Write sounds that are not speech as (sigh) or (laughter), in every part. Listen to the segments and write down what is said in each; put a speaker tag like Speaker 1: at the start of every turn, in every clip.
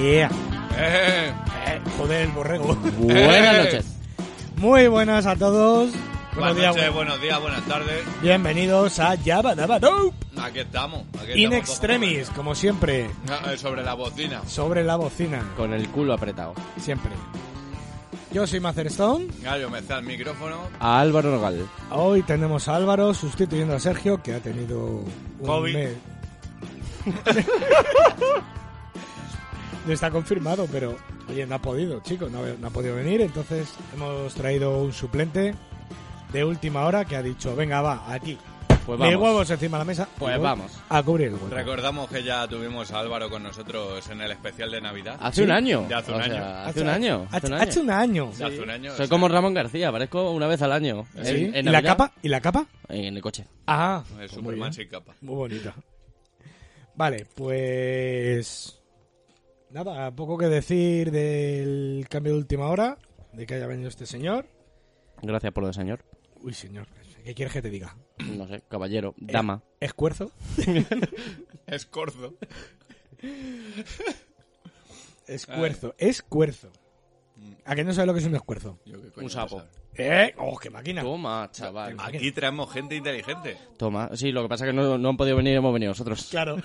Speaker 1: Yeah.
Speaker 2: Eh,
Speaker 1: Eh, joder, el borrego.
Speaker 2: (laughs)
Speaker 3: Buenas noches.
Speaker 1: (laughs) Muy buenas a todos.
Speaker 2: buenas
Speaker 1: días,
Speaker 2: noches,
Speaker 1: bu-
Speaker 2: buenos días, buenas tardes.
Speaker 1: Bienvenidos a Jabba Dabba Dope.
Speaker 2: Aquí estamos. Aquí
Speaker 1: In
Speaker 2: estamos.
Speaker 1: extremis, como siempre.
Speaker 2: Ah, eh, Sobre la bocina.
Speaker 1: Sobre la bocina,
Speaker 3: Con el culo apretado.
Speaker 1: siempre. Yo soy Master Stone.
Speaker 2: Ah, yo me está el micrófono.
Speaker 3: A Álvaro Nogal.
Speaker 1: Hoy tenemos a Álvaro sustituyendo a Sergio, que ha tenido un
Speaker 2: Covid.
Speaker 3: (laughs)
Speaker 1: mes. No está confirmado, pero oye, no ha podido, chicos, no, ha- no ha podido venir. Entonces hemos traído un suplente de última hora que ha dicho, venga, va, aquí.
Speaker 3: Pues
Speaker 1: Mis
Speaker 3: vamos.
Speaker 1: huevos encima de la mesa.
Speaker 3: Pues
Speaker 1: y voy
Speaker 3: vamos.
Speaker 1: A cubrir el hueco.
Speaker 2: Recordamos que ya tuvimos a Álvaro con nosotros en el especial de Navidad.
Speaker 1: Ah,
Speaker 3: Hace un año.
Speaker 2: de hace un
Speaker 3: O sea,
Speaker 2: año.
Speaker 3: hace un año.
Speaker 1: Hace
Speaker 3: hace un año.
Speaker 1: hace un año.
Speaker 2: De hace un año. o
Speaker 3: Soy
Speaker 2: sea,
Speaker 3: como Ramón García, aparezco una vez al año.
Speaker 1: Sí.
Speaker 3: En- en
Speaker 1: ¿Y la
Speaker 3: Navidad,
Speaker 1: capa? ¿Y la capa?
Speaker 3: En el coche.
Speaker 1: Ah,
Speaker 2: el
Speaker 1: pues muy bien.
Speaker 2: Superman sin capa.
Speaker 1: Muy bonito. Vale, pues. Nada, poco que decir del cambio de última hora, de que haya venido este señor.
Speaker 3: Gracias por lo de señor.
Speaker 1: Uy, señor, ¿qué quieres que te diga?
Speaker 3: No sé, caballero,
Speaker 1: Eh,
Speaker 3: dama.
Speaker 1: Escuerzo.
Speaker 2: Escorzo.
Speaker 1: Eh. Escuerzo, escuerzo. ¿A qué no sabes lo que es un escuerzo?
Speaker 2: Yo qué coño
Speaker 3: Un sapo.
Speaker 2: voy a saber.
Speaker 1: ¡Eh! ¡Oh, qué máquina!
Speaker 3: Toma, chaval.
Speaker 2: Aquí traemos gente inteligente.
Speaker 3: Toma. Sí, lo que pasa es que no, no han podido venir hemos venido nosotros.
Speaker 1: Claro.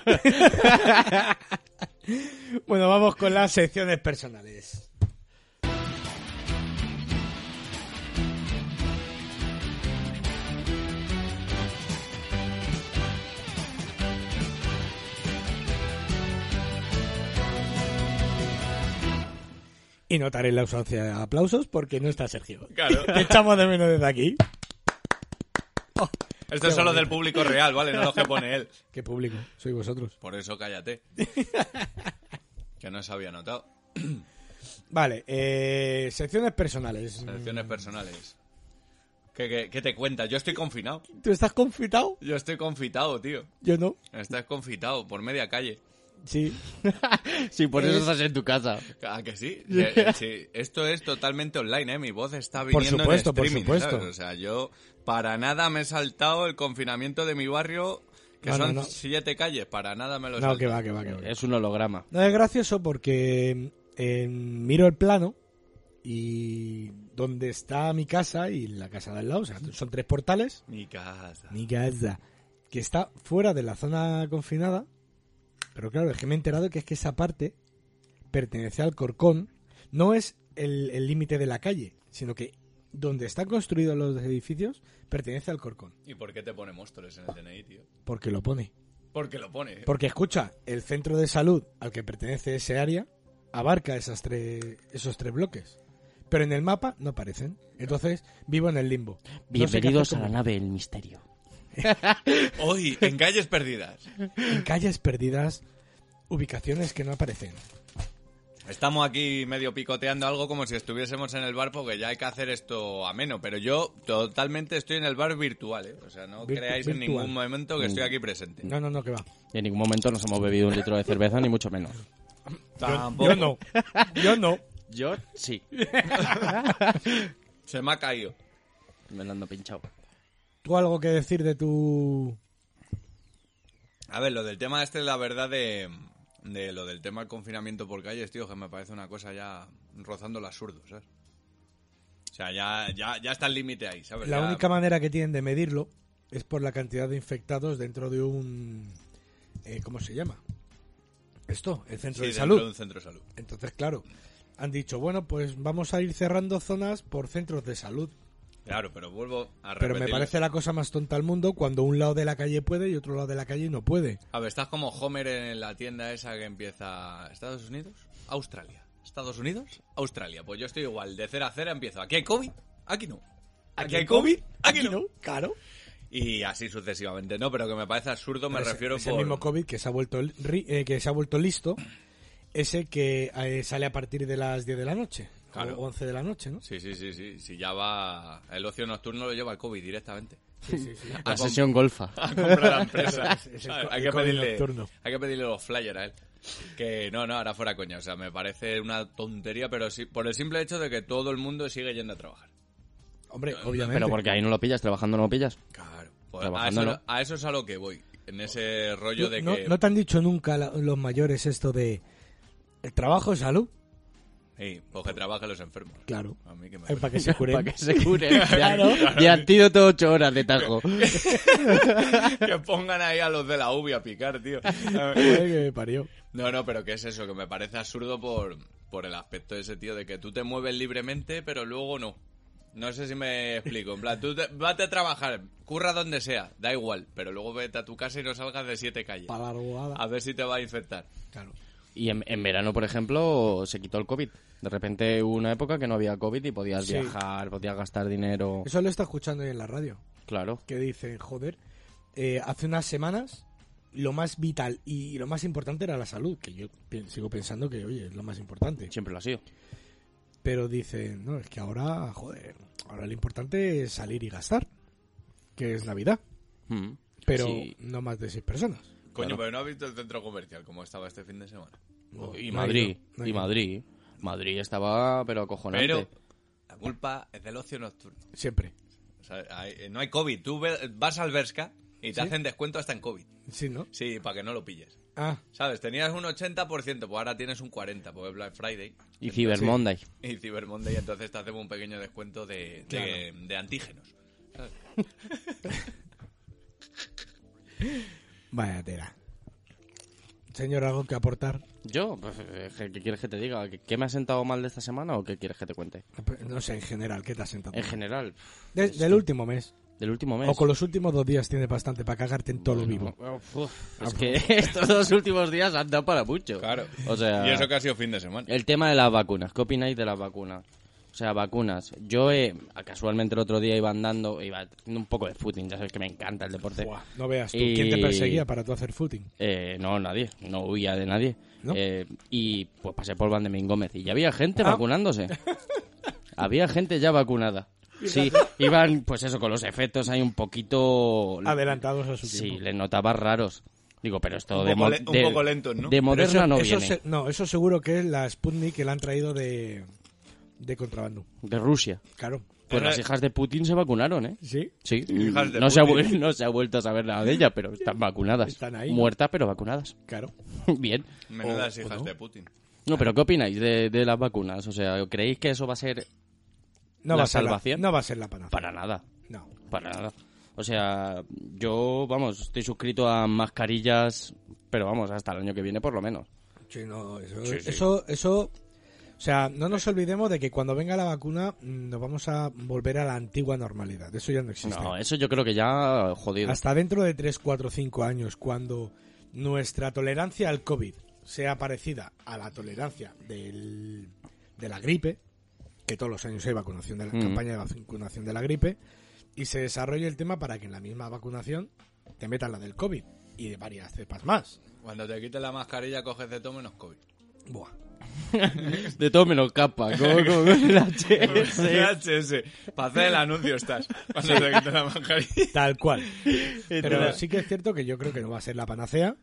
Speaker 1: (laughs) bueno, vamos con las secciones personales. Y notaré la ausencia de aplausos porque no está Sergio.
Speaker 2: (laughs) Claro.
Speaker 1: Te echamos de menos desde aquí.
Speaker 2: Esto es solo del público real, ¿vale? No lo que pone él.
Speaker 1: Qué público, sois vosotros.
Speaker 2: Por
Speaker 1: (laughs)
Speaker 2: eso cállate. Que no se había notado.
Speaker 1: Vale, eh, secciones personales.
Speaker 2: Selecciones personales. ¿Qué, qué, qué te cuentas? Yo estoy confinado.
Speaker 1: ¿Tú estás confitado?
Speaker 2: Yo estoy confitado, tío.
Speaker 1: Yo no.
Speaker 2: Estás confitado por media calle.
Speaker 1: Sí.
Speaker 3: (laughs) Sí, por
Speaker 1: Es-
Speaker 3: eso estás en tu casa.
Speaker 2: ¿A
Speaker 1: (laughs)
Speaker 2: que sí? Eh, sí. Esto es totalmente online, ¿eh? Mi voz está viniendo
Speaker 1: supuesto,
Speaker 2: en
Speaker 1: por
Speaker 2: streaming,
Speaker 1: supuesto.
Speaker 2: ¿sabes? O sea, yo para nada me he saltado el confinamiento de mi barrio, que
Speaker 1: No, no,
Speaker 2: son
Speaker 1: no.
Speaker 2: siete calles, para nada me lo he
Speaker 1: No,
Speaker 2: saltado.
Speaker 1: que va, que va, que va.
Speaker 3: Es un holograma.
Speaker 1: No es gracioso porque eh, miro el plano y donde está mi casa y la casa de al lado, o sea, son tres portales.
Speaker 2: Mi casa.
Speaker 1: Mi casa, que está fuera de la zona confinada, pero claro, es que me he enterado que es que esa parte pertenece al Corcón, no es el el límite de la calle, sino que donde están construidos los edificios pertenece al Corcón,
Speaker 2: ¿Y por qué te pone monstruos en el DNI, tío?
Speaker 1: porque lo pone.
Speaker 2: Porque lo pone.
Speaker 1: Porque escucha, el centro de salud al que pertenece ese área abarca esas tres, esos tres bloques. Pero en el mapa no aparecen. Entonces vivo en el limbo. No sé qué
Speaker 3: Bienvenidos
Speaker 1: hacer
Speaker 3: a la
Speaker 1: con-
Speaker 3: nave del misterio.
Speaker 2: (laughs) Hoy, en calles perdidas.
Speaker 1: En calles perdidas, ubicaciones que no aparecen.
Speaker 2: Estamos aquí medio picoteando algo como si estuviésemos en el bar porque ya hay que hacer esto ameno, pero yo totalmente estoy en el bar virtual, ¿eh? O sea, no
Speaker 1: Virtu-
Speaker 2: creáis en
Speaker 1: virtual.
Speaker 2: ningún momento que estoy aquí presente.
Speaker 1: No, no, no, que va.
Speaker 3: Y en ningún momento nos hemos bebido un litro de cerveza, ni mucho menos.
Speaker 2: Tampoco.
Speaker 1: Yo no. Yo no.
Speaker 3: Yo
Speaker 2: (laughs)
Speaker 3: sí.
Speaker 2: Se me ha caído.
Speaker 3: Me lo ando pinchado.
Speaker 1: ¿Tú algo que decir de tu...
Speaker 2: A ver, lo del tema este, la verdad de, de lo del tema del confinamiento por calles, tío, que me parece una cosa ya rozando el absurdo, ¿sabes? O sea, ya, ya, ya está el límite ahí, ¿sabes?
Speaker 1: La
Speaker 2: Pues Ya-
Speaker 1: única manera que tienen de medirlo es por la cantidad de infectados dentro de un... eh, ¿Cómo se llama? Esto, el
Speaker 2: Sí,
Speaker 1: centro de
Speaker 2: dentro
Speaker 1: salud.
Speaker 2: de un centro de salud.
Speaker 1: Entonces, claro, han dicho, bueno, pues vamos a ir cerrando zonas por centros de salud.
Speaker 2: Claro, pero vuelvo a repetir.
Speaker 1: Pero me parece la cosa más tonta al mundo cuando un lado de la calle puede y otro lado de la calle no puede.
Speaker 2: A ver, estás como Homer en la tienda esa que empieza Estados Unidos, Australia. Estados Unidos, Australia. Pues yo estoy igual, de cera a cera empiezo. Aquí hay COVID, aquí no. Aquí hay COVID, aquí no.
Speaker 1: Claro.
Speaker 2: Y así sucesivamente, ¿no? Pero que me parece absurdo, me
Speaker 1: Ese-
Speaker 2: refiero
Speaker 1: ese
Speaker 2: por...
Speaker 1: mismo COVID que se ha vuelto, el ri- eh, que se ha vuelto listo, ese que eh, sale a partir de las 10 de la noche,
Speaker 2: Claro.
Speaker 1: o 11 de la noche, ¿no?
Speaker 2: Sí, sí, sí, sí. Si ya va... El ocio nocturno lo lleva el COVID
Speaker 1: (laughs)
Speaker 2: directamente.
Speaker 1: Sí, sí, sí.
Speaker 2: Ah,
Speaker 3: La sesión golfa.
Speaker 2: a comprar a la empresa.
Speaker 1: Es- es el
Speaker 2: ¿Sabes?
Speaker 1: co-
Speaker 2: hay,
Speaker 1: el
Speaker 2: que
Speaker 1: COVID
Speaker 2: pedirle,
Speaker 1: nocturno.
Speaker 2: hay que pedirle los flyers a él. Que no, no, ahora fuera coña. O sea, me parece una tontería, pero sí, por el simple hecho de que todo el mundo sigue yendo a trabajar.
Speaker 1: Hombre, obviamente.
Speaker 3: Pero porque ahí no lo pillas, trabajando no lo pillas.
Speaker 2: Claro. Pues a,
Speaker 3: Trabajando,
Speaker 2: eso,
Speaker 3: ¿no?
Speaker 2: a eso es a lo que voy. En ese rollo de
Speaker 1: no,
Speaker 2: que.
Speaker 1: no te han dicho nunca la- los mayores esto de El trabajo, salud.
Speaker 2: Sí, pues que trabajen los enfermos.
Speaker 1: Claro.
Speaker 2: A mí que me... (laughs)
Speaker 1: Eh, Para que se cure.
Speaker 3: Para
Speaker 1: (laughs)
Speaker 3: que se cure.
Speaker 1: Claro.
Speaker 3: Y antídoto 8 horas de tajo.
Speaker 2: que pongan ahí a los de la UBI a picar, tío.
Speaker 1: Joder, Eh, que me parió.
Speaker 2: No, no, pero ¿qué es eso? Que me parece absurdo por, por el aspecto de ese tío de que tú te mueves libremente, pero luego no. No sé si me explico. En plan, tú te- vete a trabajar, curra donde sea, da igual, pero luego vete a tu casa y no salgas de siete calles.
Speaker 1: Para la
Speaker 2: A ver si te va a infectar.
Speaker 1: Claro.
Speaker 3: Y en, en verano, por ejemplo, se quitó el COVID. De repente hubo una época que no había COVID y podías
Speaker 1: Sí.
Speaker 3: viajar, podías gastar dinero.
Speaker 1: Eso lo está escuchando hoy en la radio.
Speaker 3: Claro.
Speaker 1: Que dicen, joder, eh, hace unas semanas lo más vital y lo más importante era la salud. Que yo pi- sigo pensando que, oye, es lo más importante.
Speaker 3: Siempre lo ha sido.
Speaker 1: Pero dicen, no, es que ahora, joder, ahora lo importante es salir y gastar. Que es Navidad.
Speaker 3: Mm.
Speaker 1: Pero
Speaker 3: Sí.
Speaker 1: no más de seis personas.
Speaker 2: Coño,
Speaker 3: Claro.
Speaker 2: pero no has visto el centro comercial como estaba este fin de semana.
Speaker 3: Y
Speaker 1: No ha
Speaker 3: Madrid.
Speaker 1: ido, no ha
Speaker 3: y
Speaker 1: ido.
Speaker 3: Madrid. Madrid estaba, pero acojonante.
Speaker 2: Pero la culpa es del ocio nocturno.
Speaker 1: Siempre.
Speaker 2: O sea, hay- eh, no hay COVID. Tú ve- vas al Berska y
Speaker 1: ¿Sí?
Speaker 2: te hacen descuento hasta en COVID.
Speaker 1: Sí, ¿no?
Speaker 2: Sí, para que no lo pilles.
Speaker 1: Ah,
Speaker 2: ¿Sabes? Tenías un 80%, pues ahora tienes un 40%, porque es pues Black Friday.
Speaker 3: Y Cyber
Speaker 1: Sí.
Speaker 3: Monday.
Speaker 2: Y Cyber Monday, entonces te hacemos un pequeño descuento de, de-
Speaker 1: Claro.
Speaker 2: de antígenos.
Speaker 1: vaya tela. Señor, ¿algo que aportar?
Speaker 3: Yo, pues, eh, ¿qué qué quieres que te diga? ¿Qué- ¿Qué me ha sentado mal de esta semana o qué quieres que te cuente?
Speaker 1: No sé, en general, ¿qué te has sentado?
Speaker 3: En este general,
Speaker 1: De- del último mes.
Speaker 3: del último mes.
Speaker 1: O con los últimos dos días tienes bastante para cagarte en todo lo vivo.
Speaker 3: Uf, es que (laughs) estos dos últimos días han dado para mucho. O sea,
Speaker 2: Y eso que ha sido fin de semana.
Speaker 3: el tema de las vacunas. ¿Qué opináis de las vacunas? O sea, vacunas. Yo eh, casualmente el otro día iba andando, iba haciendo un poco de footing, ya sabes que me encanta el deporte.
Speaker 1: Buah, no veas tú.
Speaker 3: Y-
Speaker 1: ¿Quién te perseguía para tú hacer footing?
Speaker 3: Eh, no, nadie. No huía de nadie.
Speaker 1: ¿No?
Speaker 3: Eh, y pues pasé por Vandemín Gómez y ya había gente
Speaker 1: Ah.
Speaker 3: vacunándose. había gente ya vacunada. Sí, iban, pues eso, con los efectos ahí un poquito...
Speaker 1: Adelantados a su
Speaker 3: Sí,
Speaker 1: tiempo.
Speaker 3: les notaba raros. Digo, pero esto
Speaker 2: Un
Speaker 3: de,
Speaker 2: poco
Speaker 3: mo-
Speaker 2: le- un
Speaker 3: de-
Speaker 2: poco lentos, ¿no?
Speaker 3: de
Speaker 1: Pero
Speaker 3: Moderna
Speaker 1: eso-
Speaker 3: no
Speaker 1: eso
Speaker 3: viene.
Speaker 1: se- no, eso seguro que es la Sputnik que la han traído de, de contrabando.
Speaker 3: De Rusia.
Speaker 1: Claro.
Speaker 3: Pues
Speaker 2: Era-
Speaker 3: las hijas de Putin se vacunaron, ¿eh?
Speaker 1: Sí.
Speaker 3: Sí.
Speaker 2: eh, Hijas de
Speaker 3: No se, ha,
Speaker 2: Putin.
Speaker 3: vuel- (laughs) no se ha vuelto a saber nada de ellas, pero están vacunadas.
Speaker 1: Están ahí, ¿no?
Speaker 3: Muertas, pero vacunadas. (laughs)
Speaker 1: Claro.
Speaker 3: Bien.
Speaker 2: Menudas
Speaker 1: o
Speaker 2: hijas
Speaker 1: no.
Speaker 2: de Putin.
Speaker 3: No, pero ¿qué opináis de, de las vacunas? O sea, ¿creéis que eso va a ser
Speaker 1: No
Speaker 3: ¿La
Speaker 1: va a ser
Speaker 3: salvación?
Speaker 1: La, no va a ser la panacea.
Speaker 3: para nada?
Speaker 1: No.
Speaker 3: Para nada. O sea, yo, vamos, estoy suscrito a mascarillas, pero vamos, hasta el año que viene por lo menos.
Speaker 1: Sí, no, eso,
Speaker 3: Sí, sí.
Speaker 1: eso, eso- o sea, no nos olvidemos de que cuando venga la vacuna mm, nos vamos a volver a la antigua normalidad. Eso ya no existe.
Speaker 3: No, eso yo creo que ya jodido.
Speaker 1: Hasta dentro de 3, 4, 5 años, cuando nuestra tolerancia al COVID sea parecida a la tolerancia del- de la gripe, que todos los años hay vacunación de la
Speaker 3: Mm.
Speaker 1: campaña de vacunación de la gripe, y se desarrolle el tema para que en la misma vacunación te metan la del COVID y de varias cepas más.
Speaker 2: Cuando te quites la mascarilla, coges de todo menos (laughs) COVID.
Speaker 1: Buah.
Speaker 3: De todo menos capa, como, como
Speaker 2: (laughs)
Speaker 3: el HS.
Speaker 2: VHS. Para hacer el anuncio estás. Cuando te quites la mascarilla.
Speaker 1: Tal
Speaker 3: (laughs)
Speaker 1: cual. Pero
Speaker 3: Literal.
Speaker 1: sí que es cierto que yo creo que no va a ser la panacea,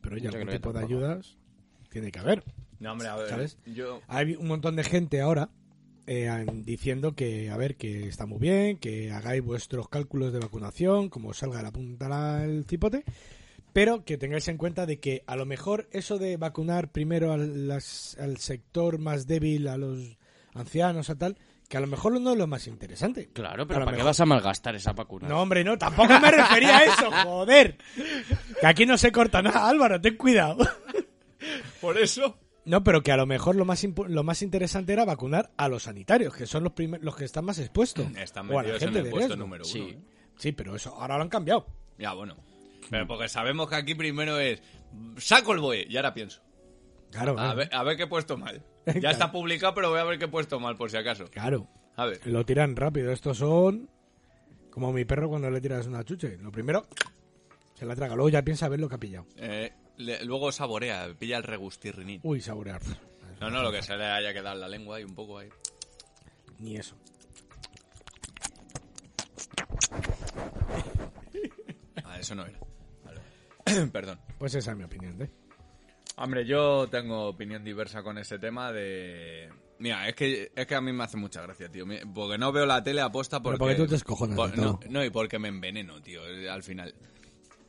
Speaker 1: pero ya
Speaker 3: Yo creo
Speaker 1: algún
Speaker 3: que
Speaker 1: tipo de
Speaker 3: tampoco.
Speaker 1: ayudas tiene que haber.
Speaker 2: No, hombre, a ver.
Speaker 1: ¿Sabes?
Speaker 2: Yo...
Speaker 1: Hay un montón de gente ahora eh, an- diciendo que, a ver, que está muy bien, que hagáis vuestros cálculos de vacunación, como os salga la punta la- el cipote, pero que tengáis en cuenta de que a lo mejor eso de vacunar primero al, las- al sector más débil, a los ancianos, a tal, que a lo mejor no es lo más interesante.
Speaker 3: Claro,
Speaker 1: A
Speaker 3: pero
Speaker 1: lo
Speaker 3: Ah, ¿para qué
Speaker 1: mejor-
Speaker 3: vas a malgastar esa vacuna?
Speaker 1: No, hombre, no, tampoco me refería a eso, (laughs) joder. Que aquí no se corta nada, Álvaro, ten cuidado.
Speaker 2: Por eso.
Speaker 1: No, pero que a lo mejor lo más impo- lo más interesante era vacunar a los sanitarios, que son los primer- los que están más expuestos.
Speaker 2: Mm, Están
Speaker 1: O a la
Speaker 2: metidos en
Speaker 1: gente
Speaker 2: el
Speaker 1: de
Speaker 2: puesto
Speaker 1: riesgo.
Speaker 2: número uno.
Speaker 3: Sí.
Speaker 1: Sí, pero eso ahora lo han cambiado.
Speaker 2: Ya, bueno. Pero porque sabemos que aquí primero es. Saco el boe. Y ahora pienso.
Speaker 1: Claro, eh,
Speaker 2: A
Speaker 1: claro.
Speaker 2: ver, a ver qué he puesto mal.
Speaker 1: Claro.
Speaker 2: Ya está publicado, pero voy a ver qué he puesto mal, por si acaso.
Speaker 1: claro.
Speaker 2: A ver.
Speaker 1: Lo tiran rápido, estos son como mi perro cuando le tiras una chuche, lo primero se la traga, luego ya piensa a ver lo que ha pillado.
Speaker 2: Eh, le- luego saborea, pilla el regustirrinito.
Speaker 1: Uy, saborear.
Speaker 2: No, no, lo que se le haya quedado en la lengua y un poco ahí.
Speaker 1: Ni eso.
Speaker 2: Ah, eso no era. Vale. (coughs) Perdón.
Speaker 1: Pues esa es mi opinión, ¿eh?
Speaker 2: Hombre, yo tengo opinión diversa con ese tema de... Mira, es que, es que a mí me hace mucha gracia, tío. Mi- Porque no veo la tele aposta
Speaker 1: Pero
Speaker 2: porque...
Speaker 1: porque tú te escojonas de
Speaker 2: por- no,
Speaker 1: todo.
Speaker 2: no, y porque me enveneno, tío, eh, al final.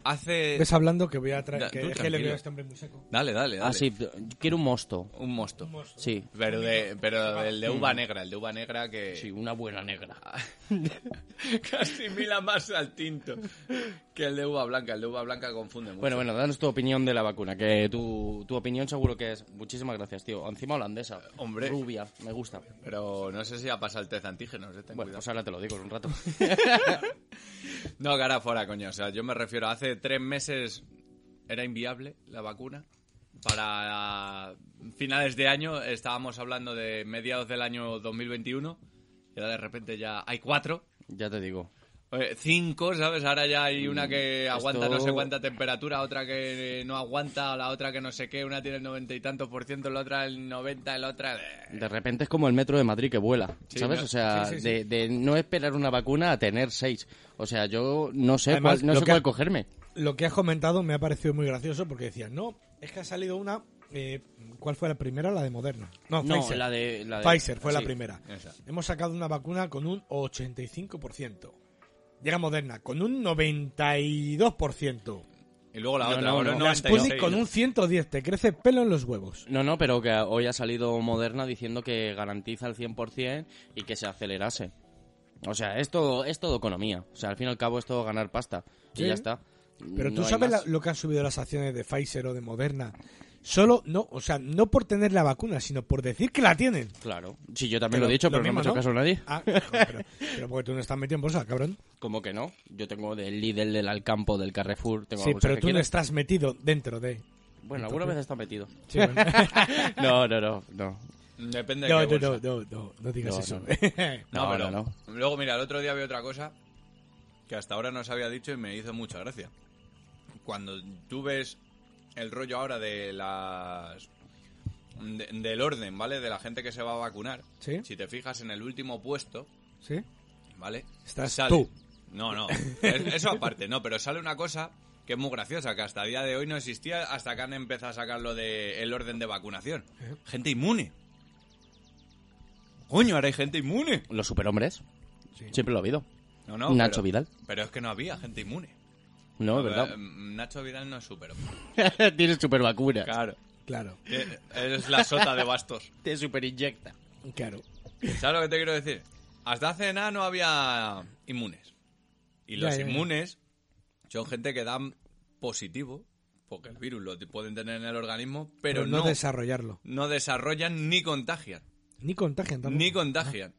Speaker 2: Hace.
Speaker 1: Ves hablando que voy a
Speaker 2: Da-
Speaker 1: traer. Que
Speaker 2: tú
Speaker 1: es que le veo
Speaker 2: tranquilo.
Speaker 1: a este hombre muy seco.
Speaker 2: Dale, dale, dale.
Speaker 3: Ah, sí, pero quiero un mosto.
Speaker 2: Un mosto.
Speaker 3: Sí.
Speaker 2: Pero, de, pero el de
Speaker 1: Mm.
Speaker 2: uva negra, el de uva negra que.
Speaker 3: Sí, una buena negra.
Speaker 2: (laughs) Casi mila más al tinto que el de uva blanca. El de uva blanca confunde mucho.
Speaker 3: Bueno, bueno, danos tu opinión de la vacuna, que tu, tu opinión seguro que es... Muchísimas gracias, tío. Encima holandesa.
Speaker 2: Hombre.
Speaker 3: Rubia, me gusta.
Speaker 2: Pero no sé si ha pasado el test de antígenos, eh, ten
Speaker 3: Bueno,
Speaker 2: cuidado.
Speaker 3: pues ahora te lo digo en
Speaker 1: (laughs)
Speaker 3: un rato.
Speaker 2: No, cara fuera, coño. O sea, yo me refiero, hace tres meses era inviable la vacuna. Para finales de año estábamos hablando de mediados del año 2021 y ahora de repente ya hay cuatro.
Speaker 3: ya te digo.
Speaker 2: Eh, Cinco, ¿sabes? Ahora ya hay una que
Speaker 3: Mm, esto-
Speaker 2: aguanta no sé cuánta temperatura, otra que eh, no aguanta, la otra que no sé qué, una tiene el noventa y tantos por ciento, la otra el noventa, la otra... eh.
Speaker 3: De repente es como el metro de Madrid que vuela,
Speaker 2: Sí,
Speaker 3: ¿sabes?
Speaker 2: ¿no?
Speaker 3: O sea,
Speaker 1: Sí, sí, sí.
Speaker 3: De, de no esperar una vacuna a tener seis. O sea, yo no sé
Speaker 1: Además,
Speaker 3: cuál, no
Speaker 1: lo
Speaker 3: sé
Speaker 1: que
Speaker 3: cuál
Speaker 1: ha-
Speaker 3: cogerme.
Speaker 1: Lo que has comentado me ha parecido muy gracioso porque decías, no, es que ha salido una. eh, ¿Cuál fue la primera? La de Moderna. No,
Speaker 3: No,
Speaker 1: Pfizer.
Speaker 3: la de... La de-
Speaker 1: Pfizer fue la
Speaker 3: sí.
Speaker 1: primera.
Speaker 2: esa.
Speaker 1: Hemos sacado una vacuna con un 85%. Llega Moderna con un 92%.
Speaker 2: Y luego la
Speaker 3: No,
Speaker 2: otra,
Speaker 3: no,
Speaker 2: con
Speaker 3: no.
Speaker 2: un
Speaker 3: La
Speaker 1: La
Speaker 2: 96.
Speaker 1: Sputnik con un 110. Te crece pelo en los huevos.
Speaker 3: No, no, pero que hoy ha salido Moderna diciendo que garantiza el 100% y que se acelerase. O sea, es todo, es todo economía. O sea, al fin y al cabo es todo ganar pasta.
Speaker 1: Sí.
Speaker 3: Y ya está.
Speaker 1: Pero tú
Speaker 3: No hay
Speaker 1: sabes la-
Speaker 3: más.
Speaker 1: lo que han subido las acciones de Pfizer o de Moderna. Solo, no, o sea, no por tener la vacuna, sino por decir que la tienen.
Speaker 3: Claro. Sí, yo también
Speaker 1: Pero
Speaker 3: lo he dicho,
Speaker 1: lo
Speaker 3: pero no
Speaker 1: mismo,
Speaker 3: me ha hecho
Speaker 1: ¿no?
Speaker 3: caso a nadie.
Speaker 1: Ah, claro, pero, pero porque tú no estás metido en bolsa, cabrón.
Speaker 3: ¿Cómo que no? Yo tengo del Lidl, del Alcampo, del Carrefour, tengo la
Speaker 1: Sí,
Speaker 3: bolsa
Speaker 1: pero
Speaker 3: pues que
Speaker 1: tú no
Speaker 3: quieras.
Speaker 1: estás metido dentro de.
Speaker 3: Bueno, alguna vez está metido. (laughs)
Speaker 1: Sí, bueno.
Speaker 3: No, no, no, no.
Speaker 2: Depende de
Speaker 1: no,
Speaker 2: qué
Speaker 1: no,
Speaker 2: bolsa.
Speaker 1: no, no, no, no digas
Speaker 3: No,
Speaker 1: eso.
Speaker 3: no,
Speaker 2: No,
Speaker 3: No,
Speaker 2: pero
Speaker 3: no,
Speaker 2: luego mira, el otro día vi otra cosa que hasta ahora no se había dicho y me hizo mucha gracia. Cuando tú ves el rollo ahora de las de- del orden, ¿vale? De la gente que se va a vacunar.
Speaker 1: Sí.
Speaker 2: Si te fijas en el último puesto,
Speaker 1: (laughs) ¿Sí?
Speaker 2: ¿vale?
Speaker 1: Estás tú. (laughs)
Speaker 2: No, no. Es- Eso aparte, no, pero sale una cosa que es muy graciosa, que hasta a día de hoy no existía hasta que han empezado a sacar lo de el orden de vacunación.
Speaker 1: Eh.
Speaker 2: Gente inmune. Coño, ahora hay gente inmune.
Speaker 3: Los superhombres. Siempre lo ha habido.
Speaker 2: No, no,
Speaker 3: Nacho
Speaker 2: pero-
Speaker 3: Vidal.
Speaker 2: Pero es que no había gente inmune.
Speaker 3: No, es
Speaker 2: Eh,
Speaker 3: verdad.
Speaker 2: Nacho Vidal no es súper.
Speaker 3: (laughs) Tienes super vacuna.
Speaker 2: Claro.
Speaker 1: Claro,
Speaker 2: eh, Es la sota de bastos.
Speaker 3: Te super inyecta.
Speaker 1: claro.
Speaker 2: ¿Sabes lo que te quiero decir? Hasta hace nada no había inmunes. Y
Speaker 1: Ya,
Speaker 2: los
Speaker 1: ya, ya.
Speaker 2: inmunes son gente que dan positivo, porque el virus lo te- pueden tener en el organismo, pero,
Speaker 1: Pero no,
Speaker 2: no,
Speaker 1: desarrollarlo.
Speaker 2: no desarrollan ni contagian.
Speaker 1: Ni contagian tampoco.
Speaker 2: Ni contagian.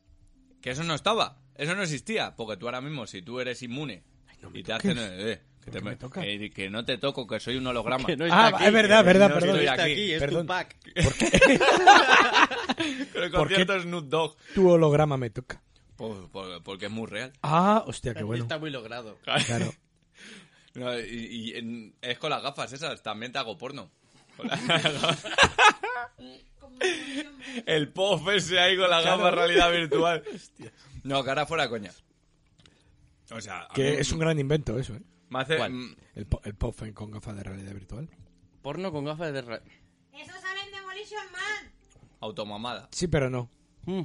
Speaker 2: Que eso no estaba. Eso no existía. Porque tú ahora mismo, si tú eres inmune y te hacen. eh, que, te
Speaker 1: qué me
Speaker 2: me-
Speaker 1: tocas?
Speaker 2: que- que no te toco, que soy un holograma.
Speaker 1: Ah, es verdad, es verdad,
Speaker 2: eh, no
Speaker 1: perdón.
Speaker 2: estoy aquí, es
Speaker 1: Perdón.
Speaker 2: Pero el
Speaker 1: ¿Por qué?
Speaker 2: concierto es Snoop Dogg.
Speaker 1: Tu holograma me toca.
Speaker 2: Por- por- porque es muy real.
Speaker 1: Ah, hostia, qué bueno.
Speaker 3: muy logrado.
Speaker 1: Claro.
Speaker 2: (laughs) No, y, y en- es con las gafas esas, también te hago porno.
Speaker 1: (laughs)
Speaker 2: Con la- El pop ese ahí con la gafa realidad virtual. No, cara fuera coña. O sea, a mí
Speaker 1: Que es un gran invento eso, ¿eh?
Speaker 2: me hace-
Speaker 3: ¿Cuál?
Speaker 2: mm,
Speaker 1: El, po- el Puffin con gafas de realidad virtual.
Speaker 3: Porno con gafas de... ra-
Speaker 4: Eso sale en Demolition Man.
Speaker 2: automamada.
Speaker 1: Sí, pero no.
Speaker 3: Mm.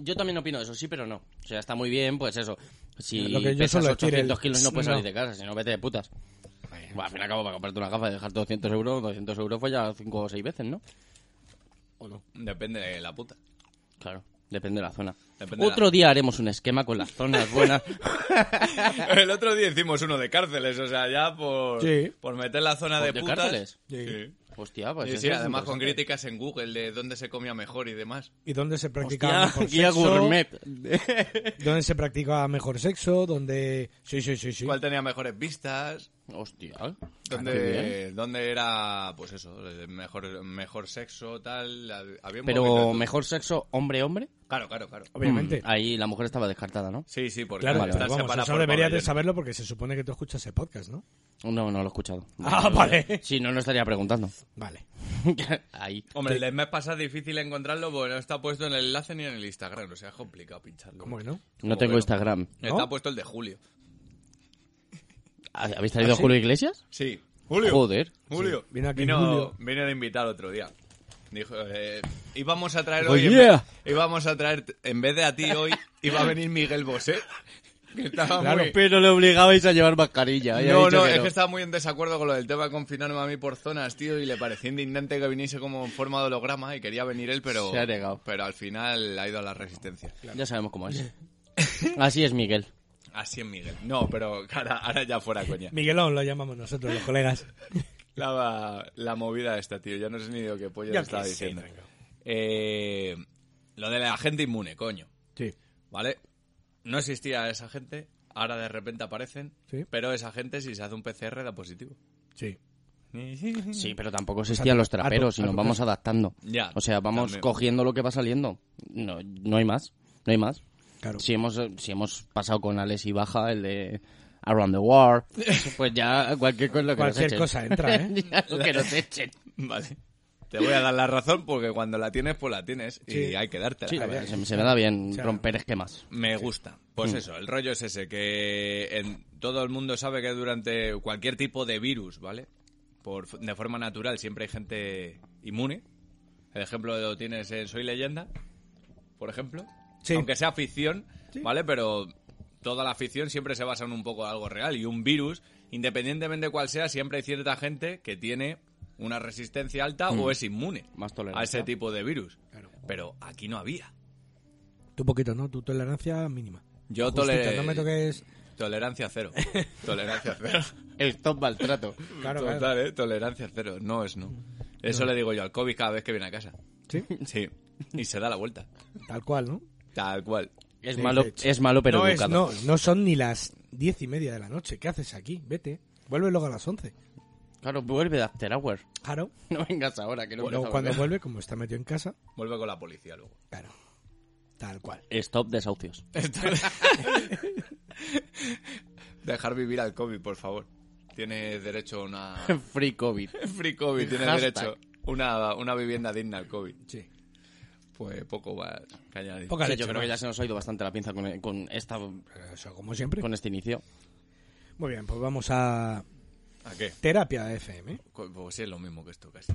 Speaker 3: Yo también opino eso, sí, pero no. O sea, está muy bien, pues eso. Si
Speaker 1: Lo que yo
Speaker 3: pesas
Speaker 1: suelo decir,
Speaker 3: 800
Speaker 1: el-
Speaker 3: kilos no puedes salir
Speaker 1: no.
Speaker 3: de casa, si no, vete de putas. Bueno, al fin y al cabo, para comprarte una gafa y dejarte 200 euros, 200 euros fue ya 5 o 6 veces, ¿no?
Speaker 1: ¿O no?
Speaker 2: Depende de la puta. (laughs)
Speaker 3: Claro, depende de la zona.
Speaker 2: Depende de
Speaker 3: Otro
Speaker 2: la-
Speaker 3: día haremos un esquema con las zonas buenas.
Speaker 2: El otro día hicimos uno de cárceles, o sea, ya por,
Speaker 1: Sí.
Speaker 2: por meter la zona
Speaker 3: ¿Por
Speaker 2: de,
Speaker 3: de
Speaker 2: putas.
Speaker 3: cárceles?
Speaker 1: Sí.
Speaker 2: Sí.
Speaker 3: Hostia, pues
Speaker 2: Sí,
Speaker 3: eso
Speaker 2: sí,
Speaker 3: es
Speaker 2: además con
Speaker 3: interesante.
Speaker 2: críticas en Google de dónde se comía mejor y demás.
Speaker 1: ¿Y dónde se practica
Speaker 3: Guía,
Speaker 1: mejor
Speaker 3: (laughs) guía
Speaker 1: sexo?
Speaker 3: gourmet.
Speaker 1: ¿Dónde se practica mejor sexo? ¿Dónde...? Sí, sí, sí, sí. Ah,
Speaker 2: ¿Cuál tenía mejores vistas?
Speaker 3: Hostia. Ah, Qué bien.
Speaker 2: Donde, donde era, pues eso, eh, mejor, mejor sexo, tal. hab- Había un poquito de
Speaker 3: Pero
Speaker 2: todo.
Speaker 3: mejor sexo hombre-hombre.
Speaker 2: Claro, claro, claro.
Speaker 1: Obviamente.
Speaker 3: Mm, ahí la mujer estaba descartada, ¿no?
Speaker 2: Sí, sí, porque
Speaker 1: Claro,
Speaker 3: Vale,
Speaker 1: pero
Speaker 2: están
Speaker 1: vamos,
Speaker 2: separados
Speaker 1: eso
Speaker 2: por
Speaker 1: deberías de
Speaker 2: pabellones.
Speaker 1: saberlo porque se supone que tú escuchas ese podcast, ¿no?
Speaker 3: No, no lo he escuchado.
Speaker 1: Ah, vale.
Speaker 3: Si no, no estaría preguntando. (laughs)
Speaker 1: Vale.
Speaker 3: ahí.
Speaker 2: Hombre, el del mes pasado es difícil encontrarlo porque no está puesto en el enlace ni en el Instagram. O sea, es complicado pincharlo.
Speaker 1: ¿Cómo que no?
Speaker 3: No
Speaker 2: Como
Speaker 3: tengo
Speaker 2: que no.
Speaker 3: Instagram.
Speaker 2: Está
Speaker 1: ¿No?
Speaker 2: puesto el de Julio.
Speaker 3: Ah, ¿Habéis traído Julio Iglesias?
Speaker 2: Sí. Julio.
Speaker 3: Joder.
Speaker 2: Julio.
Speaker 1: Sí, vino aquí
Speaker 2: vino,
Speaker 1: Julio.
Speaker 2: vino el invitado el otro día. Dijo, eh, íbamos a traer
Speaker 3: Oh,
Speaker 2: hoy... en
Speaker 3: yeah.
Speaker 2: vez- íbamos a traer, en vez de a ti hoy, iba a venir Miguel Bosé. que estaba
Speaker 1: Claro,
Speaker 2: muy...
Speaker 3: Pero le obligabais a llevar mascarilla. había
Speaker 2: No,
Speaker 3: dicho
Speaker 2: no,
Speaker 3: que
Speaker 2: es que estaba muy en desacuerdo con lo del tema de confinarme a mí por zonas, tío, y le parecía indignante que viniese como en forma de holograma y quería venir él, pero...
Speaker 3: Se ha negado.
Speaker 2: Pero al final ha ido a la resistencia.
Speaker 3: Ya sabemos cómo es. Así es, Miguel.
Speaker 2: Así es Miguel. No, pero ahora, ahora ya fuera coña.
Speaker 1: Miguelón lo llamamos nosotros, los
Speaker 3: (laughs)
Speaker 1: colegas.
Speaker 2: La, la movida esta, tío. Ya no sé ni de qué pollo
Speaker 1: Ya
Speaker 2: le estaba
Speaker 1: que sé,
Speaker 2: diciendo.
Speaker 1: tranquilo.
Speaker 2: Eh, lo de la gente inmune, coño.
Speaker 1: Sí.
Speaker 2: ¿Vale? No existía esa gente, ahora de repente aparecen,
Speaker 1: Sí.
Speaker 2: pero esa gente si se hace un PCR da positivo. (laughs)
Speaker 1: Sí.
Speaker 3: Sí, pero tampoco existían los traperos y nos vamos adaptando.
Speaker 2: Ya,
Speaker 3: O sea, vamos
Speaker 2: también.
Speaker 3: cogiendo lo que va saliendo. No, no hay más. No hay más.
Speaker 1: Claro.
Speaker 3: Si hemos, si hemos pasado con Alex y Baja, el de Around the World, pues ya cualquier cosa que
Speaker 1: Cualquier
Speaker 3: nos echen.
Speaker 1: cosa entra, ¿eh?
Speaker 3: (laughs) Ya lo que nos echen.
Speaker 2: Vale. Te voy a dar la razón porque cuando la tienes, pues la tienes y
Speaker 1: Sí.
Speaker 2: hay que dártela.
Speaker 3: Sí, la verdad, se, se me da bien
Speaker 1: sea,
Speaker 3: romper esquemas.
Speaker 2: Me gusta.
Speaker 1: Mm.
Speaker 2: Pues eso, el rollo es ese, que en- todo el mundo sabe que durante cualquier tipo de virus, ¿vale? Por, f- de forma natural siempre hay gente inmune. El ejemplo lo tienes en Soy Leyenda, por ejemplo.
Speaker 1: Sí.
Speaker 2: Aunque sea ficción, ¿vale? Pero toda la ficción siempre se basa en un poco de algo real. Y un virus, independientemente de cuál sea, siempre hay cierta gente que tiene una resistencia alta o es inmune
Speaker 3: Más
Speaker 2: a ese
Speaker 3: tolerancia.
Speaker 2: tipo de virus.
Speaker 1: Mm. Claro.
Speaker 2: Pero aquí no había.
Speaker 1: Tú poquito, ¿no? Tu tolerancia mínima.
Speaker 2: Yo
Speaker 1: Justito,
Speaker 2: toleré-
Speaker 1: No me toques...
Speaker 2: Tolerancia cero.
Speaker 1: (laughs)
Speaker 2: Tolerancia cero.
Speaker 3: Stop maltrato.
Speaker 1: Claro,
Speaker 2: Total,
Speaker 1: claro.
Speaker 2: ¿eh? Tolerancia cero. No es no. Eso le digo yo al COVID cada vez que viene a casa.
Speaker 1: Sí,
Speaker 2: Sí. Y se da la vuelta.
Speaker 1: tal cual, ¿no?
Speaker 2: Tal cual.
Speaker 3: Es
Speaker 1: Sí,
Speaker 3: malo,
Speaker 1: de hecho.
Speaker 3: es malo pero
Speaker 1: no, es- no,
Speaker 3: educado.
Speaker 1: no son ni las diez y media de la noche. ¿Qué haces aquí? Vete. Vuelve luego a las once.
Speaker 3: Claro, vuelve de After Hour.
Speaker 1: Claro.
Speaker 3: (laughs) No vengas ahora, que no
Speaker 1: Luego
Speaker 3: empieza a
Speaker 1: cuando
Speaker 3: volver.
Speaker 1: vuelve, como está metido en casa,
Speaker 2: Vuelve con la policía luego.
Speaker 1: claro. Tal cual. (laughs)
Speaker 3: Stop desahucios.
Speaker 2: Dejar vivir al COVID, por favor. Tiene derecho
Speaker 1: (laughs)
Speaker 2: a una...
Speaker 3: Free COVID.
Speaker 2: Free COVID. Tiene
Speaker 3: Hashtag.
Speaker 2: derecho una, una vivienda digna al COVID.
Speaker 1: Sí.
Speaker 2: Pues poco más que añadir.
Speaker 1: Poca
Speaker 3: Sí,
Speaker 1: leche,
Speaker 3: yo creo
Speaker 1: ¿no?
Speaker 3: que ya se nos ha ido bastante la pinza con, con esta,
Speaker 1: Pero Eso, como siempre.
Speaker 3: con este inicio.
Speaker 1: Muy bien, pues vamos a
Speaker 2: ¿A qué?
Speaker 1: terapia de ¿eh? FM.
Speaker 2: Co- Pues sí, es lo mismo que esto casi.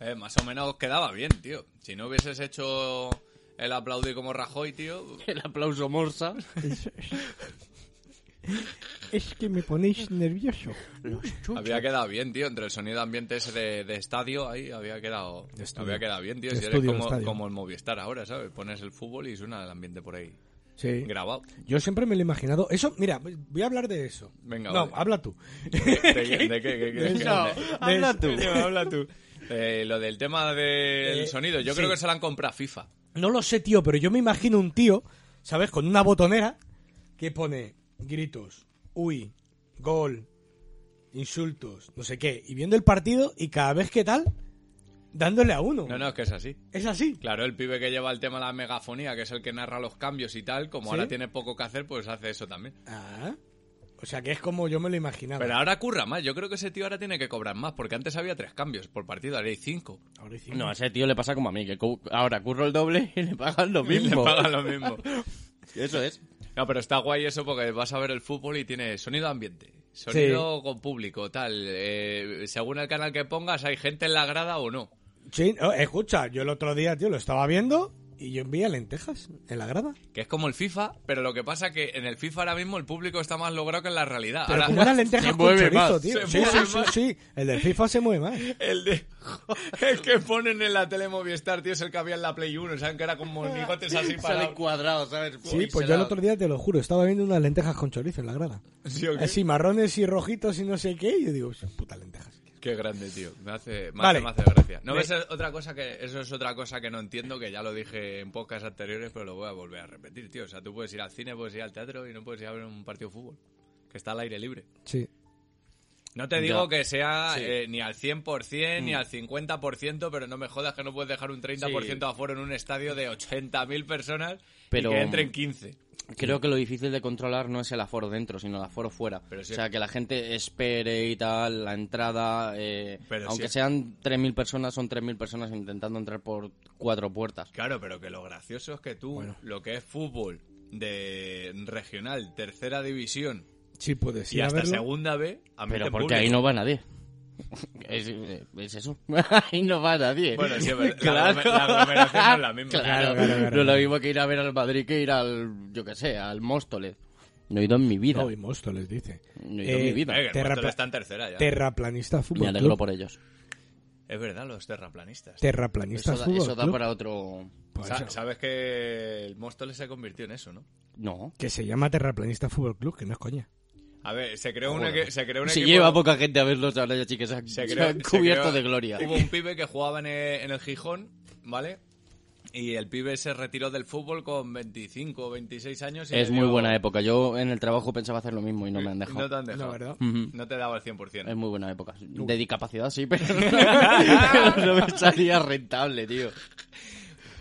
Speaker 2: Eh, más o menos quedaba bien, tío. Si no hubieses hecho el aplaudir como Rajoy, tío,
Speaker 3: (laughs) El aplauso morsa.
Speaker 1: Es que me ponéis nervioso.
Speaker 2: Había quedado bien, tío, entre el sonido ambiente ese de, de estadio, ahí había quedado,
Speaker 1: De estudio.
Speaker 2: había quedado bien, tío.
Speaker 1: De
Speaker 2: Si eres
Speaker 1: estudio, de
Speaker 2: como,
Speaker 1: estadio.
Speaker 2: como el Movistar ahora, ¿sabes? Pones el fútbol y suena el ambiente por ahí
Speaker 1: Sí. (laughs)
Speaker 2: grabado.
Speaker 1: Yo siempre me lo he imaginado. Eso, mira, voy a hablar de eso.
Speaker 2: Venga,
Speaker 1: No,
Speaker 2: vale.
Speaker 1: habla tú. (laughs)
Speaker 2: ¿De qué? ¿De qué? ¿Qué quieres que
Speaker 1: No,
Speaker 2: hable?
Speaker 1: habla tú.
Speaker 2: (laughs) Habla tú. Eh, lo del tema del
Speaker 1: Eh,
Speaker 2: sonido, yo
Speaker 1: sí.
Speaker 2: creo que se la han comprado a FIFA.
Speaker 1: No lo sé, tío, pero yo me imagino un tío, ¿sabes? Con una botonera que pone gritos, uy, gol, insultos, no sé qué. Y viendo el partido y cada vez que tal, dándole a uno.
Speaker 2: No, no, es que es así.
Speaker 1: Es así.
Speaker 2: Claro, el pibe que lleva el tema de la megafonía, que es el que narra los cambios y tal,
Speaker 1: ¿Sí?
Speaker 2: como ahora tiene poco que hacer, pues hace eso también.
Speaker 1: Ah. O sea, que es como yo me lo imaginaba.
Speaker 2: Pero ahora curra más, yo creo que ese tío ahora tiene que cobrar más, porque antes había tres cambios por partido, ahora hay cinco.
Speaker 1: Ahora hicimos-
Speaker 3: No, a ese tío le pasa como a mí, que cu- ahora curro el doble y le pagan lo
Speaker 2: Y (laughs) le
Speaker 3: mismo.
Speaker 2: pagan lo mismo.
Speaker 3: Eso es.
Speaker 2: No, pero está guay eso porque vas a ver el fútbol y tiene sonido ambiente, sonido con público, tal. Eh, según el canal que pongas, hay gente en la grada o no.
Speaker 1: Sí, no, escucha, yo el otro día, tío, lo estaba viendo y yo envía lentejas en la grada.
Speaker 2: Que es como el FIFA, pero lo que pasa que en el FIFA ahora mismo el público está más logrado que en la realidad.
Speaker 1: Pero
Speaker 2: Ahora-
Speaker 1: como
Speaker 2: (laughs)
Speaker 1: unas lentejas
Speaker 3: se
Speaker 1: con
Speaker 3: mueve
Speaker 1: chorizo,
Speaker 3: más,
Speaker 1: tío.
Speaker 2: se
Speaker 1: Sí,
Speaker 2: mueve
Speaker 1: sí, sí,
Speaker 2: más.
Speaker 1: sí. El del FIFA se mueve más.
Speaker 2: El de... (laughs) El que ponen en la tele Movistar, tío, es el que había en la Play 1, ¿saben? Que era
Speaker 1: (laughs)
Speaker 2: con monigotes así
Speaker 3: Sale
Speaker 2: para...
Speaker 3: cuadrado, ¿sabes?
Speaker 1: Sí, pues yo el otro día te lo juro, estaba viendo unas lentejas con chorizo en la grada.
Speaker 2: Sí, ¿o qué?
Speaker 1: Así marrones y rojitos y no sé qué. Y yo digo, son putas lentejas.
Speaker 2: Qué grande, tío. Me hace, me
Speaker 1: Vale.
Speaker 2: hace, me hace gracia. No,
Speaker 1: Me-
Speaker 2: esa es otra cosa que, eso es otra cosa que no entiendo, que ya lo dije en podcasts anteriores, pero lo voy a volver a repetir, tío. O sea, tú puedes ir al cine, puedes ir al teatro y no puedes ir a ver un partido de fútbol, que está al aire libre.
Speaker 1: Sí.
Speaker 2: No te digo
Speaker 3: Ya.
Speaker 2: que sea
Speaker 3: Sí. Mm.
Speaker 2: eh, ni al 100% ni al 50%, pero no me jodas que no puedes dejar un 30% aforo en un estadio de 80.000 personas
Speaker 3: Pero-
Speaker 2: y que entren 15.
Speaker 3: Creo que lo difícil de controlar no es el aforo dentro, sino el aforo fuera.
Speaker 2: Pero sí.
Speaker 3: O sea, que la gente espere y tal, la entrada. eh,
Speaker 2: Pero
Speaker 3: aunque
Speaker 2: sí.
Speaker 3: sean 3.000 personas, son 3.000 personas intentando entrar por cuatro puertas.
Speaker 2: Claro, pero que lo gracioso es que tú, lo que es fútbol de regional, tercera división
Speaker 1: Sí, puedes
Speaker 2: y
Speaker 1: ir a
Speaker 2: hasta
Speaker 1: verlo.
Speaker 2: segunda B, a mí
Speaker 3: Pero
Speaker 2: te
Speaker 3: porque ahí
Speaker 2: público.
Speaker 3: no va nadie. (laughs) Es, eh, es eso. (laughs) ahí no va nadie.
Speaker 2: (laughs) Bueno, sí, es
Speaker 3: (laughs)
Speaker 2: verdad, la aglome- la aglomeración no es la (laughs) misma.
Speaker 3: Claro,
Speaker 1: Claro, claro, claro.
Speaker 3: No es lo mismo que ir a ver al Madrid que ir al, yo qué sé, al Móstoles. No he ido en mi vida.
Speaker 1: No, y Mosto les dice.
Speaker 3: No he ido en mi vida.
Speaker 2: Eh, que el
Speaker 1: Terrapla-
Speaker 2: Porto está en tercera ya.
Speaker 1: Terraplanista
Speaker 3: Me
Speaker 1: Fútbol
Speaker 3: alegro
Speaker 1: Club.
Speaker 3: por ellos.
Speaker 2: Es verdad, los terraplanistas.
Speaker 1: Terraplanista
Speaker 3: Eso da,
Speaker 1: Fútbol
Speaker 3: eso da
Speaker 1: Club.
Speaker 3: para otro...
Speaker 1: Pues
Speaker 2: Sa-
Speaker 1: eso.
Speaker 2: Sabes que el Móstoles se convirtió en eso, ¿no?
Speaker 3: No.
Speaker 1: Que se llama Terraplanista Fútbol Club, que no es coña.
Speaker 2: A ver, se creó, una
Speaker 3: Bueno.
Speaker 2: que, se creó un
Speaker 3: Si
Speaker 2: equipo-
Speaker 3: lleva poca gente a verlos ahora ya, chicas, se han,
Speaker 2: se
Speaker 3: (laughs) se
Speaker 2: creó-
Speaker 3: han
Speaker 2: se
Speaker 3: cubierto
Speaker 2: creó-
Speaker 3: de gloria.
Speaker 2: Hubo un pibe que jugaba en el, en el Gijón, ¿vale? Y el pibe se retiró del fútbol con 25 o 26 años. y
Speaker 3: Es
Speaker 2: le
Speaker 3: muy
Speaker 2: dio-
Speaker 3: buena época. Yo en el trabajo pensaba hacer lo mismo y no me han dejado.
Speaker 2: No te han dejado.
Speaker 1: No, ¿verdad?
Speaker 3: Ujú.
Speaker 2: No te daba el 100%.
Speaker 3: Es muy buena época. De discapacidad
Speaker 2: (laughs)
Speaker 3: sí, pero (laughs) no me salía rentable, tío.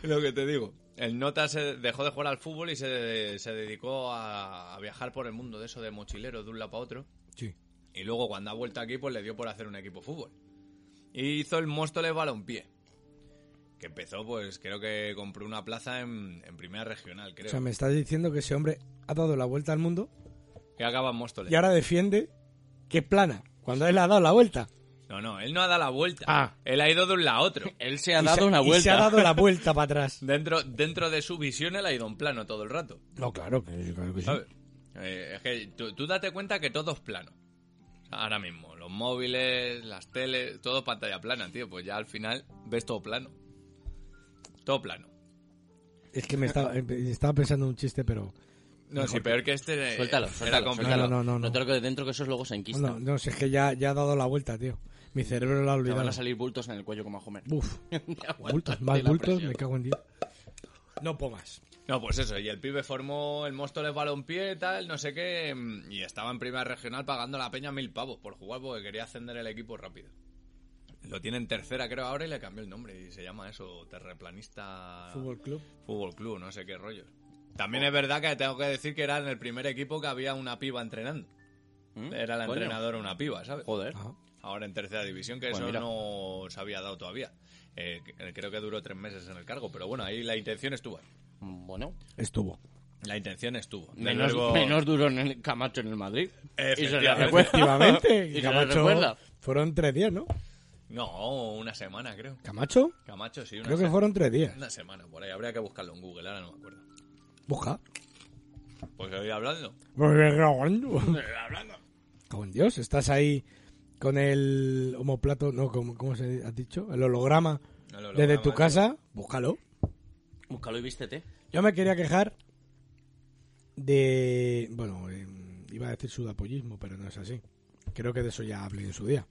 Speaker 2: Lo que te digo. El Nota se dejó de jugar al fútbol y se, se dedicó a, a viajar por el mundo de eso, de mochilero, de un lado para otro.
Speaker 1: Sí.
Speaker 2: Y luego cuando ha vuelto aquí, pues le dio por hacer un equipo de fútbol. Y hizo el Móstoles Balompié. Que empezó, pues creo que compró una plaza en, en primera regional, creo.
Speaker 1: O sea, me estás diciendo que ese hombre ha dado la vuelta al mundo
Speaker 2: Que acaba en Móstoles.
Speaker 1: y ahora defiende que es plana, cuando él ha dado la vuelta.
Speaker 2: No, no, él no ha dado la vuelta.
Speaker 1: Ah.
Speaker 2: Él ha ido de un lado a otro.
Speaker 3: Él se ha
Speaker 1: Y
Speaker 3: dado
Speaker 1: se-
Speaker 3: una
Speaker 1: y
Speaker 3: vuelta.
Speaker 1: se ha dado
Speaker 3: (laughs)
Speaker 1: la vuelta para atrás.
Speaker 2: Dentro, dentro de su visión, él ha ido en plano todo el rato.
Speaker 1: No, claro, que, claro que sí.
Speaker 2: ¿sabes? Eh, es que tú, tú date cuenta que todo es plano. Ahora mismo, los móviles, las teles, todo pantalla plana, tío. Pues ya al final ves todo plano. Todo plano.
Speaker 1: Es que me estaba, eh, estaba pensando en un chiste, pero...
Speaker 2: No, sí, peor que este. eh,
Speaker 3: Suéltalo,
Speaker 2: era
Speaker 3: suéltalo,
Speaker 2: complicado.
Speaker 1: No,
Speaker 3: suéltalo.
Speaker 1: no, no, no.
Speaker 3: te lo quedes dentro que esos luego se enquistan.
Speaker 1: No, no, si es que ya, ya ha dado la vuelta, tío. Mi cerebro lo ha
Speaker 3: Te van
Speaker 1: olvidado.
Speaker 3: a salir bultos en el cuello como a Homer.
Speaker 1: Uf, bultos,
Speaker 3: (laughs) Aguántate
Speaker 1: más
Speaker 3: la
Speaker 1: bultos,
Speaker 3: presión.
Speaker 1: me cago en Dios. No pomas.
Speaker 2: No, pues eso, y el pibe formó el Móstoles Balompié, tal, no sé qué, mm, y estaba en primera regional pagando a la peña mil pavos por jugar porque quería ascender el equipo rápido. Lo tiene en tercera, creo, ahora y le cambió el nombre y se llama eso, Terreplanista
Speaker 1: Ah. Fútbol Club.
Speaker 2: Fútbol Club, no sé qué rollo. También es verdad que tengo que decir que era en el primer equipo que había una piba entrenando.
Speaker 3: ¿Mm?
Speaker 2: Era la
Speaker 3: Coño.
Speaker 2: entrenadora una piba, ¿sabes?
Speaker 3: Joder.
Speaker 1: Ajá.
Speaker 2: Ahora en tercera división, que
Speaker 3: Pues
Speaker 2: eso
Speaker 3: mira.
Speaker 2: no se había dado todavía. Eh, que- creo que duró tres meses en el cargo, pero bueno, ahí la intención estuvo ahí.
Speaker 3: Ah, Bueno,
Speaker 1: Estuvo.
Speaker 2: La intención estuvo. De
Speaker 3: menos,
Speaker 2: luego-
Speaker 3: menos duro en el Camacho en el Madrid. Y se le
Speaker 2: Efectivamente.
Speaker 3: recuerda.
Speaker 1: Efectivamente.
Speaker 3: (laughs) Y se le
Speaker 1: Camacho,
Speaker 3: recuerda.
Speaker 1: fueron tres días, ¿no?
Speaker 2: No, una semana creo.
Speaker 1: Camacho,
Speaker 2: Camacho sí, una,
Speaker 1: creo que
Speaker 2: se-
Speaker 1: fueron tres días.
Speaker 2: una semana por ahí. Habría que buscarlo en Google, ahora no me acuerdo.
Speaker 1: Busca.
Speaker 2: Pues hoy hablando. (laughs)
Speaker 1: Hablando. Con Dios, estás ahí con el homoplato, no, ¿cómo, cómo se ha dicho? El holograma,
Speaker 2: El holograma,
Speaker 1: desde tu
Speaker 2: tío.
Speaker 1: casa, búscalo.
Speaker 3: Búscalo y vístete.
Speaker 1: Yo me quería quejar de, bueno, eh, iba a decir sudapollismo, pero no es así. Creo que de eso ya hablé en su día.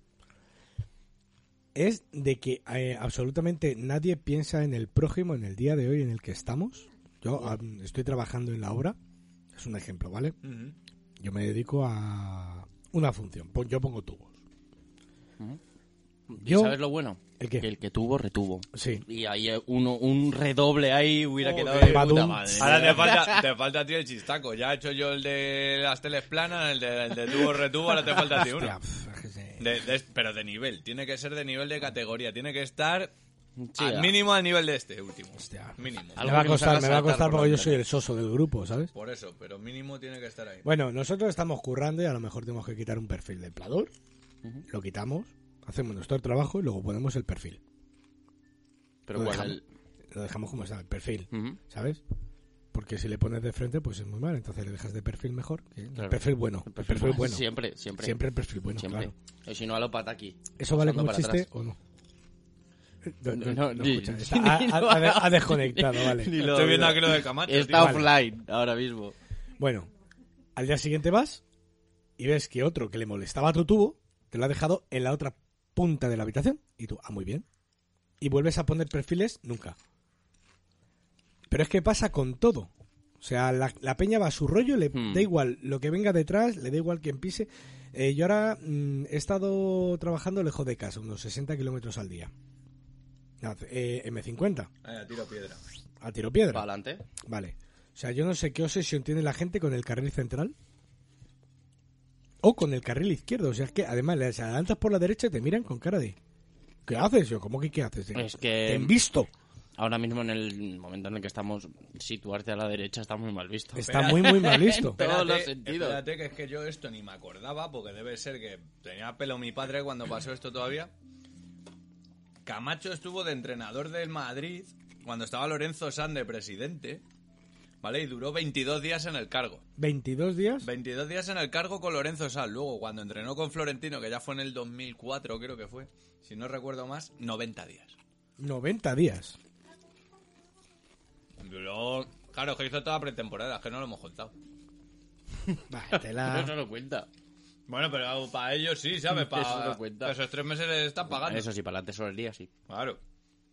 Speaker 1: Es de que eh, absolutamente nadie piensa en el prójimo en el día de hoy en el que estamos. Yo ah, estoy trabajando en la obra, es un ejemplo, ¿vale?
Speaker 2: Ujú.
Speaker 1: Yo me dedico a una función. Pon- Yo pongo tubos. Yo,
Speaker 3: ¿Sabes lo bueno?
Speaker 1: ¿El qué?
Speaker 3: Que el que tuvo, retuvo.
Speaker 1: sí.
Speaker 3: Y ahí eh, uno, un redoble ahí hubiera
Speaker 1: Joder,
Speaker 3: quedado de puta
Speaker 1: Badum.
Speaker 3: madre.
Speaker 2: Ahora
Speaker 3: (laughs)
Speaker 2: te falta, te falta a ti el chistaco. Ya he hecho yo el de las teles planas, el de, el de tubo retubo, ahora te falta a ti
Speaker 1: Hostia,
Speaker 2: uno.
Speaker 1: pf, es que se-
Speaker 2: De- de- pero de nivel, tiene que ser de nivel de categoría, tiene que estar
Speaker 3: Sí,
Speaker 2: al
Speaker 3: a-
Speaker 2: mínimo al nivel de este último.
Speaker 1: Hostia.
Speaker 2: Mínimo.
Speaker 3: Al-
Speaker 1: Me
Speaker 3: Algo
Speaker 1: va a
Speaker 3: que nos
Speaker 1: costar,
Speaker 3: haga
Speaker 1: me va a
Speaker 3: saltar
Speaker 1: costar
Speaker 3: por
Speaker 1: porque yo
Speaker 3: antena.
Speaker 1: soy el soso del grupo, ¿sabes?
Speaker 2: Por eso, pero mínimo tiene que estar ahí.
Speaker 1: Bueno, nosotros estamos currando y a lo mejor tenemos que quitar un perfil del plador. Lo quitamos, hacemos nuestro trabajo y luego ponemos el perfil.
Speaker 3: Pero
Speaker 1: lo,
Speaker 3: cuál,
Speaker 1: dejamos,
Speaker 3: el-
Speaker 1: lo dejamos como está, el perfil,
Speaker 3: Ujú.
Speaker 1: ¿sabes? Porque si le pones de frente, pues es muy mal. Entonces le dejas de perfil mejor. que El
Speaker 3: Claro.
Speaker 1: perfil bueno. El perfil, bueno. Siempre,
Speaker 3: Siempre, siempre.
Speaker 1: el perfil bueno,
Speaker 3: Siempre.
Speaker 1: claro.
Speaker 3: O si no, a lo pataki.
Speaker 1: ¿Eso vale
Speaker 3: Pasando
Speaker 1: como
Speaker 3: para
Speaker 1: chiste
Speaker 3: atrás.
Speaker 1: o no? No,
Speaker 3: No, no, ni-
Speaker 1: escucha,
Speaker 3: ni-
Speaker 1: está- ha,
Speaker 3: ni
Speaker 1: ha-
Speaker 3: lo
Speaker 1: ha de- ha
Speaker 3: hagas.
Speaker 1: desconectado,
Speaker 3: Ni (laughs)
Speaker 1: vale.
Speaker 3: lo-
Speaker 2: Estoy viendo
Speaker 3: ni lo-
Speaker 2: aquí lo de Camacho.
Speaker 3: Está
Speaker 2: tío.
Speaker 1: Vale.
Speaker 3: offline ahora mismo.
Speaker 1: Bueno, al día siguiente vas y ves que otro que le molestaba tu tubo te lo ha dejado en la otra punta de la habitación. Y tú, ah, muy bien. Y vuelves a poner perfiles nunca. Pero es que pasa con todo. O sea, la, la peña va a su rollo, le
Speaker 3: Hmm.
Speaker 1: da igual lo que venga detrás, le da igual quien pise. Eh, yo ahora mm, he estado trabajando lejos de casa, unos 60 kilómetros al día. Ah, eh, M50,
Speaker 2: Venga, tiro piedra.
Speaker 1: a tiro piedra.
Speaker 3: Para adelante.
Speaker 1: Vale. O sea, yo no sé qué obsesión tiene la gente con el carril central. O con el carril izquierdo. O sea, es que además les adelantas por la derecha y te miran con cara de... ¿Qué haces? Yo, ¿cómo que qué haces?
Speaker 3: Es que-
Speaker 1: Te han visto.
Speaker 3: Ahora mismo, en el momento en el que estamos, situarte a la derecha está muy mal visto. (laughs)
Speaker 1: Está muy, muy mal visto.
Speaker 3: Todos
Speaker 2: Espérate,
Speaker 3: los sentidos.
Speaker 2: Espérate, que es que yo esto ni me acordaba, porque debe ser que tenía pelo mi padre cuando pasó esto todavía. Camacho estuvo de entrenador del Madrid cuando estaba Lorenzo San de presidente, ¿vale? Y duró 22 días en el cargo.
Speaker 1: 22 días.
Speaker 2: 22 días en el cargo con Lorenzo San. Luego, cuando entrenó con Florentino, que ya fue en el 2004, creo que fue, si no recuerdo más, 90 días.
Speaker 1: 90 días.
Speaker 2: Duró... Claro, que hizo toda pretemporada, es que no lo hemos contado.
Speaker 3: Pero
Speaker 1: Váyatela.
Speaker 3: eso no cuenta.
Speaker 2: Bueno, pero para ellos sí, ¿sabes?
Speaker 3: (laughs) Eso
Speaker 2: Para
Speaker 3: no cuenta.
Speaker 2: esos tres meses les están pagando.
Speaker 3: Eso sí, para la tesorería sí.
Speaker 2: Claro.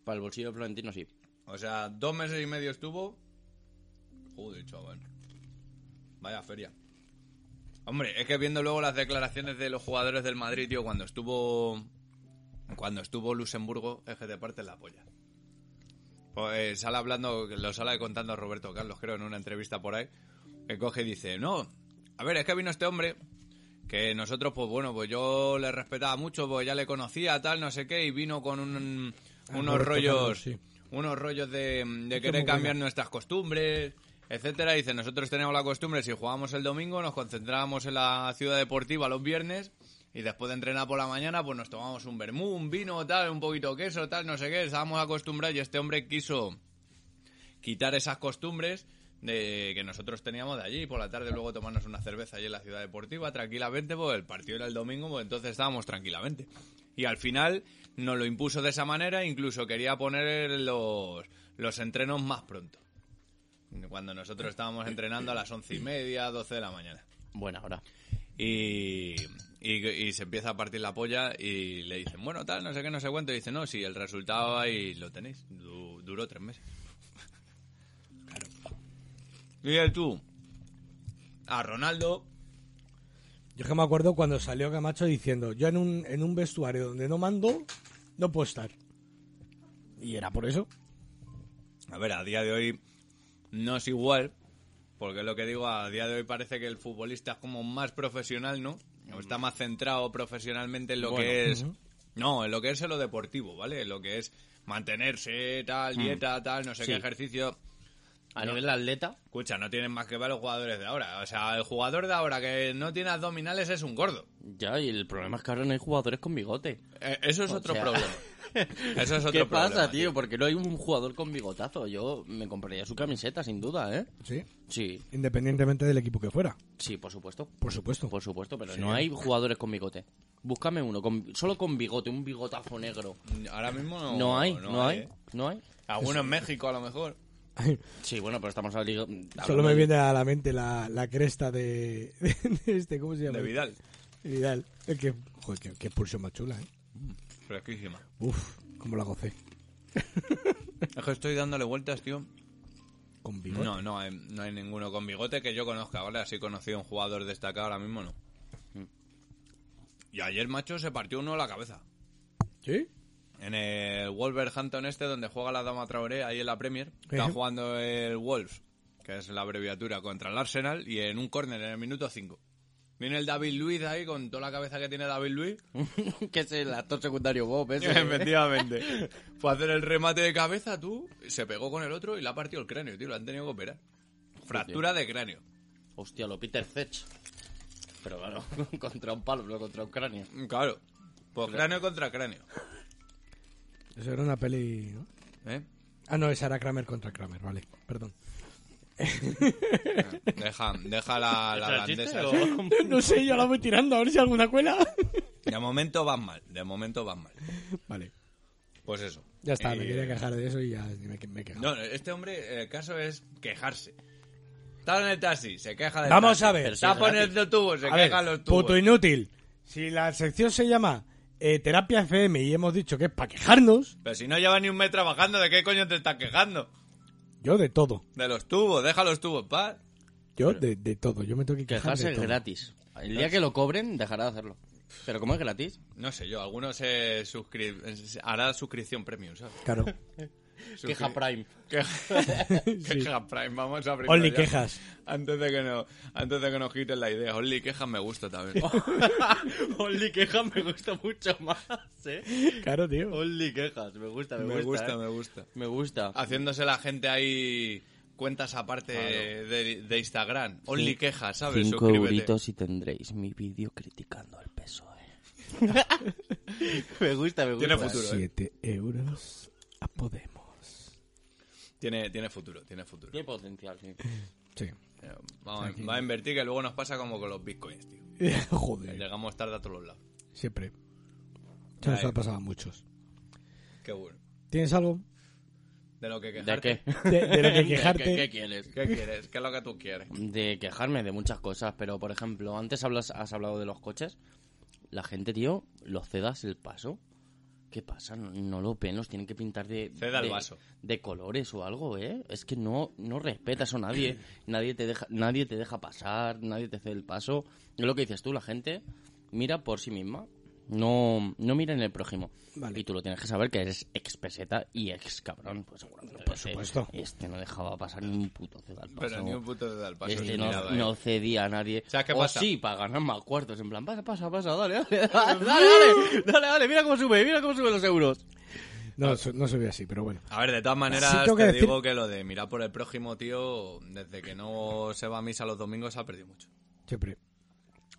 Speaker 3: Para el bolsillo de Florentino sí.
Speaker 2: O sea, dos meses y medio estuvo. Joder, chaval. Vaya feria. Hombre, es que viendo luego las declaraciones de los jugadores del Madrid, tío, cuando estuvo. Cuando estuvo Luxemburgo, es que te parte la polla. Pues sale hablando, lo sale contando a Roberto Carlos, creo, en una entrevista por ahí, que coge y dice, no, a ver, es que vino este hombre, que nosotros, pues bueno, pues yo le respetaba mucho, pues ya le conocía, tal, no sé qué, y vino con un-
Speaker 1: Ah,
Speaker 2: unos
Speaker 1: Roberto Carlos,
Speaker 2: rollos,
Speaker 1: sí.
Speaker 2: unos rollos de, mm, de
Speaker 1: es
Speaker 2: querer
Speaker 1: muy
Speaker 2: cambiar
Speaker 1: bueno.
Speaker 2: nuestras costumbres, etcétera. Dice, nosotros teníamos la costumbre, si jugábamos el domingo, nos concentrábamos en la ciudad deportiva los viernes, y después de entrenar por la mañana, pues nos tomábamos un vermú, un vino, tal, un poquito de queso, tal, no sé qué, estábamos acostumbrados, y este hombre quiso quitar esas costumbres de que nosotros teníamos de allí por la tarde luego tomarnos una cerveza allí en la ciudad deportiva tranquilamente porque el partido era el domingo pues entonces estábamos tranquilamente y al final nos lo impuso de esa manera incluso quería poner los los entrenos más pronto cuando nosotros estábamos entrenando a las once y media doce de la mañana
Speaker 3: Buena hora.
Speaker 2: y, y- y se empieza a partir la polla y le dicen, bueno, tal, no sé qué, no sé cuánto. Y dice, no, si el resultado ahí lo tenéis. Du- duró tres meses. Claro. Y él, tú, a Ronaldo,
Speaker 1: Yo es que me acuerdo cuando salió Camacho diciendo, yo en un, en un vestuario donde no mando, no puedo estar. Y era por eso.
Speaker 2: a ver, a día de hoy no es igual, porque es lo que digo, a día de hoy parece que el futbolista es como más profesional, ¿no? O Está más centrado profesionalmente en lo
Speaker 3: Mm. Bueno,
Speaker 2: que es... No, en lo que es en lo deportivo, ¿vale? En lo que es mantenerse, tal, dieta, tal, no sé
Speaker 3: Mm. Sí.
Speaker 2: qué ejercicio.
Speaker 3: A
Speaker 2: No.
Speaker 3: nivel atleta,
Speaker 2: Escucha, no tienen más que ver los jugadores de ahora. O sea, el jugador de ahora que no tiene abdominales es un gordo.
Speaker 3: ya, y el problema es que ahora no hay jugadores con bigote.
Speaker 2: Eh, eso es
Speaker 3: O
Speaker 2: otro
Speaker 3: sea, (laughs)
Speaker 2: problema. Eso es otro
Speaker 3: ¿Qué
Speaker 2: problema.
Speaker 3: pasa, tío? Porque no hay un jugador con bigotazo. Yo me compraría su camiseta, sin duda, ¿eh?
Speaker 1: Sí.
Speaker 3: Sí,
Speaker 1: Independientemente del equipo que fuera.
Speaker 3: sí, por supuesto. ¿eh?
Speaker 1: Por supuesto.
Speaker 3: Por supuesto, pero
Speaker 1: Sí.
Speaker 3: no hay jugadores con bigote. Búscame uno, con- solo con bigote, un bigotazo negro.
Speaker 2: Ahora mismo no,
Speaker 3: No, hay, no, hay,
Speaker 2: ¿eh?
Speaker 3: no hay.
Speaker 2: Alguno en México, a lo mejor.
Speaker 3: Sí, bueno, pero estamos al
Speaker 1: Solo me viene a la mente la, la cresta de, de este, ¿cómo se llama?
Speaker 2: De Vidal.
Speaker 1: Vidal. El que, joder, qué, qué expulsión más chula, ¿eh?
Speaker 2: Fresquísima.
Speaker 1: Uf, cómo la gocé.
Speaker 2: Es que estoy dándole vueltas, tío.
Speaker 1: Con bigote.
Speaker 2: No, no hay, no hay ninguno con bigote que yo conozca, ¿vale? Así conocido un jugador destacado ahora mismo, no. Y ayer, macho, se partió uno la cabeza.
Speaker 1: ¿Sí?
Speaker 2: En el Wolverhampton este, donde juega la Dama Traoré, ahí en la Premier, está
Speaker 1: Ujú.
Speaker 2: jugando el Wolves, que es la abreviatura, contra el Arsenal, y en un córner, en el minuto 5. Viene el David Luiz ahí, con toda la cabeza que tiene David Luiz.
Speaker 3: (laughs) que es el actor secundario Bob, (laughs) ese.
Speaker 2: Efectivamente. Fue a hacer el remate de cabeza, tú, se pegó con el otro y le ha partido el cráneo, tío, lo han tenido que operar. Fractura de cráneo.
Speaker 3: Hostia, lo Peter Fetch. Pero claro, (laughs) contra un palo, no contra un cráneo.
Speaker 2: Claro. Pues cráneo contra cráneo.
Speaker 1: Eso era una peli, ¿no?
Speaker 2: ¿eh?
Speaker 1: Ah, no, esa era Kramer contra Kramer, vale. Perdón.
Speaker 2: Deja, deja
Speaker 3: (laughs)
Speaker 2: la, la
Speaker 3: ¿Es el chiste
Speaker 2: holandesa.
Speaker 1: (laughs)
Speaker 3: o- (laughs)
Speaker 1: No sé, yo la voy tirando a ver si alguna cuela.
Speaker 2: De momento van mal, de momento van mal.
Speaker 1: (laughs) vale.
Speaker 2: Pues eso.
Speaker 1: Ya está,
Speaker 2: Eh,
Speaker 1: me quería quejar de eso y ya me, me he quejado.
Speaker 2: No, no, este hombre, el caso es quejarse. Está en el taxi, se queja de
Speaker 1: Vamos a ver.
Speaker 2: Está
Speaker 3: Pero si es
Speaker 2: poniendo tubos, se
Speaker 1: A ver,
Speaker 2: queja los tubos.
Speaker 1: puto inútil. Si la sección se llama eh, Terapia FM y hemos dicho que es para quejarnos,
Speaker 2: Pero si no lleva ni un mes trabajando, ¿de qué coño te estás quejando?
Speaker 1: Yo de todo.
Speaker 2: De los tubos, deja los tubos, paz.
Speaker 1: Yo de, de todo. Yo me tengo que quejar
Speaker 3: Quejarse
Speaker 1: de
Speaker 3: es
Speaker 1: todo.
Speaker 3: gratis. El día que lo cobren, dejará de hacerlo. Pero como es gratis,
Speaker 2: No sé yo, alguno se suscri- se hará suscripción premium, ¿sabes?
Speaker 1: Claro.
Speaker 2: (laughs) Suscri-
Speaker 3: queja Prime.
Speaker 2: (laughs)
Speaker 1: (laughs)
Speaker 2: Queja, queja Prime, vamos a abrirlo
Speaker 1: Only
Speaker 2: ya.
Speaker 1: quejas.
Speaker 2: Antes de que no, antes de que nos quiten la idea. Only quejas me gusta también.
Speaker 3: (laughs) Only quejas me gusta mucho más, ¿eh?
Speaker 1: Claro, tío.
Speaker 3: Only quejas, me gusta, (laughs) me,
Speaker 2: me gusta,
Speaker 3: gusta. ¿eh?
Speaker 2: me gusta.
Speaker 3: Me gusta.
Speaker 2: Haciéndose la gente ahí cuentas aparte de, de Instagram. Only quejas, ¿sabes?
Speaker 3: Cinco
Speaker 2: Suscríbete.
Speaker 3: euritos y tendréis mi vídeo criticando al PSOE. (laughs) me gusta, me gusta.
Speaker 2: Tiene futuro. ¿eh?
Speaker 1: Siete euros a Podemos.
Speaker 2: Tiene, tiene futuro, tiene futuro.
Speaker 3: Tiene potencial, sí.
Speaker 1: Sí.
Speaker 2: Eh, Vamos, a- va a invertir que luego nos pasa como con los bitcoins, tío.
Speaker 1: (laughs) Joder.
Speaker 2: Llegamos tarde a todos lados.
Speaker 1: Siempre. Ya eh. nos
Speaker 2: Ahí.
Speaker 1: ha pasado a muchos.
Speaker 2: Qué bueno.
Speaker 1: ¿Tienes algo?
Speaker 2: De lo que quejarte.
Speaker 3: ¿De qué?
Speaker 1: De, de lo que
Speaker 3: ¿Qué,
Speaker 1: quejarte.
Speaker 3: qué quieres?
Speaker 2: ¿Qué quieres? ¿Qué es lo que tú quieres?
Speaker 3: De quejarme de muchas cosas, pero por ejemplo, antes hablas, has hablado de los coches. La gente, tío, los cedas el paso. ¿Qué pasa? No, no lo ven, los tienen que pintar de,
Speaker 2: Ceda el
Speaker 3: de-
Speaker 2: vaso.
Speaker 3: de colores o algo, ¿eh? Es que no, no respetas
Speaker 2: (laughs)
Speaker 3: a nadie, nadie te deja, nadie te deja pasar, nadie te cede el paso. Es lo que dices tú, la gente mira por sí misma, no, no mira en el prójimo.
Speaker 1: Vale.
Speaker 3: Y tú lo tienes que saber que eres ex peseta y ex cabrón, pues seguramente.
Speaker 1: Por
Speaker 3: este-
Speaker 1: supuesto.
Speaker 3: Este no dejaba pasar ni un puto ceda al paso.
Speaker 2: Pero ni un puto de dar paso.
Speaker 3: Este
Speaker 2: ni
Speaker 3: no,
Speaker 2: nada, ¿eh?
Speaker 3: no cedía a nadie.
Speaker 2: ¿Sabes qué
Speaker 3: o
Speaker 2: pasa?
Speaker 3: sí, para ganar más cuartos. En plan, pasa, pasa, pasa, dale,
Speaker 2: (laughs)
Speaker 3: dale, dale, dale, dale, dale, mira cómo sube, mira cómo suben los euros.
Speaker 1: No, so- no se ve así, pero bueno.
Speaker 2: A ver, de todas maneras,
Speaker 1: Sí, tengo
Speaker 2: te
Speaker 1: que decir-
Speaker 2: digo que lo de mirar por el prójimo, tío, desde que no se va a misa los domingos, ha perdido mucho.
Speaker 1: Siempre.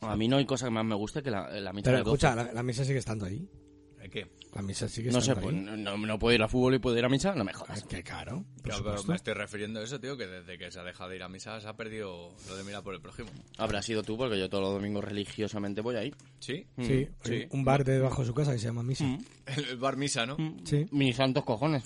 Speaker 3: A mí no hay cosa que más me guste que la, la misa
Speaker 1: Pero
Speaker 3: de doce.
Speaker 1: escucha, la, la misa sigue estando ahí.
Speaker 2: ¿Eh, ¿Qué?
Speaker 1: La misa sigue
Speaker 3: No sé,
Speaker 1: estando
Speaker 3: pues,
Speaker 1: ahí.
Speaker 3: no, no puedo ir a fútbol y puedo ir a misa, no me jodas.
Speaker 1: Ah, Qué caro. por
Speaker 2: Claro, pero
Speaker 1: supuesto.
Speaker 2: me estoy refiriendo a eso, tío, que desde que se ha dejado de ir a misa se ha perdido lo de mirar por el prójimo.
Speaker 3: Habrá sido tú, porque yo todos los domingos religiosamente voy ahí.
Speaker 2: ¿Sí? (laughs)
Speaker 1: Mm, Sí, Mm.
Speaker 2: sí.
Speaker 1: un bar de debajo de su casa que se llama Misa.
Speaker 2: El el bar misa, ¿no?
Speaker 1: Sí.
Speaker 3: Mis
Speaker 1: (laughs)
Speaker 3: santos cojones.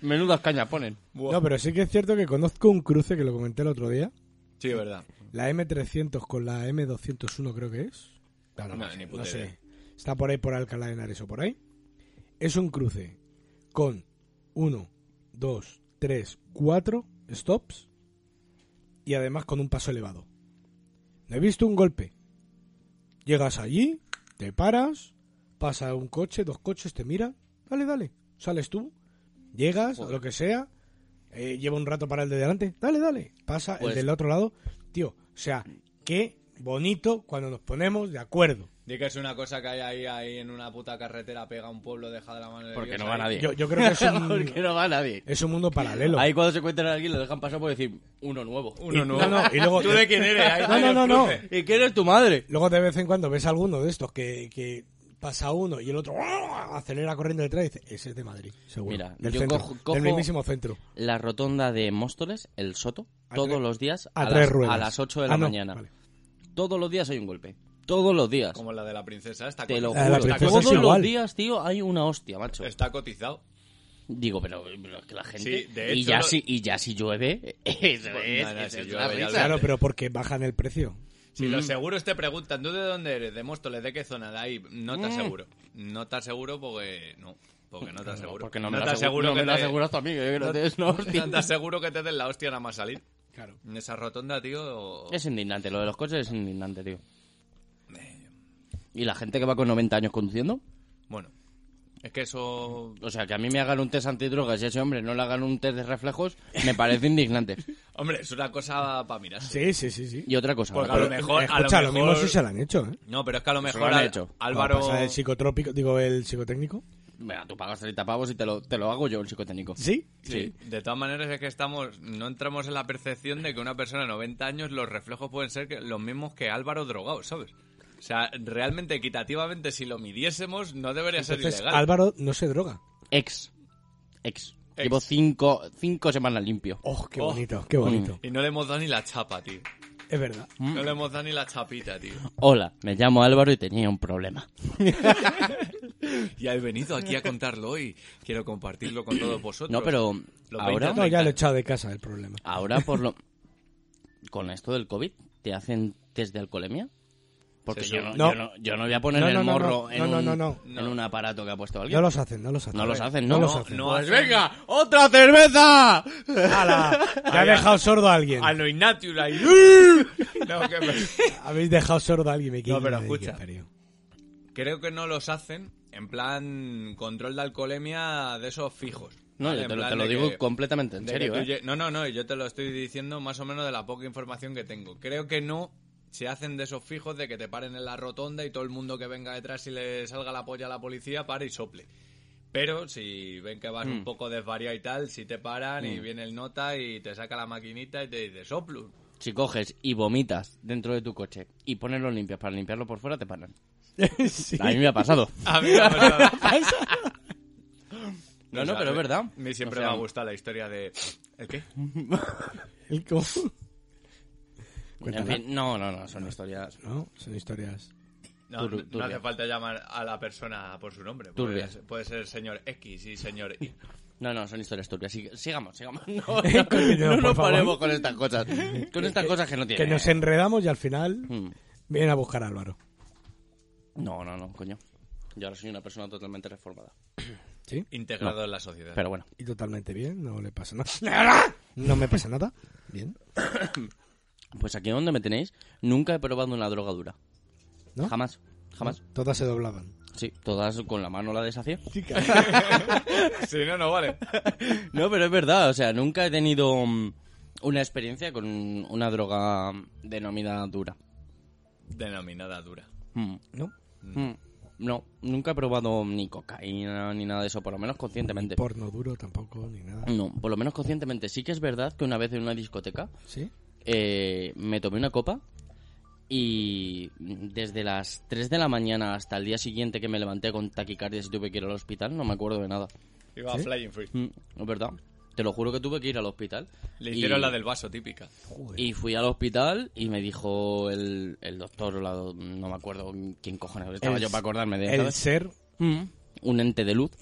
Speaker 3: Menudas cañas ponen.
Speaker 2: Buah.
Speaker 1: No, pero sí que es cierto que conozco un cruce que lo comenté el otro día.
Speaker 2: Sí, verdad.
Speaker 1: La M300 con la M201 creo que es. Claro,
Speaker 2: No, ni puta idea.
Speaker 1: sé. Está por ahí por Alcalá de Henares o por ahí. Es un cruce con 1, 2, 3, 4 stops y además con un paso elevado. No he visto un golpe. Llegas allí, te paras, pasa un coche, dos coches, te mira, dale, dale, sales tú, llegas, lo que sea, eh, lleva un rato para el de delante, dale, dale, pasa
Speaker 3: Pues-
Speaker 1: el del otro lado, tío, o sea, qué bonito cuando nos ponemos de acuerdo.
Speaker 2: Di que es una cosa que hay ahí, ahí en una puta carretera, pega un pueblo, deja de la mano de
Speaker 3: Porque
Speaker 2: Dios
Speaker 3: no va
Speaker 2: ahí.
Speaker 3: nadie.
Speaker 1: Yo, yo creo que
Speaker 3: (laughs)
Speaker 1: es
Speaker 3: porque
Speaker 1: un,
Speaker 3: no va nadie.
Speaker 1: es un mundo paralelo.
Speaker 3: Ahí cuando se encuentran a alguien lo dejan pasar por decir uno nuevo.
Speaker 2: Uno
Speaker 1: Y-
Speaker 2: nuevo.
Speaker 1: no, no, y luego-
Speaker 2: (laughs) ¿Tú de quién eres? Ahí
Speaker 1: No,
Speaker 2: está
Speaker 1: no,
Speaker 2: el
Speaker 1: no, no.
Speaker 2: cruce.
Speaker 3: ¿Y quién es tu madre?
Speaker 1: Luego de vez en cuando ves alguno de estos que, que pasa uno y el otro ¡ah! acelera corriendo detrás y dice, ese es de Madrid, seguro.
Speaker 3: Mira,
Speaker 1: del
Speaker 3: yo
Speaker 1: centro,
Speaker 3: cojo- cojo-
Speaker 1: del mismísimo centro.
Speaker 3: La rotonda de Móstoles, el Soto,
Speaker 1: A
Speaker 3: todos
Speaker 1: Ah, tres-
Speaker 3: los días
Speaker 1: A,
Speaker 3: a,
Speaker 1: tres
Speaker 3: las,
Speaker 1: ruedas.
Speaker 3: a las 8 de la
Speaker 1: Ah, no,
Speaker 3: mañana.
Speaker 1: vale.
Speaker 3: Todos los días hay un golpe. Todos los días.
Speaker 2: Como la de la princesa, esta
Speaker 3: Te lo
Speaker 1: La de la
Speaker 3: juro.
Speaker 1: princesa
Speaker 3: Todos
Speaker 1: es igual.
Speaker 3: los días, tío, hay una hostia, macho.
Speaker 2: Está cotizado.
Speaker 3: Digo, pero, pero es que la gente...
Speaker 2: Sí, de
Speaker 3: y,
Speaker 2: hecho,
Speaker 3: ya
Speaker 2: lo-
Speaker 3: si, y ya si llueve, (laughs) eso
Speaker 2: Pues,
Speaker 3: es,
Speaker 2: no, no,
Speaker 3: eso
Speaker 2: si
Speaker 3: es
Speaker 2: llueve
Speaker 3: la
Speaker 2: ya
Speaker 3: risa.
Speaker 2: lo-
Speaker 1: Claro, pero porque bajan el precio.
Speaker 2: Si
Speaker 3: Mm.
Speaker 2: los seguros te preguntan, ¿tú de dónde eres? De Móstoles, ¿de qué zona? De ahí, no te aseguro. No te aseguro porque... No, porque no te aseguro.
Speaker 3: Porque Mm. no me lo
Speaker 2: te
Speaker 3: aseguro,
Speaker 2: aseguro
Speaker 3: no
Speaker 2: que
Speaker 3: me lo
Speaker 2: te-
Speaker 3: aseguras tú a mí, que yo no te des una
Speaker 2: (laughs)
Speaker 3: hostia.
Speaker 2: No te aseguro que te den la hostia nada más salir.
Speaker 1: Claro.
Speaker 2: En esa rotonda, tío...
Speaker 3: Es indignante, lo de los coches es indignante, tío. Y la gente que va con 90 años conduciendo,
Speaker 2: Bueno, es que eso...
Speaker 3: o sea, que a mí me hagan un test antidrogas y a ese hombre no le hagan un test de reflejos, me parece indignante.
Speaker 2: Hombre, es una cosa para
Speaker 1: Sí,
Speaker 2: mirarse.
Speaker 1: sí, sí, sí.
Speaker 3: Y otra cosa,
Speaker 2: Porque
Speaker 3: ¿no?
Speaker 2: a lo mejor... a
Speaker 1: Escucha, lo, mismo
Speaker 2: mejor-
Speaker 1: sí se lo han hecho, ¿eh?
Speaker 2: No, pero es que a lo
Speaker 3: Eso lo
Speaker 2: mejor
Speaker 3: han
Speaker 2: al-
Speaker 3: hecho.
Speaker 2: Álvaro...
Speaker 1: Pasa el psicotrópico, digo, el psicotécnico.
Speaker 3: Venga, tú pagas 30 pavos y te lo, te lo hago yo, el psicotécnico.
Speaker 1: Sí.
Speaker 2: Sí. De todas maneras es que estamos, no entramos en la percepción de que una persona de 90 años los reflejos pueden ser que- los mismos que Álvaro drogado, ¿sabes? O sea, realmente equitativamente si lo midiésemos no debería
Speaker 1: Entonces,
Speaker 2: ser ilegal.
Speaker 1: Álvaro no se droga.
Speaker 3: Ex. Ex.
Speaker 2: Ex.
Speaker 3: Llevo cinco, cinco semanas limpio.
Speaker 1: Oh, qué
Speaker 2: Oh.
Speaker 1: bonito,
Speaker 3: Mm.
Speaker 1: qué bonito.
Speaker 2: Y no le hemos dado ni la chapa, tío.
Speaker 1: Es verdad.
Speaker 2: No le hemos dado ni la chapita, tío.
Speaker 3: Hola, me llamo Álvaro y tenía un problema.
Speaker 2: Y he venido aquí a contarlo hoy. Quiero compartirlo con todos vosotros.
Speaker 3: No, pero
Speaker 2: Los
Speaker 3: ahora,
Speaker 2: 20
Speaker 1: No, ya lo he echado de casa el problema.
Speaker 3: ahora por lo... Con esto del COVID, ¿te hacen test de alcoholemia? Porque
Speaker 2: Sí,
Speaker 3: yo,
Speaker 2: sí.
Speaker 1: No.
Speaker 3: no, yo, no, yo no voy a poner
Speaker 1: No,
Speaker 3: el
Speaker 1: no, no,
Speaker 3: morro
Speaker 1: no.
Speaker 3: en,
Speaker 1: No, no,
Speaker 3: un,
Speaker 1: no, no.
Speaker 3: en un aparato que ha puesto alguien.
Speaker 1: No los hacen, no los hacen.
Speaker 3: No los hacen,
Speaker 1: No
Speaker 3: ¿no?
Speaker 1: los hacen.
Speaker 2: No, pues venga, otra cerveza.
Speaker 1: ¡Hala! Ya ha dejado sordo a alguien.
Speaker 2: A lo Ignatius ahí. (laughs) No, que me-
Speaker 1: Habéis dejado sordo a alguien. Me
Speaker 2: No, pero
Speaker 1: cago en
Speaker 2: escucha.
Speaker 1: Dios, tío.
Speaker 2: Creo que no los hacen en plan control de alcoholemia de esos fijos.
Speaker 3: No,
Speaker 2: ¿vale?
Speaker 3: yo
Speaker 2: En
Speaker 3: te lo,
Speaker 2: plan
Speaker 3: te lo
Speaker 2: de
Speaker 3: digo
Speaker 2: que-
Speaker 3: completamente en
Speaker 2: de
Speaker 3: serio,
Speaker 2: que
Speaker 3: ¿eh?
Speaker 2: tú lle- No, no, no, yo te lo estoy diciendo más o menos de la poca información que tengo. Creo que no se hacen de esos fijos de que te paren en la rotonda y todo el mundo que venga detrás y le salga la polla a la policía para y sople. Pero si ven que vas
Speaker 3: Mm.
Speaker 2: un poco desvariado y tal, si te paran y viene el nota y te saca la maquinita y te dice soplo.
Speaker 3: Si coges y vomitas dentro de tu coche y pones los limpias para limpiarlo por fuera,
Speaker 1: (laughs)
Speaker 3: te paran.
Speaker 1: (laughs) Sí.
Speaker 3: A mí me ha pasado.
Speaker 2: (laughs) A mí me ha pasado.
Speaker 3: No,
Speaker 2: O
Speaker 3: no,
Speaker 2: sea,
Speaker 3: pero es verdad.
Speaker 2: Me siempre
Speaker 3: O sea,
Speaker 2: me ha gustado la historia de... ¿El qué?
Speaker 1: El cómo.
Speaker 3: En
Speaker 1: Cuéntala.
Speaker 3: fin, no, no, no, son historias.
Speaker 1: No, son historias.
Speaker 2: No,
Speaker 3: Turbi-
Speaker 2: no hace
Speaker 3: turbia.
Speaker 2: falta llamar a la persona por su nombre.
Speaker 3: Turbia.
Speaker 2: Puede, ser- puede ser señor X y señor Y.
Speaker 3: No, no, son historias turbias. Sig- sigamos, sigamos. (laughs)
Speaker 1: (laughs)
Speaker 3: No,
Speaker 1: Continuemos,
Speaker 3: no, no
Speaker 1: por
Speaker 3: nos
Speaker 1: favor.
Speaker 3: paremos con estas cosas. Con estas cosas que no
Speaker 1: Que
Speaker 3: tienen.
Speaker 1: nos enredamos y al final
Speaker 3: Mm.
Speaker 1: vienen a buscar a Álvaro.
Speaker 3: No, no, no, coño. Yo ahora soy una persona totalmente reformada.
Speaker 1: ¿Sí?
Speaker 2: Integrado en la sociedad.
Speaker 3: Pero bueno.
Speaker 1: Y totalmente bien, no le pasa
Speaker 3: (laughs)
Speaker 1: nada. No me pasa nada. Bien.
Speaker 3: Pues aquí donde me tenéis, nunca he probado una droga dura.
Speaker 1: ¿No?
Speaker 3: Jamás, jamás.
Speaker 1: Todas se doblaban.
Speaker 3: Sí, todas con la mano la deshacía.
Speaker 2: si no, no vale.
Speaker 3: No, pero es verdad, o sea, nunca he tenido mm, una experiencia con una droga denominada dura.
Speaker 2: Denominada dura.
Speaker 3: Mm,
Speaker 1: ¿No?
Speaker 3: mm, No, nunca he probado ni cocaína ni nada de Mm. eso, por lo menos conscientemente.
Speaker 1: Porno duro tampoco, ni nada.
Speaker 3: No, por lo menos conscientemente. Sí que es verdad que una vez en una discoteca
Speaker 1: ¿Sí?
Speaker 3: eh, me tomé una copa y desde las 3 de la mañana hasta el día siguiente que me levanté con taquicardia y tuve que ir al hospital, no me acuerdo de nada.
Speaker 2: Iba a Flying Free.
Speaker 3: Mm, Es verdad. Te lo juro que tuve que ir al hospital.
Speaker 2: Le
Speaker 3: Y-
Speaker 2: hicieron la del vaso típica.
Speaker 1: Joder.
Speaker 3: Y fui al hospital y me dijo el, el doctor, o la do- no me acuerdo quién cojones, estaba
Speaker 1: El-
Speaker 3: yo para acordarme de
Speaker 1: El
Speaker 3: ¿sabes?
Speaker 1: ser
Speaker 3: Mm, Un ente de luz.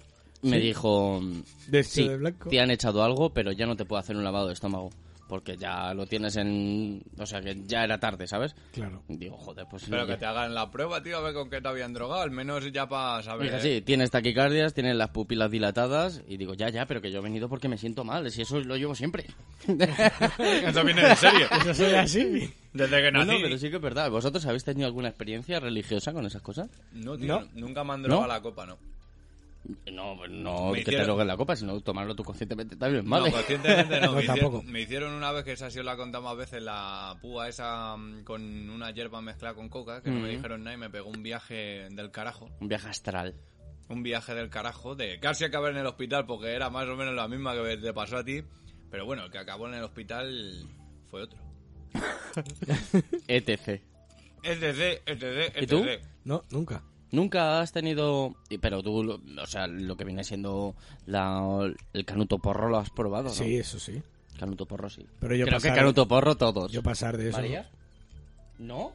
Speaker 3: Me dijo, sí,
Speaker 1: vestido de blanco.
Speaker 3: te han echado algo, pero ya no te puedo hacer un lavado de estómago. Porque ya lo tienes en... O sea, que ya era tarde, ¿sabes?
Speaker 1: Claro.
Speaker 3: Digo, joder, pues...
Speaker 2: Pero
Speaker 3: no,
Speaker 2: que
Speaker 3: ya.
Speaker 2: te hagan la prueba, tío, a ver con qué te habían drogado. Al menos ya para
Speaker 3: Me
Speaker 2: saber.
Speaker 3: dije,
Speaker 2: ¿eh?
Speaker 3: sí, tienes taquicardias, tienes las pupilas dilatadas. Y digo, ya, ya, pero que yo he venido porque me siento mal. Si eso lo llevo siempre.
Speaker 2: ¿eh? (laughs) Eso viene de
Speaker 3: (laughs)
Speaker 2: serio.
Speaker 1: Eso soy así.
Speaker 2: Desde que
Speaker 3: No, no,
Speaker 2: nací.
Speaker 3: pero sí que es verdad. ¿Vosotros habéis tenido alguna experiencia religiosa con esas cosas?
Speaker 2: No, tío,
Speaker 1: No.
Speaker 2: nunca me han drogado
Speaker 3: ¿No?
Speaker 2: la copa, no.
Speaker 3: No, pues no
Speaker 2: Me
Speaker 3: que
Speaker 2: hicieron-
Speaker 3: te droguen la copa, sino tomarlo tú conscientemente también,
Speaker 2: No, pues-
Speaker 3: ¿vale?
Speaker 2: conscientemente no.
Speaker 1: No,
Speaker 2: me, hicieron,
Speaker 1: tampoco.
Speaker 2: me hicieron una vez que esa sí os la he contado más veces, la púa esa mm, con una hierba mezclada con coca, que no me dijeron nada y me pegó un viaje del carajo.
Speaker 3: Un viaje astral.
Speaker 2: un viaje del carajo de casi acabar en el hospital porque era más o menos la misma que te pasó a ti. Pero bueno, el que acabó en el hospital fue otro.
Speaker 3: ETC.
Speaker 2: ETC, ETC, ETC.
Speaker 3: ¿Y tú?
Speaker 1: No, nunca.
Speaker 3: Nunca has tenido... y- Pero tú, lo- o sea, lo que viene siendo la- el canuto porro lo has probado, ¿no?
Speaker 1: Sí, eso sí.
Speaker 3: Canuto porro sí.
Speaker 1: Pero yo
Speaker 3: Creo
Speaker 1: pasar-
Speaker 3: que canuto porro todos.
Speaker 1: Yo pasar de eso.
Speaker 3: Pues ¿María? ¿No?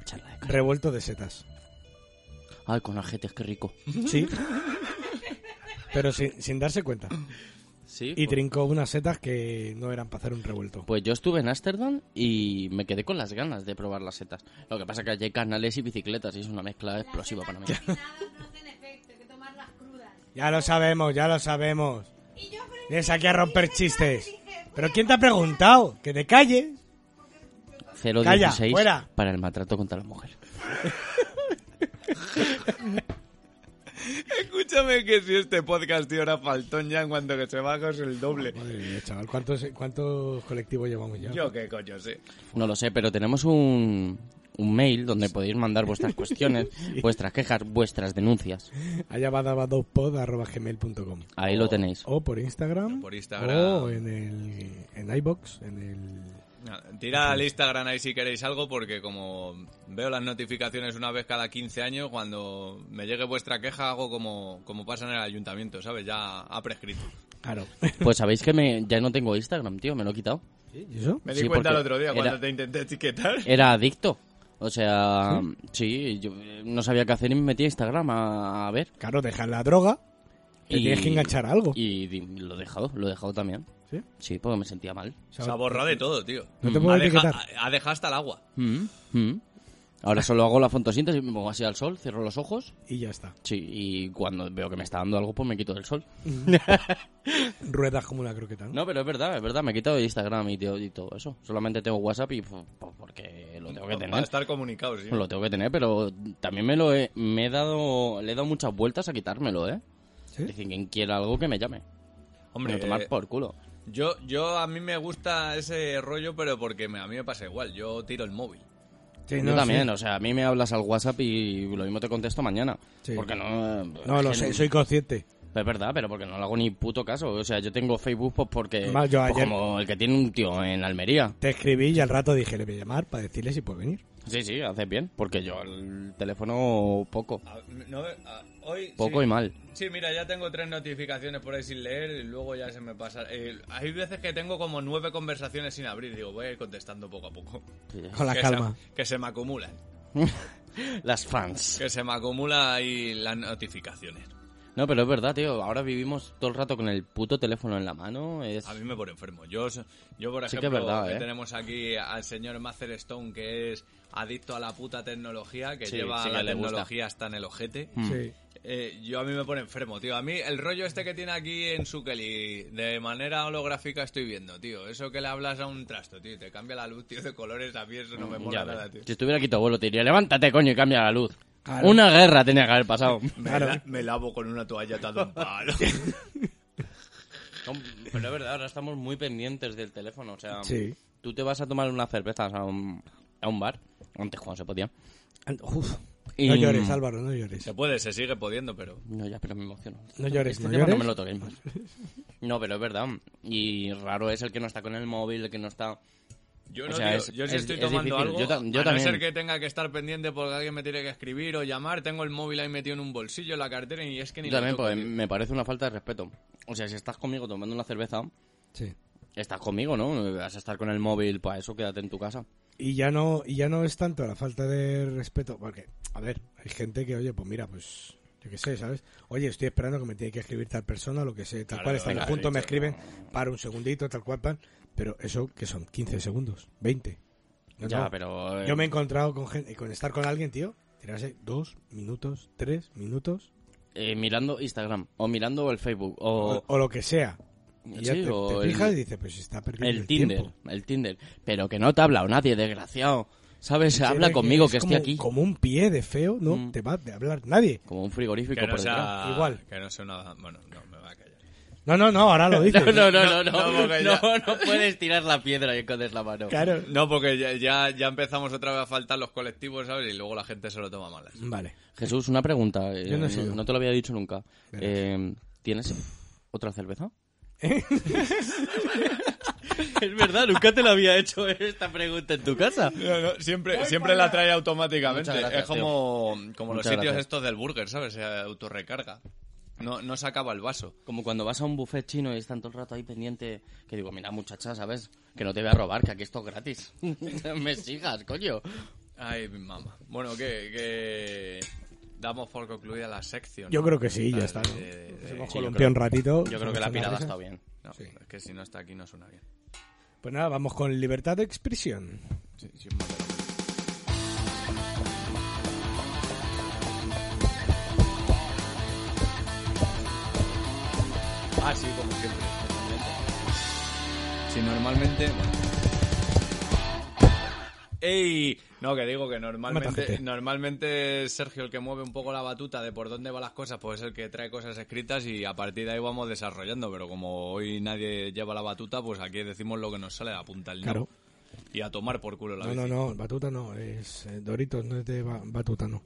Speaker 3: Echarla de cara.
Speaker 1: Revuelto de setas.
Speaker 3: Ay, con ajetes, qué rico.
Speaker 1: (laughs) Sí. Pero sin, sin darse cuenta.
Speaker 3: Sí.
Speaker 2: pues-
Speaker 1: Y trincó unas setas que no eran para hacer un revuelto.
Speaker 3: Pues yo estuve en Ámsterdam y me quedé con las ganas de probar las setas. Lo que pasa es que allí hay canales y bicicletas y es una mezcla explosiva para mí.
Speaker 4: Las setas cocinadas no hacen efecto, hay que tomarlas crudas.
Speaker 1: Ya lo sabemos, ya lo sabemos.
Speaker 4: Y yo aprendí-
Speaker 1: Vienes aquí a romper
Speaker 4: dije,
Speaker 1: chistes.
Speaker 4: dije, voy
Speaker 1: ¿Pero
Speaker 4: a
Speaker 1: quién te ha
Speaker 4: probar.
Speaker 1: preguntado? Que te calles.
Speaker 3: 016
Speaker 1: fuera.
Speaker 3: para el maltrato contra la mujer.
Speaker 2: Escúchame que si este podcast, tío, era faltón ya en cuanto que se baja es el doble.
Speaker 1: Madre mía, chaval, ¿cuántos, cuántos colectivos llevamos ya?
Speaker 2: Yo qué coño sé.
Speaker 3: No lo sé, pero tenemos un, un mail donde podéis mandar
Speaker 1: (laughs)
Speaker 3: vuestras cuestiones, vuestras quejas, vuestras denuncias.
Speaker 1: Allá va daba dos pod arroba gmail punto com.
Speaker 3: Ahí lo tenéis.
Speaker 1: O por Instagram.
Speaker 2: O por Instagram.
Speaker 1: O en el. En iBox. En el.
Speaker 2: No, Tira al Instagram ahí si queréis algo porque como veo las notificaciones una vez cada 15 años, cuando me llegue vuestra queja hago como, como pasa en el ayuntamiento, ¿sabes? Ya ha prescrito.
Speaker 1: Claro.
Speaker 3: Pues sabéis que me, ya no tengo Instagram, tío, me lo he quitado.
Speaker 1: (laughs) ¿Y eso?
Speaker 2: Me di
Speaker 3: Sí,
Speaker 2: cuenta el
Speaker 3: porque
Speaker 2: otro día
Speaker 3: era-
Speaker 2: cuando te intenté etiquetar.
Speaker 3: Era adicto. O sea, sí, yo eh, no sabía qué hacer y me metí a Instagram a, a ver.
Speaker 1: Claro, dejar la droga. Te
Speaker 3: y,
Speaker 1: tienes que enganchar a algo.
Speaker 3: Y di- lo he dejado, lo he dejado también.
Speaker 1: ¿Sí?
Speaker 3: Sí, porque me sentía mal.
Speaker 1: O
Speaker 2: Se
Speaker 1: sea,
Speaker 2: ha borrado de todo, tío.
Speaker 1: No te puedo
Speaker 2: ha, deja-
Speaker 1: etiquetar.
Speaker 2: ha- ha dejado hasta el agua.
Speaker 3: Mm, mm. Ahora solo hago la fotosíntesis, me pongo así al sol, cierro los ojos.
Speaker 1: Y ya está.
Speaker 3: Sí, y cuando veo que me está dando algo, pues me quito del sol.
Speaker 1: Ruedas como una croqueta, ¿no?
Speaker 3: No, pero es verdad, es verdad, me he quitado de Instagram y, tío- y todo eso. Solamente tengo WhatsApp y pues, porque lo tengo que
Speaker 2: Para
Speaker 3: tener.
Speaker 2: estar comunicados, sí.
Speaker 3: Lo tengo que tener, pero también me lo he, me he dado, le he dado muchas vueltas a quitármelo, ¿eh?
Speaker 1: ¿Sí?
Speaker 3: Es decir, quien quiera algo que me llame.
Speaker 2: Hombre,
Speaker 3: a tomar
Speaker 2: eh,
Speaker 3: por culo.
Speaker 2: Yo, yo a mí me gusta ese rollo, pero porque me- a mí me pasa igual. Yo tiro el móvil.
Speaker 1: Sí,
Speaker 3: Yo
Speaker 1: no,
Speaker 3: también,
Speaker 1: sí.
Speaker 3: o sea, a mí me hablas al WhatsApp y lo mismo te contesto mañana.
Speaker 1: Sí.
Speaker 3: Porque no...
Speaker 1: No,
Speaker 3: es
Speaker 1: lo
Speaker 3: que
Speaker 1: sé,
Speaker 3: no-
Speaker 1: soy consciente.
Speaker 3: Es verdad, pero porque no le hago ni puto caso. O sea, yo tengo Facebook pues porque...
Speaker 1: Más, yo
Speaker 3: pues
Speaker 1: ayer-
Speaker 3: como el que tiene un tío en Almería.
Speaker 1: Te escribí y al rato dije, le voy a llamar para decirle si puede venir.
Speaker 3: Sí, sí, haces bien. Porque yo el teléfono poco.
Speaker 2: A- no, a- hoy,
Speaker 3: Poco
Speaker 2: sí.
Speaker 3: y mal.
Speaker 2: Sí, mira, ya tengo tres notificaciones por ahí sin leer y luego ya se me pasa. Eh, hay veces que tengo como nueve conversaciones sin abrir. Digo, voy a ir contestando poco a poco.
Speaker 1: Con la
Speaker 2: que
Speaker 1: calma.
Speaker 2: Se, que se me acumulan.
Speaker 3: Las fans.
Speaker 2: Que se me acumulan ahí las notificaciones.
Speaker 3: No, pero es verdad, tío. Ahora vivimos todo el rato con el puto teléfono en la mano. Es...
Speaker 2: A mí me pone enfermo. Yo, yo por
Speaker 3: Sí
Speaker 2: ejemplo,
Speaker 3: que es verdad,
Speaker 2: que
Speaker 3: ¿eh?
Speaker 2: tenemos aquí al señor Master Stone que es adicto a la puta tecnología, que
Speaker 3: Sí,
Speaker 2: lleva
Speaker 3: sí que
Speaker 2: la
Speaker 3: le gusta.
Speaker 2: tecnología hasta en el ojete.
Speaker 3: Mm.
Speaker 1: Sí.
Speaker 2: Eh, yo a mí me pone enfermo, tío. A mí el rollo este que tiene aquí en su Kelly, de manera holográfica estoy viendo, tío. Eso que le hablas a un trasto, tío, y te cambia la luz, tío, de colores, a mí eso no me mola
Speaker 3: Ya ves.
Speaker 2: nada, tío.
Speaker 3: Si estuviera aquí tu abuelo te diría, levántate, coño, y cambia la luz.
Speaker 1: Claro.
Speaker 3: Una guerra tenía que
Speaker 2: (laughs)
Speaker 3: haber pasado.
Speaker 2: Me, la- me lavo con una toalla atada a un
Speaker 3: (laughs)
Speaker 2: palo.
Speaker 3: No, pero es verdad, ahora estamos muy pendientes del teléfono. O sea,
Speaker 1: Sí.
Speaker 3: tú te vas a tomar unas cervezas a un, a un bar, antes cuando se podía.
Speaker 1: And- uf.
Speaker 3: Y-
Speaker 1: No llores, Álvaro, no llores.
Speaker 2: se puede, se sigue pudiendo, pero...
Speaker 3: No, ya, pero me emociono.
Speaker 1: No llores,
Speaker 3: Este
Speaker 1: no
Speaker 3: tema
Speaker 1: llores.
Speaker 3: no me lo toquéis más. No, pero es verdad. Y raro es el que no está con el móvil, el que no está...
Speaker 2: Yo
Speaker 3: O
Speaker 2: no,
Speaker 3: sea,
Speaker 2: tío.
Speaker 3: es-
Speaker 2: yo si
Speaker 3: es-
Speaker 2: estoy
Speaker 3: es
Speaker 2: tomando
Speaker 3: difícil.
Speaker 2: algo,
Speaker 3: Yo ta- yo
Speaker 2: a no
Speaker 3: también.
Speaker 2: ser que tenga que estar pendiente porque alguien me tiene que escribir o llamar, tengo el móvil ahí metido en un bolsillo, en la cartera y es que ni
Speaker 3: Yo
Speaker 2: lo
Speaker 3: también,
Speaker 2: toco,
Speaker 3: pues,
Speaker 2: tío.
Speaker 3: me parece una falta de respeto. O sea, si estás conmigo tomando una cerveza,
Speaker 1: Sí.
Speaker 3: estás conmigo, ¿no? Vas a estar con el móvil, para eso quédate en tu casa.
Speaker 1: Y ya no, y ya no es tanto la falta de respeto, porque, a ver, hay gente que, oye, pues mira, pues, yo qué sé, ¿sabes? Oye, estoy esperando que me tiene que escribir tal persona, lo que sé, tal
Speaker 2: Claro,
Speaker 1: cual, están
Speaker 2: claro,
Speaker 1: juntos, me
Speaker 2: dicho,
Speaker 1: escriben, para un segundito, tal cual, tal, pero eso, que son 15 segundos, 20. No,
Speaker 3: ya,
Speaker 1: no.
Speaker 3: pero... eh,
Speaker 1: Yo me he encontrado con gente, con estar con alguien, tío, tirarse dos minutos, tres minutos,
Speaker 3: eh, mirando Instagram, o mirando el Facebook, o...
Speaker 1: o, o lo que sea. Y ya
Speaker 3: Sí,
Speaker 1: te,
Speaker 3: o
Speaker 1: te
Speaker 3: el-
Speaker 1: fijas y dices, pues está perdiendo el,
Speaker 3: El Tinder,
Speaker 1: tiempo.
Speaker 3: el Tinder. Pero que no te ha hablado nadie, desgraciado. ¿Sabes?
Speaker 1: Sí,
Speaker 3: Habla
Speaker 1: es
Speaker 3: conmigo,
Speaker 1: es
Speaker 3: que estoy
Speaker 1: como-
Speaker 3: aquí.
Speaker 1: Como un pie de feo, no
Speaker 3: Mm.
Speaker 1: te va a hablar nadie.
Speaker 3: Como un frigorífico
Speaker 2: que no
Speaker 3: por detrás.
Speaker 2: sea...
Speaker 1: Igual.
Speaker 2: Que no sea una... Bueno, no, me va a callar.
Speaker 1: No, no, no, ahora
Speaker 3: (laughs)
Speaker 1: lo dices.
Speaker 3: (laughs) No, no, no, no,
Speaker 2: (laughs) No,
Speaker 3: no,
Speaker 2: porque ya-
Speaker 3: no, no puedes tirar la piedra y escondes la mano.
Speaker 1: Claro.
Speaker 2: (laughs) No, porque ya, ya, ya empezamos otra vez a faltar los colectivos, ¿sabes? Y luego la gente se lo toma malas.
Speaker 1: Vale.
Speaker 3: Jesús, una pregunta. eh,
Speaker 1: Yo no he sido.
Speaker 3: te lo había dicho nunca.
Speaker 1: Verás.
Speaker 3: Eh, ¿Tienes otra (laughs) cerveza? es verdad, nunca te lo había hecho esta pregunta en tu casa.
Speaker 2: siempre siempre la trae automáticamente.
Speaker 3: Muchas gracias,
Speaker 2: es como, como los
Speaker 3: Muchas
Speaker 2: sitios
Speaker 3: gracias.
Speaker 2: estos del burger, ¿sabes? Se autorrecarga. No, no se acaba el vaso.
Speaker 3: Como cuando vas a un buffet chino y están todo el rato ahí pendiente, que digo, mira muchacha, ¿sabes? Que no te voy a robar, que aquí esto es gratis. (laughs) Me sigas, coño.
Speaker 2: Ay, mamá. Bueno, que, que damos por concluida la sección.
Speaker 1: Yo
Speaker 2: ¿no?
Speaker 1: creo que sí, ya
Speaker 2: Tal,
Speaker 1: está.
Speaker 2: de-
Speaker 1: ¿no? Nos
Speaker 2: de-
Speaker 1: hemos
Speaker 3: sí, yo
Speaker 1: columpiado
Speaker 3: creo-
Speaker 1: un ratito.
Speaker 3: Yo creo que la pirada está bien.
Speaker 2: no,
Speaker 1: Sí.
Speaker 2: Es que si no está aquí no suena bien.
Speaker 1: Pues nada, vamos con libertad de expresión.
Speaker 2: Sí, sí, es malo. Ah, sí, como siempre. Si normalmente. bueno. ¡Ey! No, que digo que
Speaker 1: Mata
Speaker 2: normalmente,
Speaker 1: gente.
Speaker 2: normalmente es Sergio el que mueve un poco la batuta de por dónde van las cosas, pues es el que trae cosas escritas y a partir de ahí vamos desarrollando. Pero como hoy nadie lleva la batuta, pues aquí decimos lo que nos sale de la punta del
Speaker 1: Claro.
Speaker 2: dedo. Y a tomar por culo la
Speaker 1: No, no,
Speaker 2: bici.
Speaker 1: no, batuta no, es eh, Doritos, no es de ba- batuta, no.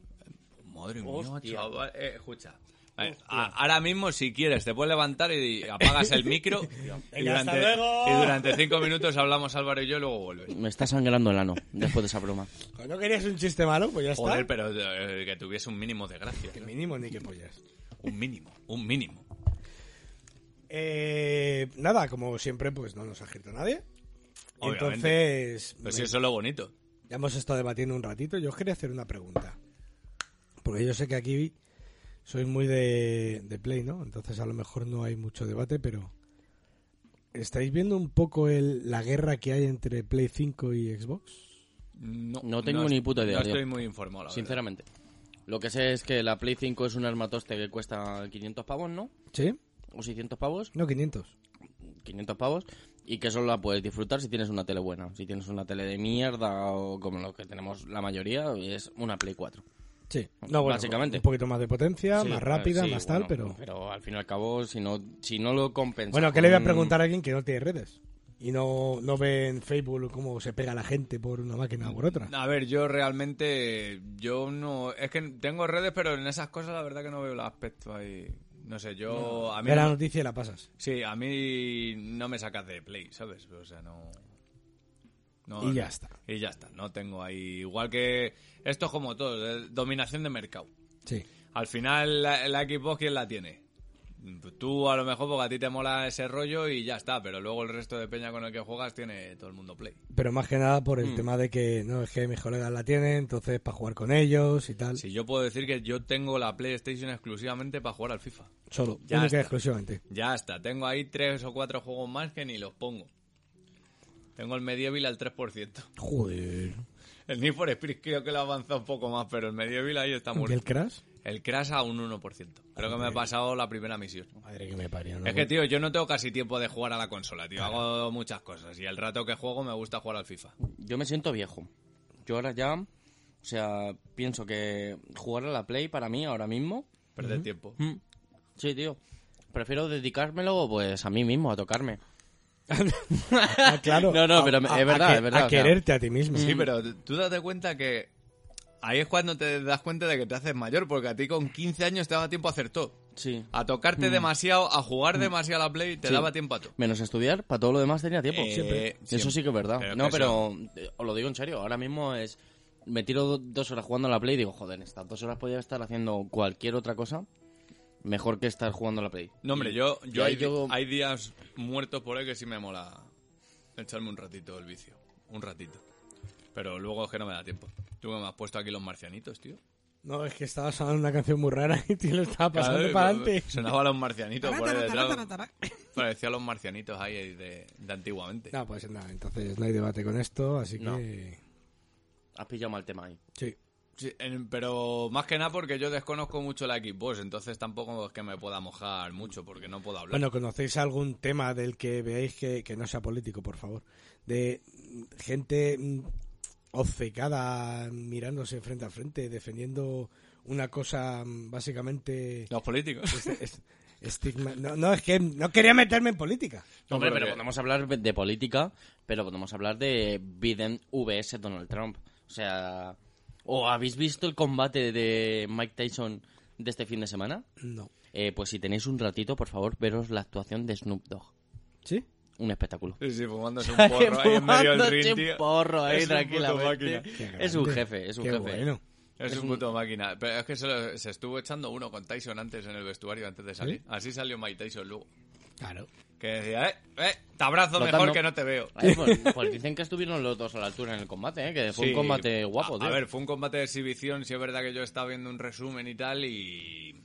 Speaker 2: Madre mía,
Speaker 3: Hostia.
Speaker 2: chaval. Eh, escucha. Vale, a- ahora mismo, si quieres, te puedes levantar y apagas el micro. y,
Speaker 1: (laughs) Venga, hasta
Speaker 2: durante,
Speaker 1: luego.
Speaker 2: y durante cinco minutos hablamos Álvaro y yo y luego vuelves.
Speaker 3: Me está sangrando el ano después de esa broma.
Speaker 1: Cuando querías un chiste malo, pues ya está.
Speaker 2: Joder, pero eh, que tuviese un mínimo de gracia.
Speaker 1: Que
Speaker 2: ¿no?
Speaker 1: mínimo ni que pollas.
Speaker 2: Un mínimo, un mínimo.
Speaker 1: Eh, nada, como siempre, pues no nos ha escrito nadie.
Speaker 2: Obviamente.
Speaker 1: Entonces,
Speaker 2: Pero si
Speaker 1: me-
Speaker 2: eso es lo bonito.
Speaker 1: Ya hemos estado debatiendo un ratito. Yo os quería hacer una pregunta. Porque yo sé que aquí sois muy de, de Play, ¿no? Entonces a lo mejor no hay mucho debate, pero ¿estáis viendo un poco el- la guerra que hay entre Play 5 y Xbox?
Speaker 2: No,
Speaker 3: No tengo ni puta idea,
Speaker 2: No
Speaker 3: tío.
Speaker 2: estoy muy informado, la verdad.
Speaker 3: Sinceramente. Lo que sé es que la Play 5 es un armatoste que cuesta 500 pavos, ¿no?
Speaker 1: ¿Sí?
Speaker 3: O 600 pavos.
Speaker 1: No, 500.
Speaker 3: 500 pavos. Y que solo la puedes disfrutar si tienes una tele buena. Si tienes una tele de mierda o como lo que tenemos la mayoría, es una Play 4.
Speaker 1: Sí. No, bueno,
Speaker 3: Básicamente.
Speaker 1: Un poquito más de potencia,
Speaker 3: Sí,
Speaker 1: Ah, más
Speaker 3: claro,
Speaker 1: rápida,
Speaker 3: sí,
Speaker 1: más tal,
Speaker 3: bueno,
Speaker 1: pero...
Speaker 3: Pero al fin y al cabo, si no, si no lo compensas.
Speaker 1: Bueno, ¿qué le voy a
Speaker 3: con-
Speaker 1: preguntar a alguien que no tiene redes? Y no, no ve en Facebook cómo se pega la gente por una máquina o por otra.
Speaker 2: A ver, yo realmente, yo no, es que tengo redes, pero en esas cosas la verdad que no veo el aspecto ahí. No sé, yo a mí,
Speaker 1: Ve la
Speaker 2: no-
Speaker 1: noticia y la pasas.
Speaker 2: sí, a mí no me sacas de play, ¿sabes? O sea, no. no-
Speaker 1: Y ya está.
Speaker 2: Y ya está. No tengo ahí, igual que esto es como todo, eh, dominación de mercado.
Speaker 1: Sí.
Speaker 2: Al final, la, la Xbox, ¿quién la tiene? Tú a lo mejor porque a ti te mola ese rollo y ya está, pero luego el resto de peña con el que juegas tiene todo el mundo play.
Speaker 1: Pero más que nada por el tema de que no es que mis colegas la tienen, entonces para jugar con ellos y tal.
Speaker 2: Si yo puedo decir que yo tengo la PlayStation exclusivamente para jugar al FIFA.
Speaker 1: Solo, única
Speaker 2: Ya
Speaker 1: y
Speaker 2: está.
Speaker 1: exclusivamente.
Speaker 2: Ya está, tengo ahí tres o cuatro juegos más que ni los pongo. Tengo el Medieval al 3%.
Speaker 1: Joder.
Speaker 2: El Need for Speed creo que lo ha avanzado un poco más, pero el Medieval ahí está
Speaker 1: ¿Y el
Speaker 2: muerto.
Speaker 1: Crash?
Speaker 2: El Crash a un 1%. Creo que me he pasado la primera misión.
Speaker 1: Madre que me parió. ¿no?
Speaker 2: Es que, tío, yo no tengo casi tiempo de jugar a la consola, tío. Hago muchas cosas y el rato que juego me gusta jugar al FIFA.
Speaker 3: Yo me siento viejo. Yo ahora ya. O sea, pienso que jugar a la Play para mí ahora mismo.
Speaker 2: Perder tiempo.
Speaker 3: mm, Sí, tío. Prefiero dedicármelo pues a mí mismo, a tocarme.
Speaker 1: Ah, claro.
Speaker 3: (laughs) No, no,
Speaker 1: A-
Speaker 3: pero me-
Speaker 1: a-
Speaker 3: es verdad,
Speaker 1: a
Speaker 3: es verdad,
Speaker 1: A
Speaker 3: o sea.
Speaker 1: quererte a ti mismo.
Speaker 2: Sí, pero tú date cuenta que ahí es cuando te das cuenta de que te haces mayor, porque a ti con 15 años te daba tiempo a hacer todo.
Speaker 3: Sí.
Speaker 2: A tocarte demasiado, a jugar demasiado a la Play, te
Speaker 3: Sí.
Speaker 2: daba tiempo a todo.
Speaker 3: Menos estudiar, para todo lo demás tenía tiempo.
Speaker 2: Eh, Siempre.
Speaker 3: Eso
Speaker 2: siempre.
Speaker 3: sí que es verdad.
Speaker 2: Pero
Speaker 3: no,
Speaker 2: que
Speaker 3: pero eh, os lo digo en serio, ahora mismo es... Me tiro do- dos horas jugando a la Play y digo, joder, estas dos horas podría estar haciendo cualquier otra cosa mejor que estar jugando a la Play.
Speaker 2: No, hombre,
Speaker 3: Y-
Speaker 2: yo,
Speaker 3: y
Speaker 2: yo,
Speaker 3: ahí
Speaker 2: hay, di- hay días muertos por ahí que sí me mola echarme un ratito el vicio. Un ratito. Pero luego es que no me da tiempo. Tú que me has puesto aquí los marcianitos, tío.
Speaker 1: No, es que estaba sonando una canción muy rara y tío lo
Speaker 3: Ah,
Speaker 1: estaba
Speaker 3: pues
Speaker 1: pasando
Speaker 2: Claro,
Speaker 1: para
Speaker 2: pero
Speaker 1: adelante.
Speaker 2: Sonaba los marcianitos por ahí detrás. (laughs) Parecía los marcianitos ahí de, de antiguamente.
Speaker 1: No, pues nada, entonces no hay debate con esto, así
Speaker 3: No.
Speaker 1: que.
Speaker 3: Has pillado mal tema ahí.
Speaker 1: Sí.
Speaker 2: Sí, en- pero más que nada porque yo desconozco mucho la Xbox, entonces tampoco es que me pueda mojar mucho porque no puedo hablar.
Speaker 1: Bueno, ¿conocéis algún tema del que veáis que, que no sea político, por favor? De mm, gente mm, obcecada mirándose frente a frente, defendiendo una cosa mm,
Speaker 3: (laughs)
Speaker 1: básicamente
Speaker 2: los políticos.
Speaker 1: es- estigma. No, no, es que no quería meterme en política.
Speaker 2: No,
Speaker 3: Hombre,
Speaker 2: pero
Speaker 3: pero,
Speaker 2: que-
Speaker 3: podemos hablar de política, pero podemos hablar de Biden vs Donald Trump. O sea, ¿o habéis visto el combate de Mike Tyson de este fin de semana?
Speaker 1: No.
Speaker 3: Eh, pues si tenéis un ratito, por favor, veros la actuación de Snoop Dogg.
Speaker 1: ¿Sí?
Speaker 3: Un espectáculo.
Speaker 2: Sí, sí,
Speaker 3: (laughs)
Speaker 2: fumándose un porro ahí en medio del
Speaker 3: Fumándose
Speaker 2: ring,
Speaker 3: un
Speaker 2: tío.
Speaker 3: porro ahí,
Speaker 2: Es un puto
Speaker 3: tranquilamente.
Speaker 2: máquina.
Speaker 1: Qué
Speaker 3: Es un
Speaker 1: grande.
Speaker 3: jefe, es un
Speaker 1: Qué
Speaker 3: jefe.
Speaker 1: bueno.
Speaker 2: Es, un puto máquina. Pero es que se, lo- se estuvo echando uno con Tyson antes en el vestuario, antes de salir. Así salió Mike Tyson luego.
Speaker 1: Claro.
Speaker 2: Que decía, eh, eh, te abrazo
Speaker 3: Notando-
Speaker 2: mejor que no te veo.
Speaker 3: Ay, pues, pues dicen que estuvieron los dos a la altura en el combate, ¿eh? que fue
Speaker 2: Sí.
Speaker 3: un combate guapo,
Speaker 2: a,
Speaker 3: tío.
Speaker 2: A ver, fue un combate de exhibición, sí es verdad que yo estaba viendo un resumen y tal y...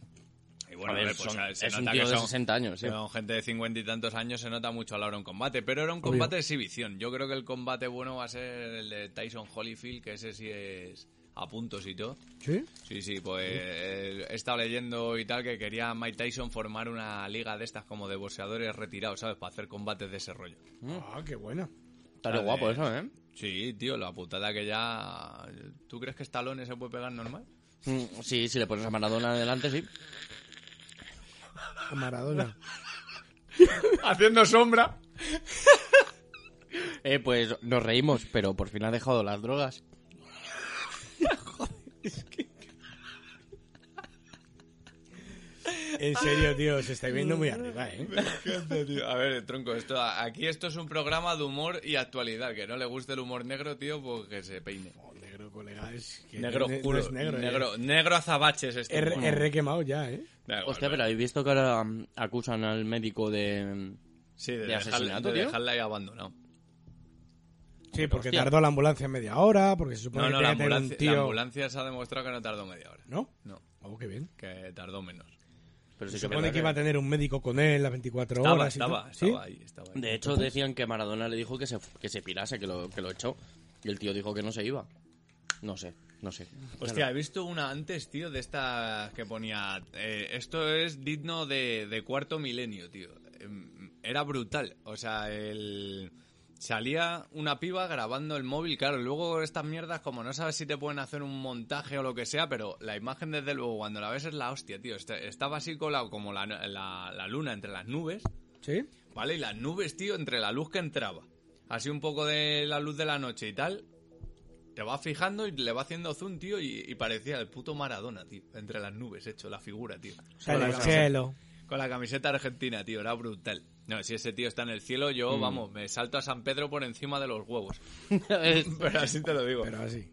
Speaker 2: Y bueno,
Speaker 3: A ver,
Speaker 2: hombre, pues,
Speaker 3: son-
Speaker 2: se
Speaker 3: es
Speaker 2: nota
Speaker 3: un tío
Speaker 2: que
Speaker 3: de
Speaker 2: son-
Speaker 3: 60 años, sí.
Speaker 2: Son gente de 50 y tantos años, se nota mucho a la hora un combate, pero era un combate de exhibición. Yo creo que el combate bueno va a ser el de Tyson Holyfield, que ese sí es a puntos y todo.
Speaker 1: ¿Sí?
Speaker 2: Sí, sí, pues eh, he estado leyendo y tal que quería Mike Tyson formar una liga de estas como de boxeadores retirados, ¿sabes? Para hacer combates de ese rollo.
Speaker 3: Mm.
Speaker 1: Ah, qué bueno.
Speaker 3: Estaría
Speaker 2: a
Speaker 3: guapo
Speaker 2: ver.
Speaker 3: eso, ¿eh?
Speaker 2: Sí, tío, la putada que ya... ¿Tú crees que Stallone se puede pegar normal? (laughs)
Speaker 3: Mm, Sí, si le pones a Maradona adelante, sí.
Speaker 1: A Maradona.
Speaker 2: Haciendo sombra.
Speaker 3: Eh, pues nos reímos, pero por fin ha dejado las drogas.
Speaker 2: Ah,
Speaker 1: En serio, tío, se está viendo muy arriba,
Speaker 3: (laughs)
Speaker 1: ¿eh?
Speaker 2: A ver, tronco, esto, aquí esto es un programa de humor y actualidad. Que no le guste el humor negro, tío, pues que se peine.
Speaker 1: Oh, negro, colega, es que
Speaker 2: Negro
Speaker 1: no- no
Speaker 2: oscuro.
Speaker 1: es negro, ¿eh?
Speaker 2: negro, negro azabaches este.
Speaker 1: He,
Speaker 2: humor.
Speaker 1: he requemado ya, ¿eh?
Speaker 2: Da igual,
Speaker 3: Hostia, pero
Speaker 2: vale.
Speaker 3: habéis visto que ahora mm, acusan al médico de.
Speaker 2: Sí, de,
Speaker 3: de
Speaker 2: dejarle-
Speaker 3: asesinato,
Speaker 2: de
Speaker 3: tío.
Speaker 2: dejarla ahí abandonado.
Speaker 1: Sí, porque
Speaker 3: Hostia.
Speaker 1: tardó la ambulancia media hora, porque se supone
Speaker 2: No, no,
Speaker 1: que
Speaker 2: la
Speaker 1: tenía que tener un
Speaker 2: ambulancia,
Speaker 1: tío...
Speaker 2: la ambulancia se ha demostrado que no tardó media hora.
Speaker 1: ¿No?
Speaker 2: No,
Speaker 1: Oh, qué bien.
Speaker 2: que tardó menos.
Speaker 3: Pero sí
Speaker 1: Se
Speaker 3: que es
Speaker 1: supone
Speaker 3: verdad
Speaker 1: que iba a tener un médico con él las 24
Speaker 2: Estaba,
Speaker 1: horas. y
Speaker 2: estaba,
Speaker 1: tal. ¿Sí?
Speaker 2: estaba ahí, estaba ahí.
Speaker 3: De hecho, decían que Maradona le dijo que se, que se pirase, que lo, que lo echó. Y el tío dijo que no se iba. No sé,
Speaker 2: (laughs)
Speaker 3: no sé. (laughs)
Speaker 2: Hostia, he visto una antes, tío, de esta que ponía. eh, esto es digno de, de cuarto milenio, tío. Em, Era brutal. O sea, el. Salía una piba grabando el móvil, claro, luego estas mierdas como no sabes si te pueden hacer un montaje o lo que sea, pero la imagen desde luego cuando la ves es la hostia, tío. Está- Estaba así colado como la, la- la luna entre las nubes,
Speaker 1: ¿Sí?
Speaker 2: ¿vale? Y las nubes, tío, entre la luz que entraba, así un poco de la luz de la noche y tal, te vas fijando y le va haciendo zoom, tío, y, y parecía el puto Maradona, tío, entre las nubes, hecho, la figura, tío.
Speaker 1: Está en
Speaker 2: Con la
Speaker 1: el
Speaker 2: camiseta-
Speaker 1: cielo.
Speaker 2: Con la camiseta argentina, tío, era brutal. No, si ese tío está en el cielo, yo, vamos, me salto a San Pedro por encima de los huevos.
Speaker 3: Eh.
Speaker 2: (laughs) Pero así te lo digo.
Speaker 1: Pero así.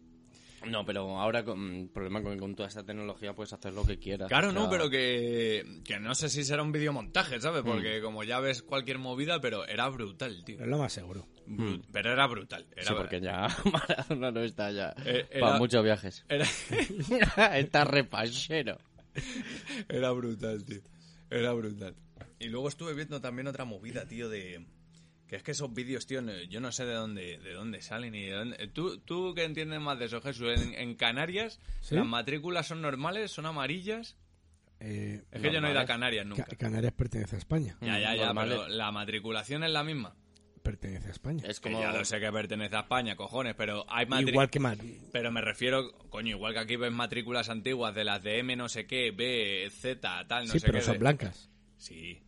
Speaker 3: no, pero ahora con problema con, con toda esta tecnología puedes hacer lo que quieras.
Speaker 2: Claro,
Speaker 3: o sea,
Speaker 2: no, pero que, que no sé si será un videomontaje, ¿sabes? Porque como ya ves cualquier movida, pero era brutal, tío.
Speaker 1: Es lo más seguro.
Speaker 2: Bru- Pero era brutal. Era
Speaker 3: Sí, porque ya (laughs) Maradona no está ya.
Speaker 2: Eh,
Speaker 3: Para
Speaker 2: era-
Speaker 3: muchos viajes. (laughs)
Speaker 2: Era,
Speaker 3: está repachero.
Speaker 2: era brutal, tío. Era brutal. Y luego estuve viendo también otra movida, tío, de... Que es que esos vídeos, tío, no- yo no sé de dónde, de dónde salen y de dónde... eh, ¿Tú, tú que entiendes más de eso, Jesús, en, en Canarias
Speaker 1: ¿Sí?
Speaker 2: las matrículas son normales, son amarillas.
Speaker 1: Eh,
Speaker 2: Es que yo no he ido a
Speaker 3: Normales.
Speaker 2: Canarias nunca.
Speaker 1: Ca- Canarias pertenece a España.
Speaker 2: ya, ya, ya,
Speaker 3: Normales.
Speaker 2: pero la matriculación es la misma.
Speaker 1: Pertenece a España.
Speaker 3: Es
Speaker 2: Que
Speaker 3: como.
Speaker 2: ya lo sé que pertenece a España, cojones, pero hay matrículas...
Speaker 1: Igual que Madrid.
Speaker 2: Pero me refiero, coño, igual que aquí ves matrículas antiguas de las de M no sé qué, B, Z, tal, no
Speaker 1: sí,
Speaker 2: sé
Speaker 1: pero
Speaker 2: qué.
Speaker 1: son
Speaker 2: de-
Speaker 1: blancas.
Speaker 2: Sí.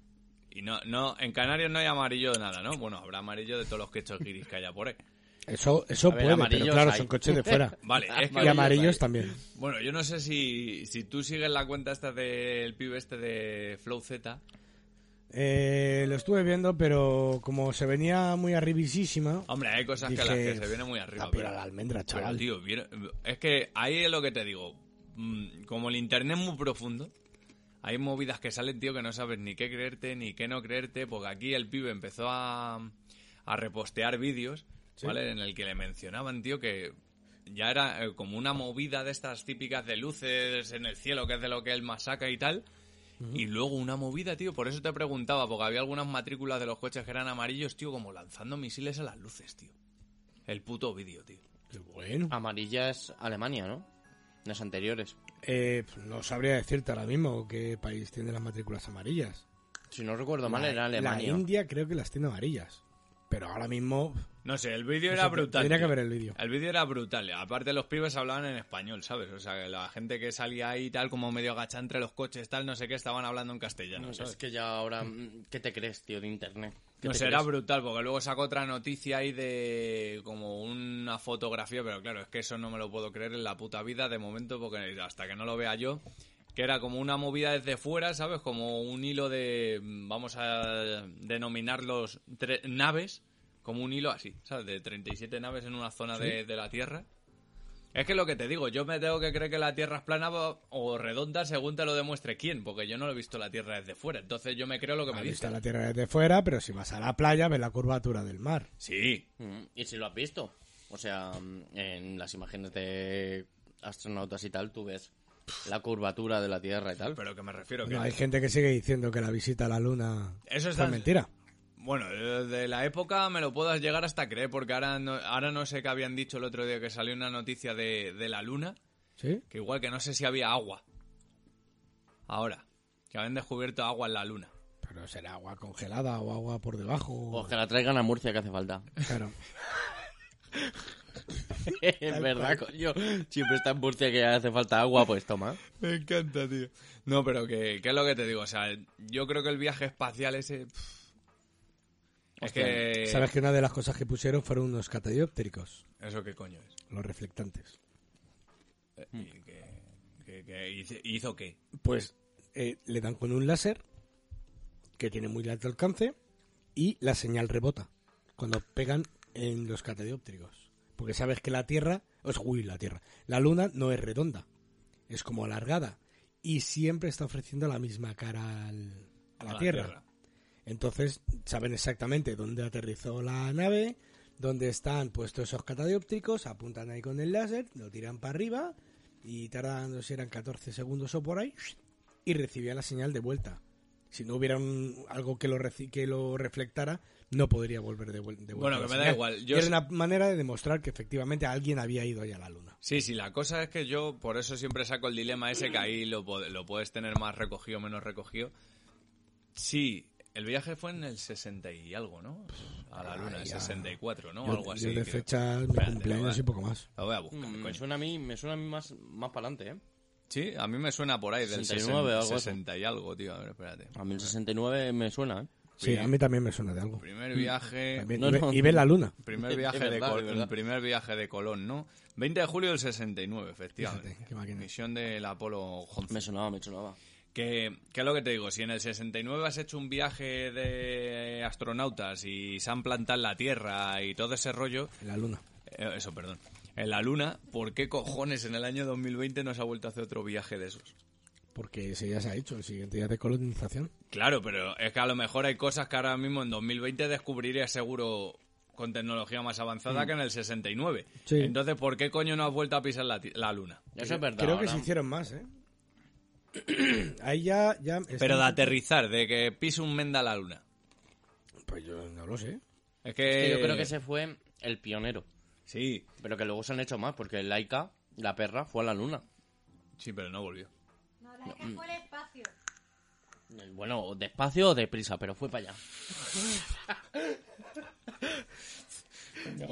Speaker 2: Y no, no, en Canarias no hay amarillo de nada, ¿no? Bueno, habrá amarillo de todos los que estos guiris que haya por ahí.
Speaker 1: Eso, eso
Speaker 3: A ver,
Speaker 1: puede, pero
Speaker 3: amarillos
Speaker 1: claro,
Speaker 3: hay.
Speaker 1: son coches de
Speaker 2: (laughs)
Speaker 1: fuera.
Speaker 2: Vale, es que-
Speaker 1: y amarillos
Speaker 3: hay.
Speaker 1: también.
Speaker 2: Bueno, yo no sé si, si tú sigues la cuenta esta del pibe este de Flow Z.
Speaker 1: Eh, lo estuve viendo, pero como se venía muy arribisísima.
Speaker 2: Hombre, hay cosas
Speaker 1: dije,
Speaker 2: que las que se viene muy arriba.
Speaker 1: La pera
Speaker 2: "Ah, pero-
Speaker 1: la almendra,
Speaker 2: pero,
Speaker 1: chaval.
Speaker 2: tío, vieron- es que ahí es lo que te digo. Mm, Como el internet es muy profundo, hay movidas que salen, tío, que no sabes ni qué creerte ni qué no creerte, porque aquí el pibe empezó a, a repostear vídeos, ¿vale? En el que le mencionaban, tío, que ya era eh, como una movida de estas típicas de luces en el cielo, que es de lo que él más saca y tal. Y luego una movida, tío, por eso te preguntaba, porque había algunas matrículas de los coches que eran amarillos, tío, como lanzando misiles a las luces, tío. El puto vídeo, tío.
Speaker 1: Qué bueno.
Speaker 2: Ah.
Speaker 3: Amarilla es Alemania, ¿no? Las anteriores.
Speaker 1: Eh, no sabría decirte ahora mismo qué país tiene las matrículas amarillas.
Speaker 3: Si no recuerdo mal, era
Speaker 1: la,
Speaker 3: Alemania.
Speaker 1: India creo que las tiene amarillas. Pero ahora mismo.
Speaker 2: No sé, el vídeo
Speaker 1: no
Speaker 2: era
Speaker 1: sé,
Speaker 2: brutal.
Speaker 1: Tendría que
Speaker 2: tío.
Speaker 1: ver el vídeo.
Speaker 2: El vídeo era brutal. Aparte, los pibes hablaban en español, ¿sabes? O sea, que la gente que salía ahí, tal, como medio agachada entre los coches, tal, no sé qué, estaban hablando en castellano,
Speaker 3: No,
Speaker 2: ¿sabes?
Speaker 3: es que ya ahora. mm, ¿Qué te crees, tío, de internet? ¿Qué
Speaker 2: No
Speaker 3: te
Speaker 2: sé, era
Speaker 3: crees?
Speaker 2: brutal, porque luego sacó otra noticia ahí de como una fotografía, pero claro, es que eso no me lo puedo creer en la puta vida de momento, porque hasta que no lo vea yo, que era como una movida desde fuera, ¿sabes? Como un hilo de, vamos a denominarlos tre- naves, como un hilo así, ¿sabes? De 37 naves en una zona de, de la Tierra. Es que lo que te digo, yo me tengo que creer que la Tierra es plana o o redonda según te lo demuestre quién, porque yo no lo he visto la Tierra desde fuera, entonces yo me creo lo que me
Speaker 1: Ahí
Speaker 2: dice.
Speaker 1: está la tierra desde fuera, pero si vas a la playa, ves la curvatura del mar.
Speaker 2: Sí,
Speaker 3: Mm, ¿Y si lo has visto? O sea, mm, en las imágenes de astronautas y tal, tú ves la curvatura de la Tierra y tal.
Speaker 2: Pero que me refiero que...
Speaker 1: No, hay gente que sigue diciendo que la visita a la luna
Speaker 2: Eso
Speaker 1: es
Speaker 2: está-
Speaker 1: mentira.
Speaker 2: Bueno, de de la época me lo puedas llegar hasta creer, porque ahora no, ahora no sé qué habían dicho el otro día que salió una noticia de, de la luna,
Speaker 1: ¿Sí?
Speaker 2: que igual que no sé si había agua. Ahora, que habían descubierto agua en la luna.
Speaker 1: Pero será agua congelada o agua por debajo.
Speaker 2: uh.
Speaker 3: O que la traigan a Murcia que hace falta.
Speaker 1: Claro.
Speaker 3: Es verdad, coño. Siempre está en Murcia que hace falta agua, pues toma.
Speaker 2: Me encanta, tío. No, pero que, que es lo que te digo, o sea, yo creo que el viaje espacial ese... pff, es
Speaker 3: Hostia,
Speaker 2: (laughs) que...
Speaker 1: Sabes que una de las cosas que pusieron fueron unos catadióptricos,
Speaker 2: ¿Eso qué coño es?
Speaker 1: los reflectantes.
Speaker 2: Eh, y que- que- que hice- ¿Hizo qué?
Speaker 1: Pues eh, le dan con un láser que tiene muy alto alcance y la señal rebota cuando pegan en los catadióptricos. Porque sabes que la Tierra, os- uy, la Tierra, la Luna no es redonda, es como alargada y siempre está ofreciendo la misma cara al- a la,
Speaker 2: A la
Speaker 1: tierra.
Speaker 2: Tierra.
Speaker 1: Entonces saben exactamente dónde aterrizó la nave, dónde están puestos esos catadióptricos, apuntan ahí con el láser, lo tiran para arriba y tardan, no sé si eran 14 segundos o por ahí, y recibía la señal de vuelta. si no hubiera un- algo que lo, reci- que lo reflectara, no podría volver de, vuel- de vuelta.
Speaker 2: Bueno,
Speaker 1: a la
Speaker 2: que me da
Speaker 1: señal.
Speaker 2: igual.
Speaker 1: Y
Speaker 2: Yo
Speaker 1: era
Speaker 2: sé-
Speaker 1: una manera de demostrar que efectivamente alguien había ido allá a la luna.
Speaker 2: Sí, sí, la cosa es que yo por eso siempre saco el dilema ese que ahí lo, pod- lo puedes tener más recogido o menos recogido. Sí, el viaje fue en el 60 y algo, ¿no? A la luna,
Speaker 1: Ay, ya.
Speaker 2: 64, ¿no?
Speaker 1: Yo-
Speaker 2: algo así.
Speaker 1: yo de
Speaker 2: creo.
Speaker 1: fecha, mi
Speaker 2: Espérate,
Speaker 1: cumpleaños
Speaker 2: lo
Speaker 1: y poco más.
Speaker 2: Lo voy a buscar,
Speaker 3: Mm, Me
Speaker 2: coño.
Speaker 3: suena a mí, me suena a mí más, más para adelante, ¿eh?
Speaker 2: Sí, a mí me suena por ahí del
Speaker 3: 69
Speaker 2: 60,
Speaker 3: o algo así.
Speaker 2: 60 y algo, tío. A ver, espérate.
Speaker 3: A mí el 69 me suena, ¿eh?
Speaker 1: Sí,
Speaker 2: Bien.
Speaker 1: a mí también me suena de algo.
Speaker 2: Primer viaje...
Speaker 1: Mm. También-
Speaker 3: no,
Speaker 1: y, ve,
Speaker 3: no.
Speaker 1: y ve la luna. (laughs)
Speaker 2: Primer
Speaker 3: Es
Speaker 2: viaje, de
Speaker 3: verdad,
Speaker 2: Col-
Speaker 3: es verdad.
Speaker 2: primer viaje de Colón, ¿no? 20 de julio del 69, efectivamente.
Speaker 1: Fíjate, qué máquina.
Speaker 2: Misión del Apolo 11.
Speaker 3: Me sonaba, me sonaba.
Speaker 2: Que, que es lo que te digo, si en el 69 has hecho un viaje de astronautas y se han plantado en la Tierra y todo ese rollo,
Speaker 1: En la luna.
Speaker 2: eh, eso, perdón, en la Luna, ¿por qué cojones en el año 2020 no se ha vuelto a hacer otro viaje de esos?
Speaker 1: Porque ese ya se ha hecho, el siguiente día de colonización.
Speaker 2: Claro, pero es que a lo mejor hay cosas que ahora mismo en 2020 descubriría seguro con tecnología más avanzada que en el 69.
Speaker 1: Sí.
Speaker 2: Entonces, ¿por qué coño no has vuelto a pisar la, ti- la Luna?
Speaker 3: Eso es verdad.
Speaker 1: Creo que
Speaker 3: ahora.
Speaker 1: se hicieron más, ¿eh? (clears throat) Ahí ya... ya
Speaker 2: Pero de
Speaker 1: date
Speaker 2: aterrizar, de que pise un menda la Luna.
Speaker 1: Pues yo no lo sé.
Speaker 2: Es
Speaker 3: Es
Speaker 2: que...
Speaker 3: que yo creo que ese fue el pionero.
Speaker 2: Sí,
Speaker 3: Pero que luego se han hecho más, porque Laika, la perra, fue a la luna.
Speaker 2: sí, pero no volvió.
Speaker 4: No, la que fue el espacio.
Speaker 3: Bueno, o despacio o deprisa, pero fue para allá. (laughs)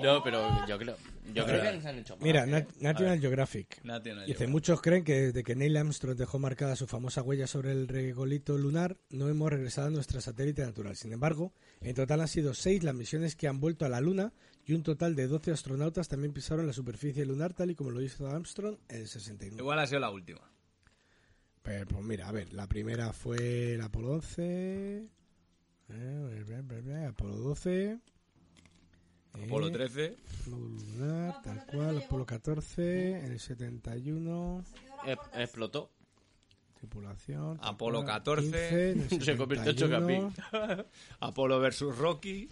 Speaker 3: No, pero yo creo, yo creo que se han hecho más.
Speaker 1: Mira,
Speaker 3: ¿eh?
Speaker 1: Nat- National Geographic.
Speaker 2: National
Speaker 1: Dice,
Speaker 2: Geographic.
Speaker 1: muchos creen que desde que Neil Armstrong dejó marcada su famosa huella sobre el regolito lunar, no hemos regresado a nuestra satélite natural. Sin embargo, en total han sido seis las misiones que han vuelto a la Luna y un total de 12 astronautas también pisaron la superficie lunar tal y como lo hizo Armstrong en el 69.
Speaker 2: Mm. Igual ha sido la última.
Speaker 1: Pero, pues mira, a ver, la primera fue el Apolo 11, eh, bla, bla, bla, Apolo 12,
Speaker 2: Apolo
Speaker 1: eh,
Speaker 2: 13.
Speaker 1: módulo lunar, tal cual, Apolo 14, en el 71...
Speaker 3: Ep- explotó.
Speaker 1: Tripulación.
Speaker 2: Apolo
Speaker 1: tripulación, 15,
Speaker 2: 14,
Speaker 1: en el
Speaker 3: (laughs) Se convirtió en Chocapic.
Speaker 1: 71,
Speaker 2: Apolo versus Rocky.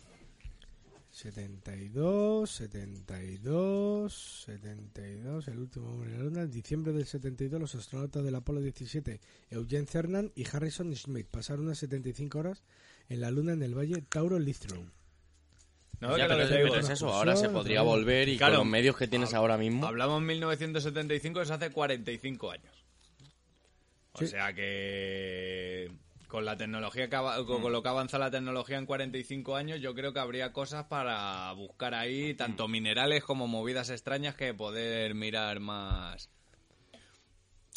Speaker 1: 72, 72, 72, el último hombre en la luna. En diciembre del 72, los astronautas del Apolo 17, Eugene Cernan y Harrison Smith, pasaron unas 75 horas en la luna en el valle Tauro Lithrow.
Speaker 2: No,
Speaker 3: Ya,
Speaker 2: que lo
Speaker 3: pero,
Speaker 2: que te digo,
Speaker 3: pero es eso, ahora se podría volver y
Speaker 2: Claro.
Speaker 3: con los medios que tienes ahora mismo.
Speaker 2: Hablamos 1975, es hace 45 años. O sea que con la tecnología que ava- con
Speaker 3: Mm.
Speaker 2: con lo que avanza la tecnología en 45 años, yo creo que habría cosas para buscar
Speaker 3: Mm.
Speaker 2: ahí, tanto minerales como movidas extrañas que poder mirar más.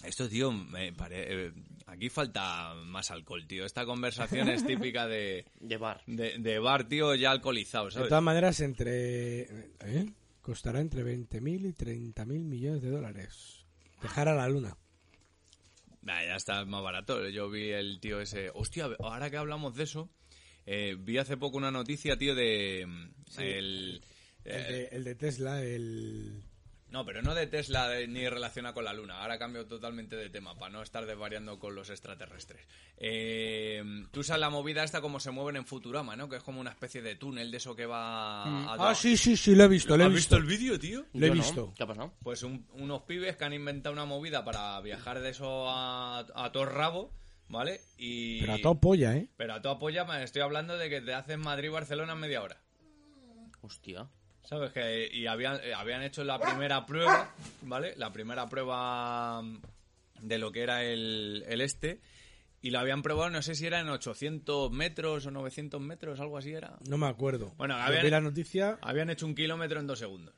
Speaker 2: Esto, tío, me pare- eh, aquí falta más alcohol, tío. Esta conversación
Speaker 3: (laughs)
Speaker 2: es típica de,
Speaker 3: De bar.
Speaker 2: de, de bar, tío, ya alcoholizado,
Speaker 1: De
Speaker 2: ¿sabes?
Speaker 1: todas maneras, entre ¿eh? costará entre 20.000 y 30.000 millones de dólares. Dejar a la luna.
Speaker 2: Nah, ya está más barato. Yo vi el tío ese. Hostia, ahora que hablamos de eso, eh, vi hace poco una noticia, tío, de. mm, El,
Speaker 1: El
Speaker 2: eh,
Speaker 1: de, el de Tesla, el...
Speaker 2: No, pero no de Tesla de- ni relaciona con la Luna. Ahora cambio totalmente de tema para no estar desvariando con los extraterrestres. Eh, tú sabes la movida esta como se mueven en Futurama, ¿no? Que es como una especie de túnel de eso que va. a-
Speaker 1: Ah, sí, sí, sí, lo he visto, lo he
Speaker 2: ¿Has
Speaker 1: visto.
Speaker 2: visto el vídeo, tío?
Speaker 1: Lo he
Speaker 3: Yo no.
Speaker 1: visto.
Speaker 3: ¿Qué ha pasado?
Speaker 2: Pues un- unos pibes que han inventado una movida para viajar de eso a, a todo rabo, ¿vale? Y...
Speaker 1: Pero a todo polla, ¿eh?
Speaker 2: Pero a tu apoya me estoy hablando de que te hacen Madrid-Barcelona en media hora.
Speaker 3: Hostia.
Speaker 2: ¿Sabes? Que, y habían, eh, habían hecho la primera prueba, ¿vale? La primera prueba mm, de lo que era el, el este. Y la habían probado, no sé si era en 800 metros o 900 metros, algo así era.
Speaker 1: No me acuerdo.
Speaker 2: Bueno,
Speaker 1: Yo
Speaker 2: a ver-
Speaker 1: vi la noticia.
Speaker 2: Habían hecho un kilómetro en dos segundos.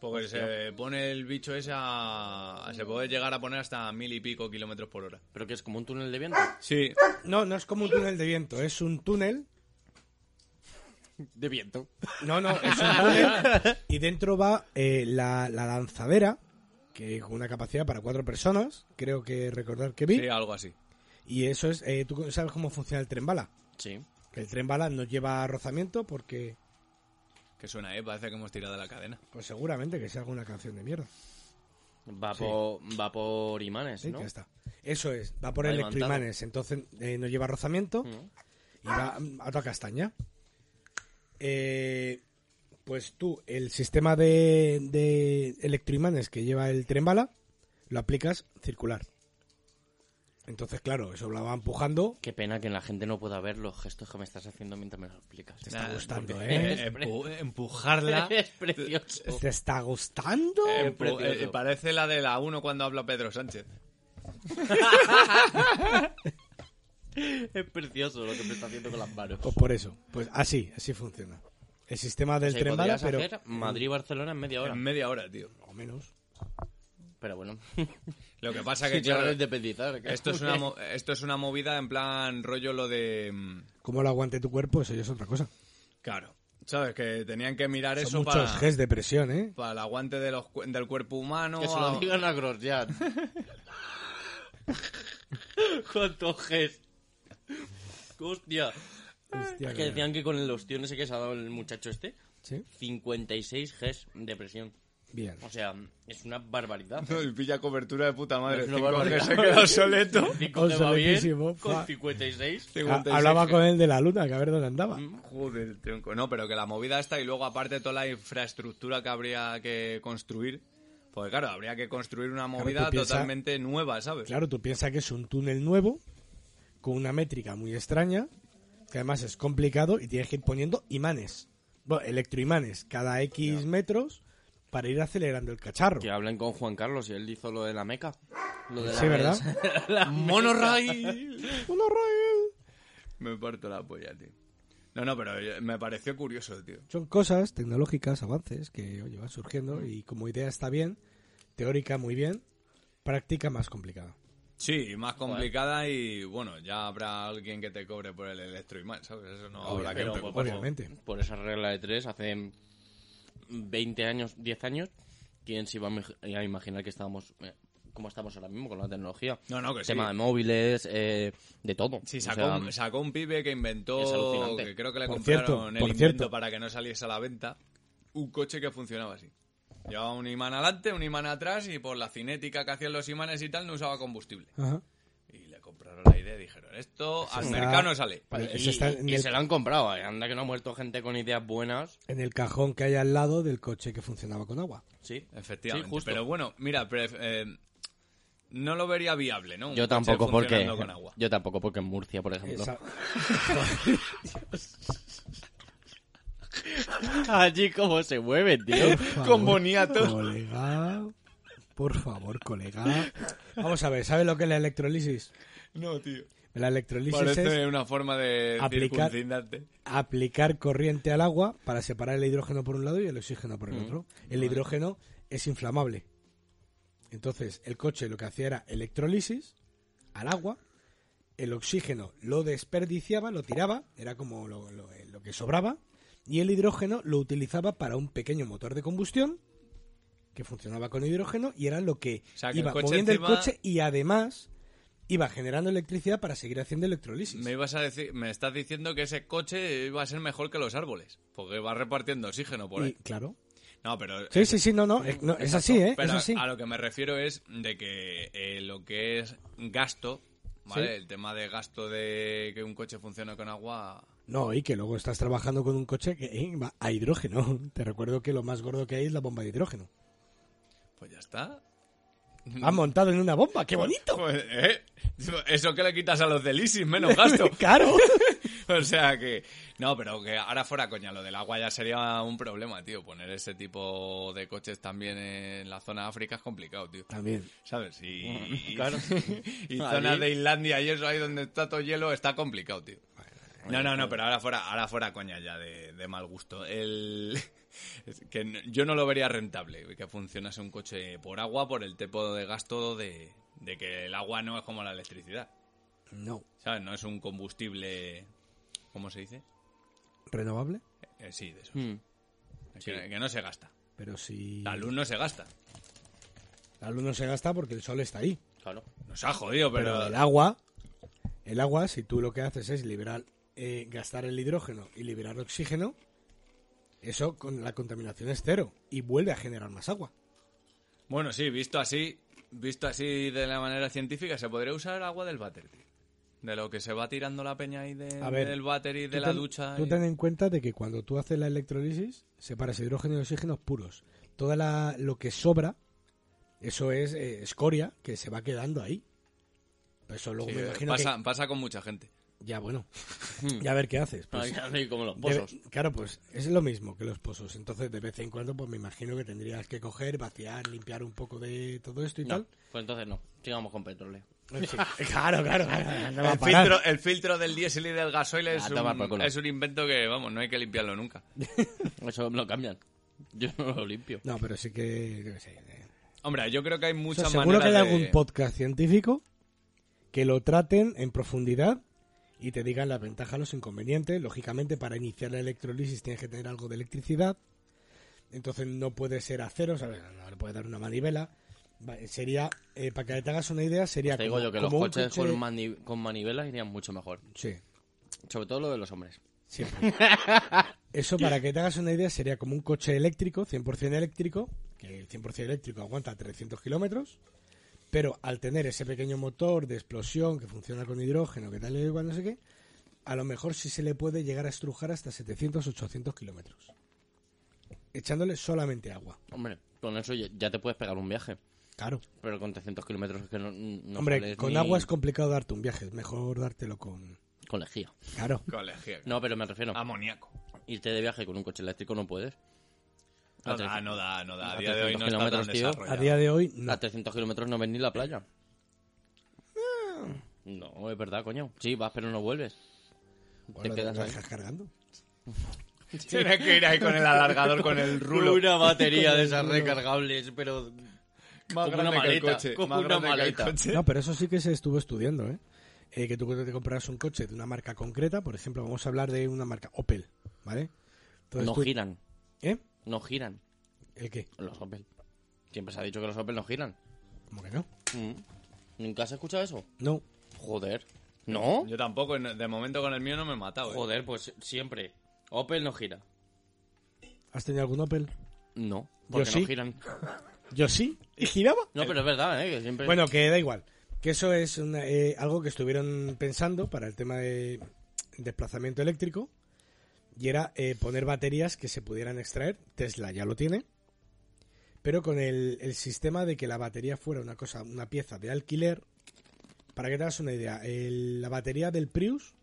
Speaker 2: Porque se pone el bicho ese a... a- Se puede llegar a poner hasta mil y pico kilómetros por hora.
Speaker 3: Pero que es como un túnel de viento.
Speaker 2: Sí.
Speaker 1: No, no es como un túnel de viento, es un túnel.
Speaker 3: De viento.
Speaker 1: No, no, es un túnel. Y dentro va eh, la, la lanzadera, que con una capacidad para cuatro personas, creo que recordar que vi.
Speaker 2: Sí, algo así.
Speaker 1: Y eso es, eh, tú sabes cómo funciona el tren bala.
Speaker 3: Sí.
Speaker 1: Que el tren bala no lleva rozamiento porque,
Speaker 2: Que suena, ¿eh? Parece que hemos tirado la cadena.
Speaker 1: pues seguramente que sea alguna canción de mierda.
Speaker 3: Va, Por, va por imanes,
Speaker 1: Sí,
Speaker 3: ¿no?
Speaker 1: ya está. Eso es, va por
Speaker 3: Va
Speaker 1: electroimanes, entonces eh, no lleva rozamiento.
Speaker 3: Mm.
Speaker 1: y va mm, a toda castaña. Eh, pues tú, el sistema de, de electroimanes que lleva el tren bala, lo aplicas circular. Entonces, claro, eso la va empujando.
Speaker 3: Qué pena que la gente no pueda ver los gestos que me estás haciendo mientras me los explicas.
Speaker 1: Te
Speaker 3: (laughs)
Speaker 1: está
Speaker 2: Nah,
Speaker 1: gustando,
Speaker 2: porque-
Speaker 1: ¿eh?
Speaker 2: eh, empu- empujarla.
Speaker 3: Es precioso.
Speaker 1: ¿Te (laughs) está gustando?
Speaker 2: Empu-
Speaker 3: precioso.
Speaker 2: eh, parece la de la 1 cuando habla Pedro Sánchez.
Speaker 3: Es precioso lo que me está haciendo con las manos.
Speaker 1: Pues por eso. Pues así, así funciona. El sistema del
Speaker 3: O sea,
Speaker 1: tren bala,
Speaker 3: Pues podrías
Speaker 1: pero.
Speaker 3: hacer Madrid-Barcelona en media hora.
Speaker 2: En media hora, tío.
Speaker 1: O menos.
Speaker 3: Pero bueno.
Speaker 2: Lo que pasa
Speaker 3: Sí, (laughs)
Speaker 2: que, claro,
Speaker 3: independizar. que-
Speaker 2: esto es, una mo- esto es una movida en plan rollo lo de... mm,
Speaker 1: Como lo aguante tu cuerpo, eso ya es otra cosa.
Speaker 2: Claro, ¿sabes? Que tenían que mirar
Speaker 1: Son
Speaker 2: eso
Speaker 1: muchos
Speaker 2: para,
Speaker 1: Gs de presión, ¿eh?
Speaker 2: para el aguante de los, cu- del cuerpo humano.
Speaker 3: Que se
Speaker 2: a-
Speaker 3: lo digan a (laughs) Grosjean. ¿Cuántos Gs? Hostia.
Speaker 1: Hostia,
Speaker 3: Es que
Speaker 1: que-
Speaker 3: decían que con el ostión ese que se ha dado el muchacho este,
Speaker 1: Sí.
Speaker 3: 56 Gs de presión.
Speaker 1: Bien.
Speaker 3: O sea, es una barbaridad.
Speaker 2: No, el pilla cobertura de puta madre.
Speaker 3: Es una
Speaker 2: Cinco
Speaker 3: barbaridad.
Speaker 2: G se queda (laughs) soleto.
Speaker 3: 5 G va bien,
Speaker 1: Obsoletísimo,
Speaker 3: con
Speaker 1: fa.
Speaker 3: 56.
Speaker 1: Ha-
Speaker 2: 56
Speaker 1: Hablaba
Speaker 2: G.
Speaker 1: con él de la luna, que a ver dónde andaba.
Speaker 2: Mm. Joder, tronco. No, pero que la movida está y luego aparte toda la infraestructura que habría que construir. Porque claro, habría que construir una movida
Speaker 1: piensa-
Speaker 2: totalmente nueva, ¿sabes?
Speaker 1: Claro, tú piensas que es un túnel nuevo, con una métrica muy extraña, que además es complicado y tienes que ir poniendo imanes, bueno, electroimanes, cada X metros para ir acelerando el cacharro.
Speaker 3: Que hablen con Juan Carlos y él hizo lo de la meca. Lo de
Speaker 1: Sí, ¿verdad?
Speaker 2: (laughs)
Speaker 3: (laughs)
Speaker 2: ¡Monorail!
Speaker 1: Uno, Rael.
Speaker 2: me parto la polla, tío. No, no, pero yo- me pareció curioso, tío.
Speaker 1: Son cosas tecnológicas, avances que oye, van surgiendo y como idea está bien, teórica muy bien, práctica más complicada.
Speaker 2: Sí, más complicada y bueno, ya habrá alguien que te cobre por el electroimán, ¿sabes? Eso no habrá que
Speaker 3: Pero,
Speaker 2: preocuparse.
Speaker 3: por-
Speaker 1: obviamente.
Speaker 3: Por esa regla de tres, hace 20 años, 10 años, ¿quién se iba a mi- a imaginar que estábamos eh, como estamos ahora mismo con la tecnología?
Speaker 2: No, no, que sí.
Speaker 3: Tema de móviles, eh, de todo.
Speaker 2: Sí,
Speaker 3: O
Speaker 2: sacó,
Speaker 3: sea, mm,
Speaker 2: un, sacó un pibe que
Speaker 3: es
Speaker 2: inventó,
Speaker 3: alucinante.
Speaker 2: que creo que le
Speaker 1: Por
Speaker 2: compraron
Speaker 1: cierto,
Speaker 2: el
Speaker 1: por
Speaker 2: invento
Speaker 1: cierto.
Speaker 2: para que no saliese a la venta, un coche que funcionaba así. Llevaba un imán adelante, un imán atrás y por la cinética que hacían los imanes y tal no usaba combustible.
Speaker 1: Ajá.
Speaker 2: Y le compraron la idea y dijeron, esto al
Speaker 1: está-
Speaker 2: mercado no sale.
Speaker 1: Pero
Speaker 3: y,
Speaker 1: ese está en
Speaker 3: y
Speaker 1: el-
Speaker 3: se lo han comprado. eh. Anda que no ha muerto gente con ideas buenas.
Speaker 1: En el cajón que hay al lado del coche que funcionaba con agua.
Speaker 3: Sí,
Speaker 2: Efectivamente.
Speaker 3: Sí, justo.
Speaker 2: Pero bueno, mira, pref- eh, no lo vería viable, ¿no? Un
Speaker 3: yo
Speaker 2: coche
Speaker 3: tampoco porque
Speaker 2: funcionando con agua.
Speaker 3: yo tampoco porque en Murcia por ejemplo
Speaker 1: Esa-
Speaker 3: (laughs)
Speaker 1: (laughs)
Speaker 3: allí cómo se mueve
Speaker 1: (laughs)
Speaker 3: tío
Speaker 1: favor,
Speaker 3: con boniato
Speaker 1: Colega, por favor, colega. Vamos a ver, ¿sabes lo que es la electrolisis?
Speaker 2: No, tío.
Speaker 1: La electrolisis
Speaker 2: Parece
Speaker 1: es
Speaker 2: una forma de
Speaker 1: aplicar-
Speaker 2: circuncindarte.
Speaker 1: aplicar corriente al agua para separar el hidrógeno por un lado y el oxígeno por el
Speaker 2: Mm.
Speaker 1: otro. El hidrógeno es inflamable. Entonces, el coche lo que hacía era electrolisis al agua, el oxígeno lo desperdiciaba, lo tiraba, era como lo, lo- eh, lo que sobraba, y el hidrógeno lo utilizaba para un pequeño motor de combustión que funcionaba con hidrógeno y era lo que
Speaker 2: O sea, que el
Speaker 1: iba
Speaker 2: coche
Speaker 1: moviendo
Speaker 2: encima-
Speaker 1: el coche y además iba generando electricidad para seguir haciendo electrolisis.
Speaker 2: Me ibas a decir, me estás diciendo que ese coche iba a ser mejor que los árboles, porque va repartiendo oxígeno por
Speaker 1: Y,
Speaker 2: ahí.
Speaker 1: claro,
Speaker 2: No, pero
Speaker 1: Sí, sí, sí, no, no, eh, no, es así, ¿eh?
Speaker 2: pero
Speaker 1: es así.
Speaker 2: a lo que me refiero es de que eh, lo que es gasto, ¿vale?
Speaker 1: Sí.
Speaker 2: El tema de gasto de que un coche funcione con agua.
Speaker 1: No, y que luego estás trabajando con un coche que eh, va a hidrógeno. (laughs) Te recuerdo que lo más gordo que hay es la bomba de hidrógeno.
Speaker 2: Pues ya está.
Speaker 1: Va montado en una bomba, qué bonito.
Speaker 2: Pues, ¿eh? Eso que le quitas a los del ISIS,
Speaker 1: (laughs)
Speaker 2: menos gasto. (laughs)
Speaker 1: Claro.
Speaker 2: O sea que. No, pero que ahora fuera coña, lo del agua ya sería un problema, tío. Poner ese tipo de coches también en la zona de África es complicado, tío.
Speaker 1: También.
Speaker 2: ¿Sabes? Y, y-
Speaker 3: Mm,
Speaker 2: (laughs)
Speaker 3: claro. (laughs)
Speaker 2: y
Speaker 3: Allí.
Speaker 2: zonas de Islandia y eso ahí donde está todo hielo está complicado, tío. No, no, no, pero ahora fuera, ahora fuera coña ya de, de mal gusto. El, (laughs) es que n- yo no lo vería rentable que funcionase un coche por agua por el tipo de gasto de, de que el agua no es como la electricidad.
Speaker 1: No.
Speaker 2: ¿Sabes? No es un combustible. ¿Cómo se dice?
Speaker 1: Renovable,
Speaker 2: Eh, sí, de eso.
Speaker 3: Mm.
Speaker 2: Que, que no se gasta.
Speaker 1: pero si...
Speaker 2: La luz no se gasta.
Speaker 1: La luz no se gasta porque el sol está ahí.
Speaker 3: claro
Speaker 2: Nos ha jodido,
Speaker 1: Pero,
Speaker 2: pero.
Speaker 1: el agua, el agua, si tú lo que haces es liberar, eh, gastar el hidrógeno y liberar oxígeno, eso con la contaminación es cero y vuelve a generar más agua.
Speaker 2: Bueno, sí, visto así, visto así de la manera científica, se podría usar agua del váter, tío. De lo que se va tirando la peña ahí de-
Speaker 1: A ver,
Speaker 2: del váter y de
Speaker 1: Tú
Speaker 2: la
Speaker 1: ten-
Speaker 2: ducha.
Speaker 1: Tú
Speaker 2: y-
Speaker 1: ten en cuenta de que cuando tú haces la electrolisis, separas hidrógeno y oxígenos puros. Toda la, lo que sobra, eso es eh, escoria que se va quedando ahí. Pero eso luego
Speaker 2: Sí,
Speaker 1: me
Speaker 2: eh,
Speaker 1: imagino
Speaker 2: pasa,
Speaker 1: que...
Speaker 2: pasa con mucha gente.
Speaker 1: Ya,
Speaker 2: (laughs)
Speaker 1: bueno. ya a ver qué haces.
Speaker 3: Ah,
Speaker 1: pues.
Speaker 3: ya sé, como los
Speaker 1: Debe-
Speaker 3: pozos.
Speaker 1: claro, pues es lo mismo que los pozos. Entonces, de vez en cuando, pues me imagino que tendrías que coger, vaciar, limpiar un poco de todo esto y
Speaker 3: No,
Speaker 2: (laughs)
Speaker 1: tal.
Speaker 3: pues entonces no. Sigamos con petróleo.
Speaker 1: En fin, claro, claro, claro. no va a
Speaker 2: El
Speaker 1: parar.
Speaker 2: filtro, el filtro del diésel y del gasoil es,
Speaker 3: Ah, toma por
Speaker 2: un,
Speaker 3: culo.
Speaker 2: es un invento que, vamos, no hay que limpiarlo nunca.
Speaker 3: Eso lo cambian. Yo no lo limpio.
Speaker 1: No, pero sí que. yo qué sé. eh.
Speaker 2: Hombre, yo creo que hay
Speaker 1: O sea,
Speaker 2: muchas
Speaker 1: seguro
Speaker 2: maneras
Speaker 1: que hay
Speaker 2: de-
Speaker 1: algún podcast científico que lo traten en profundidad y te digan las ventajas, los inconvenientes. Lógicamente, para iniciar la electrolisis tienes que tener algo de electricidad. Entonces no puede ser acero, ¿sabes? No le puedes dar una manivela. Va, Sería, eh, para que te hagas una idea, sería
Speaker 3: Pues Te digo
Speaker 1: como,
Speaker 3: yo que los
Speaker 1: como un
Speaker 3: coches
Speaker 1: coche-
Speaker 3: con, mani- con manivelas irían mucho mejor.
Speaker 1: Sí,
Speaker 3: Sobre todo lo de los hombres. (laughs)
Speaker 1: siempre. Eso, para que te hagas una idea, sería como un coche eléctrico, 100% eléctrico, que el 100% eléctrico aguanta 300 kilómetros, pero al tener ese pequeño motor de explosión que funciona con hidrógeno, que tal y cual, no sé qué, a lo mejor sí se le puede llegar a estrujar hasta 700, 800 kilómetros. Echándole solamente agua.
Speaker 3: Hombre, con eso ya, ya te puedes pegar un viaje.
Speaker 1: Claro.
Speaker 3: Pero con 300 kilómetros es que no, no
Speaker 1: Hombre,
Speaker 3: sales
Speaker 1: con
Speaker 3: ni
Speaker 1: agua es complicado darte un viaje, es mejor dártelo con...
Speaker 3: con lejía.
Speaker 1: Claro.
Speaker 2: Colegio.
Speaker 3: No, pero me refiero,
Speaker 2: Amoníaco.
Speaker 3: irte de viaje con un coche eléctrico no puedes.
Speaker 2: No da,
Speaker 3: A 300
Speaker 2: no da, no da. A
Speaker 3: a
Speaker 2: día de hoy no
Speaker 3: 300
Speaker 2: está tan
Speaker 3: kilómetros, tío.
Speaker 1: A
Speaker 2: desarrollado.
Speaker 1: día de hoy, no.
Speaker 3: A 300 kilómetros no ves ni la playa.
Speaker 1: Ah.
Speaker 3: No, es verdad, coño. Sí, vas pero no vuelves.
Speaker 1: Bueno,
Speaker 3: te quedas
Speaker 1: lo
Speaker 3: ahí.
Speaker 1: dejas cargando.
Speaker 2: Tienes que ir ahí con el alargador, con
Speaker 3: (laughs)
Speaker 2: el rulo.
Speaker 3: Una batería
Speaker 2: (laughs)
Speaker 3: de esas recargables, pero...
Speaker 2: Más
Speaker 3: como
Speaker 2: grande
Speaker 3: una
Speaker 2: que el
Speaker 3: maleta,
Speaker 2: coche.
Speaker 3: como
Speaker 2: más
Speaker 3: una
Speaker 2: grande que el
Speaker 3: maleta.
Speaker 2: coche.
Speaker 1: No, pero eso sí que se estuvo estudiando, ¿eh? Eh, que tú cuando te compras un coche de una marca concreta, por ejemplo, vamos a hablar de una marca Opel, ¿vale? Entonces
Speaker 3: No
Speaker 1: pues tú-
Speaker 3: giran,
Speaker 1: ¿Eh?
Speaker 3: no giran
Speaker 1: ¿El qué?
Speaker 3: los Opel. Siempre se ha dicho que los Opel no giran.
Speaker 1: ¿Cómo que no?
Speaker 3: ¿Nunca has escuchado eso?
Speaker 1: No.
Speaker 3: Joder. ¿No?
Speaker 2: Yo tampoco, en- de momento con el mío no me he matado. eh.
Speaker 3: Joder, pues siempre. Opel no gira.
Speaker 1: ¿Has tenido algún Opel?
Speaker 3: No, porque
Speaker 1: sí.
Speaker 3: no giran.
Speaker 1: Yo sí. ¿Y giraba?
Speaker 3: No, pero es verdad, ¿eh? Que siempre...
Speaker 1: Bueno, que da igual. Que eso es una- eh, algo que estuvieron pensando para el tema de desplazamiento eléctrico. Y era eh, poner baterías que se pudieran extraer. Tesla ya lo tiene. Pero con el, el sistema de que la batería fuera una cosa, una pieza de alquiler. Para que te hagas una idea, el- la batería del Prius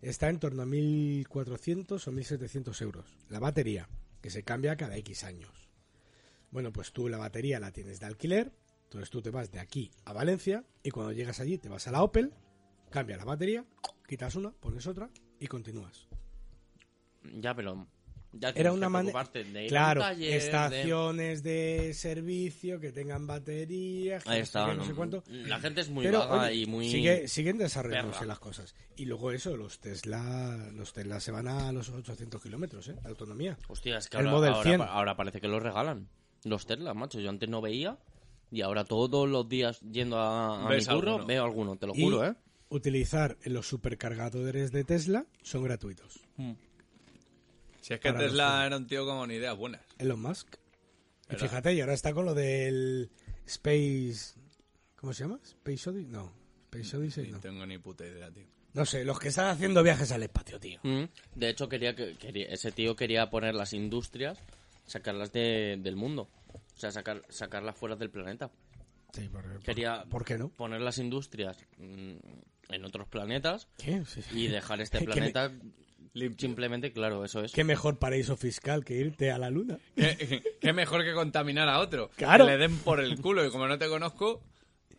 Speaker 1: está en torno a 1.400 o 1.700 euros. La batería, que se cambia cada X años. Bueno, pues tú la batería la tienes de alquiler, entonces tú te vas de aquí a Valencia y cuando llegas allí te vas a la Opel, cambia la batería, quitas una, pones otra y continúas.
Speaker 3: Ya, pero... Ya
Speaker 1: Era
Speaker 3: tienes
Speaker 1: una
Speaker 3: que
Speaker 1: manera...
Speaker 3: preocuparte de ir
Speaker 1: Claro,
Speaker 3: a un taller, de-
Speaker 1: estaciones de... servicio que tengan batería, que
Speaker 3: Ahí
Speaker 1: no sé
Speaker 3: está.
Speaker 1: qué, no
Speaker 3: no-
Speaker 1: sé cuánto.
Speaker 3: La gente es muy
Speaker 1: Pero,
Speaker 3: vaga
Speaker 1: oye,
Speaker 3: y muy...
Speaker 1: sigue- siguen desarrollándose
Speaker 3: perra.
Speaker 1: las cosas. Y luego eso, los Tesla, los Tesla se van a los 800 kilómetros, ¿eh? De autonomía.
Speaker 3: Hostia, es que
Speaker 1: El
Speaker 3: ahora,
Speaker 1: Model
Speaker 3: ahora-
Speaker 1: 100.
Speaker 3: ahora parece que los regalan. Los Tesla, macho. Yo antes no veía y ahora todos los días yendo a, a mi
Speaker 2: ¿Ves
Speaker 3: curro
Speaker 2: alguno?
Speaker 3: veo alguno, te lo
Speaker 1: Y
Speaker 3: juro, ¿eh?
Speaker 1: Utilizar los supercargadores de Tesla son gratuitos.
Speaker 2: Si es que
Speaker 1: Para los
Speaker 2: Tesla era un tío con ideas buenas.
Speaker 1: Elon Musk. Y
Speaker 2: Era-
Speaker 1: fíjate, y ahora está con lo del Space. ¿Cómo se llama? ¿Space Odyssey? No. Space Odyssey,
Speaker 2: No
Speaker 1: no.
Speaker 2: tengo ni puta idea, tío.
Speaker 1: No sé, los que están haciendo viajes al espacio, tío.
Speaker 3: Mm. De hecho, quería que quería- ese tío quería poner las industrias, sacarlas de- del mundo. O sea, sacar, sacarlas fuera del planeta.
Speaker 1: Sí, por,
Speaker 3: Quería
Speaker 1: ¿por qué no?
Speaker 3: poner las industrias mm, en otros planetas
Speaker 1: ¿Qué? Sí, (laughs) sí.
Speaker 3: y dejar este
Speaker 1: Que me-
Speaker 3: planeta
Speaker 2: Limpio.
Speaker 3: simplemente, claro, eso es.
Speaker 1: ¿Qué mejor paraíso fiscal que irte a la luna?
Speaker 2: ¿Qué, (laughs) qué mejor que contaminar a otro.
Speaker 1: Claro.
Speaker 2: Que le den por el culo y como no te conozco,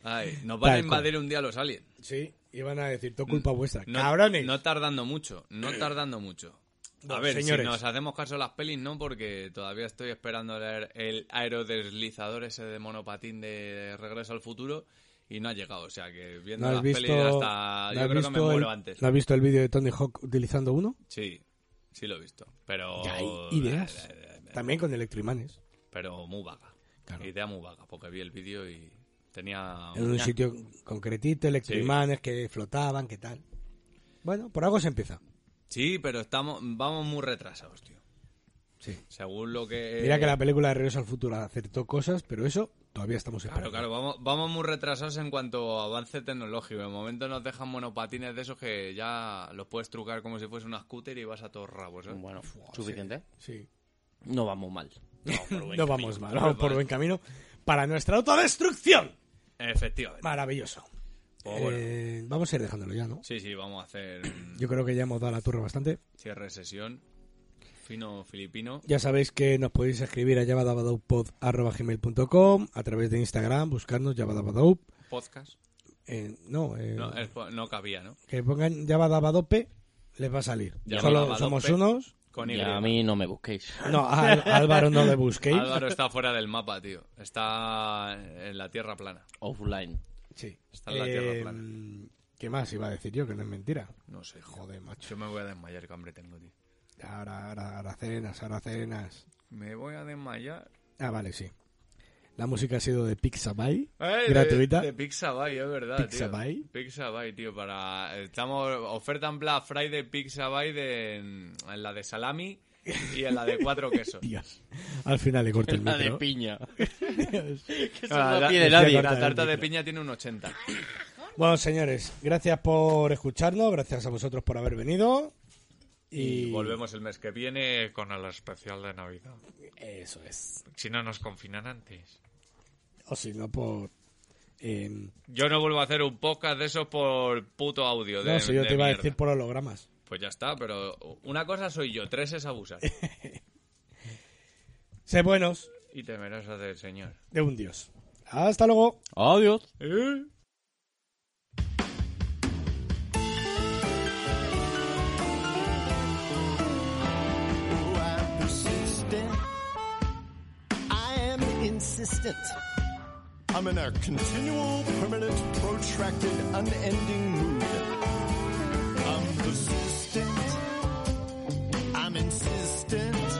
Speaker 2: ay, nos van a
Speaker 1: Tal cual.
Speaker 2: invadir un día los aliens.
Speaker 1: Sí, iban a decir, todo culpa vuestra.
Speaker 2: Mm, No,
Speaker 1: ¡Cabrones!
Speaker 2: No tardando mucho, no tardando mucho. A
Speaker 1: Bueno,
Speaker 2: ver,
Speaker 1: señores.
Speaker 2: si nos hacemos caso a las pelis, no, porque todavía estoy esperando leer el aerodeslizador ese de monopatín de Regreso al Futuro y no ha llegado. O sea que viendo
Speaker 1: ¿No has
Speaker 2: las
Speaker 1: visto,
Speaker 2: pelis hasta.
Speaker 1: no
Speaker 2: yo
Speaker 1: has
Speaker 2: creo que me
Speaker 1: visto
Speaker 2: muero
Speaker 1: el,
Speaker 2: antes.
Speaker 1: ¿no has visto el vídeo de Tony Hawk utilizando uno?
Speaker 2: Sí, sí lo he visto. Pero.
Speaker 1: Ya hay
Speaker 2: eh,
Speaker 1: ideas. También con electroimanes.
Speaker 2: Pero muy vaga.
Speaker 1: Claro.
Speaker 2: Idea muy vaga, porque vi el vídeo y tenía.
Speaker 1: En un sitio concretito, electroimanes que flotaban, que tal. Bueno, por algo se empieza.
Speaker 2: Sí, pero estamos vamos muy retrasados, tío.
Speaker 1: Sí.
Speaker 2: Según lo que.
Speaker 1: Mira que la película de Regreso al Futuro acertó cosas, pero eso todavía estamos
Speaker 2: Claro,
Speaker 1: esperando.
Speaker 2: claro, vamos, vamos muy retrasados en cuanto a avance tecnológico. De momento nos dejan monopatines de esos que ya los puedes trucar como si fuese una scooter y vas a todos rabos. ¿eh?
Speaker 1: (laughs)
Speaker 3: Bueno, suficiente.
Speaker 1: Sí.
Speaker 3: No vamos mal.
Speaker 1: No vamos mal, vamos por buen camino para nuestra autodestrucción.
Speaker 2: Eh, Efectivamente.
Speaker 1: Maravilloso.
Speaker 2: Pues bueno.
Speaker 1: Eh, vamos a ir dejándolo ya, ¿no?
Speaker 2: Sí, sí, vamos a hacer un
Speaker 1: Yo creo que ya hemos dado la turra bastante.
Speaker 2: cierre de sesión. Fino filipino.
Speaker 1: Ya sabéis que nos podéis escribir a yabadabadoupod.com, a través de Instagram, buscarnos yabadabadoup.
Speaker 2: Podcast.
Speaker 1: eh, no, eh,
Speaker 2: No, es- no cabía, ¿no?
Speaker 1: que pongan yabadabadope, les va a salir. Solo
Speaker 2: Yabadabadope.
Speaker 1: somos unos.
Speaker 2: Con
Speaker 3: Y
Speaker 2: Y.
Speaker 3: a mí no me busquéis.
Speaker 2: (laughs)
Speaker 1: No, a Al- Álvaro no le busquéis.
Speaker 2: Álvaro está fuera del mapa, tío. Está en la tierra plana.
Speaker 3: Offline.
Speaker 1: Sí. Eh,
Speaker 2: Está en la tierra plana.
Speaker 1: ¿Qué más iba a decir yo? Que no es mentira.
Speaker 2: No sé. tío.
Speaker 1: Joder, macho.
Speaker 2: Yo me voy a desmayar, que hambre tengo, tío.
Speaker 1: Ahora, ahora, ahora cenas, ahora cenas.
Speaker 2: Me voy a desmayar.
Speaker 1: Ah, vale, sí. La música ha sido de Pixabay,
Speaker 2: Eh,
Speaker 1: gratuita.
Speaker 2: De, de Pixabay, es verdad.
Speaker 1: Pixabay.
Speaker 2: Tío. Pixabay, tío, para. Estamos. Oferta en Black Friday Pixabay de, en la de salami y en la de cuatro quesos.
Speaker 1: Dios. Al final le corto
Speaker 2: (laughs)
Speaker 1: el
Speaker 3: La Ah, de
Speaker 1: micro.
Speaker 3: piña.
Speaker 1: Dios.
Speaker 3: (laughs) Que eso
Speaker 2: Ah,
Speaker 3: no
Speaker 2: la-
Speaker 3: pide
Speaker 1: la-
Speaker 3: nadie.
Speaker 1: la-
Speaker 2: La tarta
Speaker 3: (laughs)
Speaker 2: de
Speaker 1: micro.
Speaker 2: piña tiene un 80.
Speaker 1: Bueno, señores, gracias por escucharnos, gracias a vosotros por haber venido. Y,
Speaker 2: Y volvemos el mes que viene con el especial de Navidad.
Speaker 1: Eso es.
Speaker 2: Si no nos confinan antes.
Speaker 1: O si no, por. em,
Speaker 2: Yo no vuelvo a hacer un podcast de eso por puto audio. De,
Speaker 1: no, si yo
Speaker 2: de
Speaker 1: te iba a
Speaker 2: mierda.
Speaker 1: decir por hologramas.
Speaker 2: Pues ya está, pero una cosa soy yo, tres
Speaker 1: (laughs)
Speaker 2: es abusar.
Speaker 1: Sé buenos
Speaker 2: y temeroso del Señor.
Speaker 1: de un dios. Hasta luego.
Speaker 3: Adiós.
Speaker 2: ¿Eh?
Speaker 5: I'm persistent. I am insistent. I'm in a continual, permanent, protracted, unending mood. I'm persistent. I'm insistent.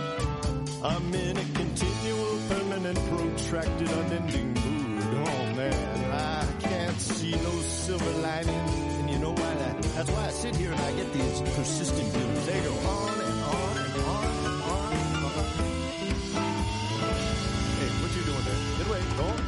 Speaker 5: I'm in a continual, permanent, protracted, unending mood. Oh man, I can't see no silver lining. And you know why that? That's why I sit here and I get these persistent blues. They go on and on and on and on and on. Hey, what you doing there? Get away. Don't,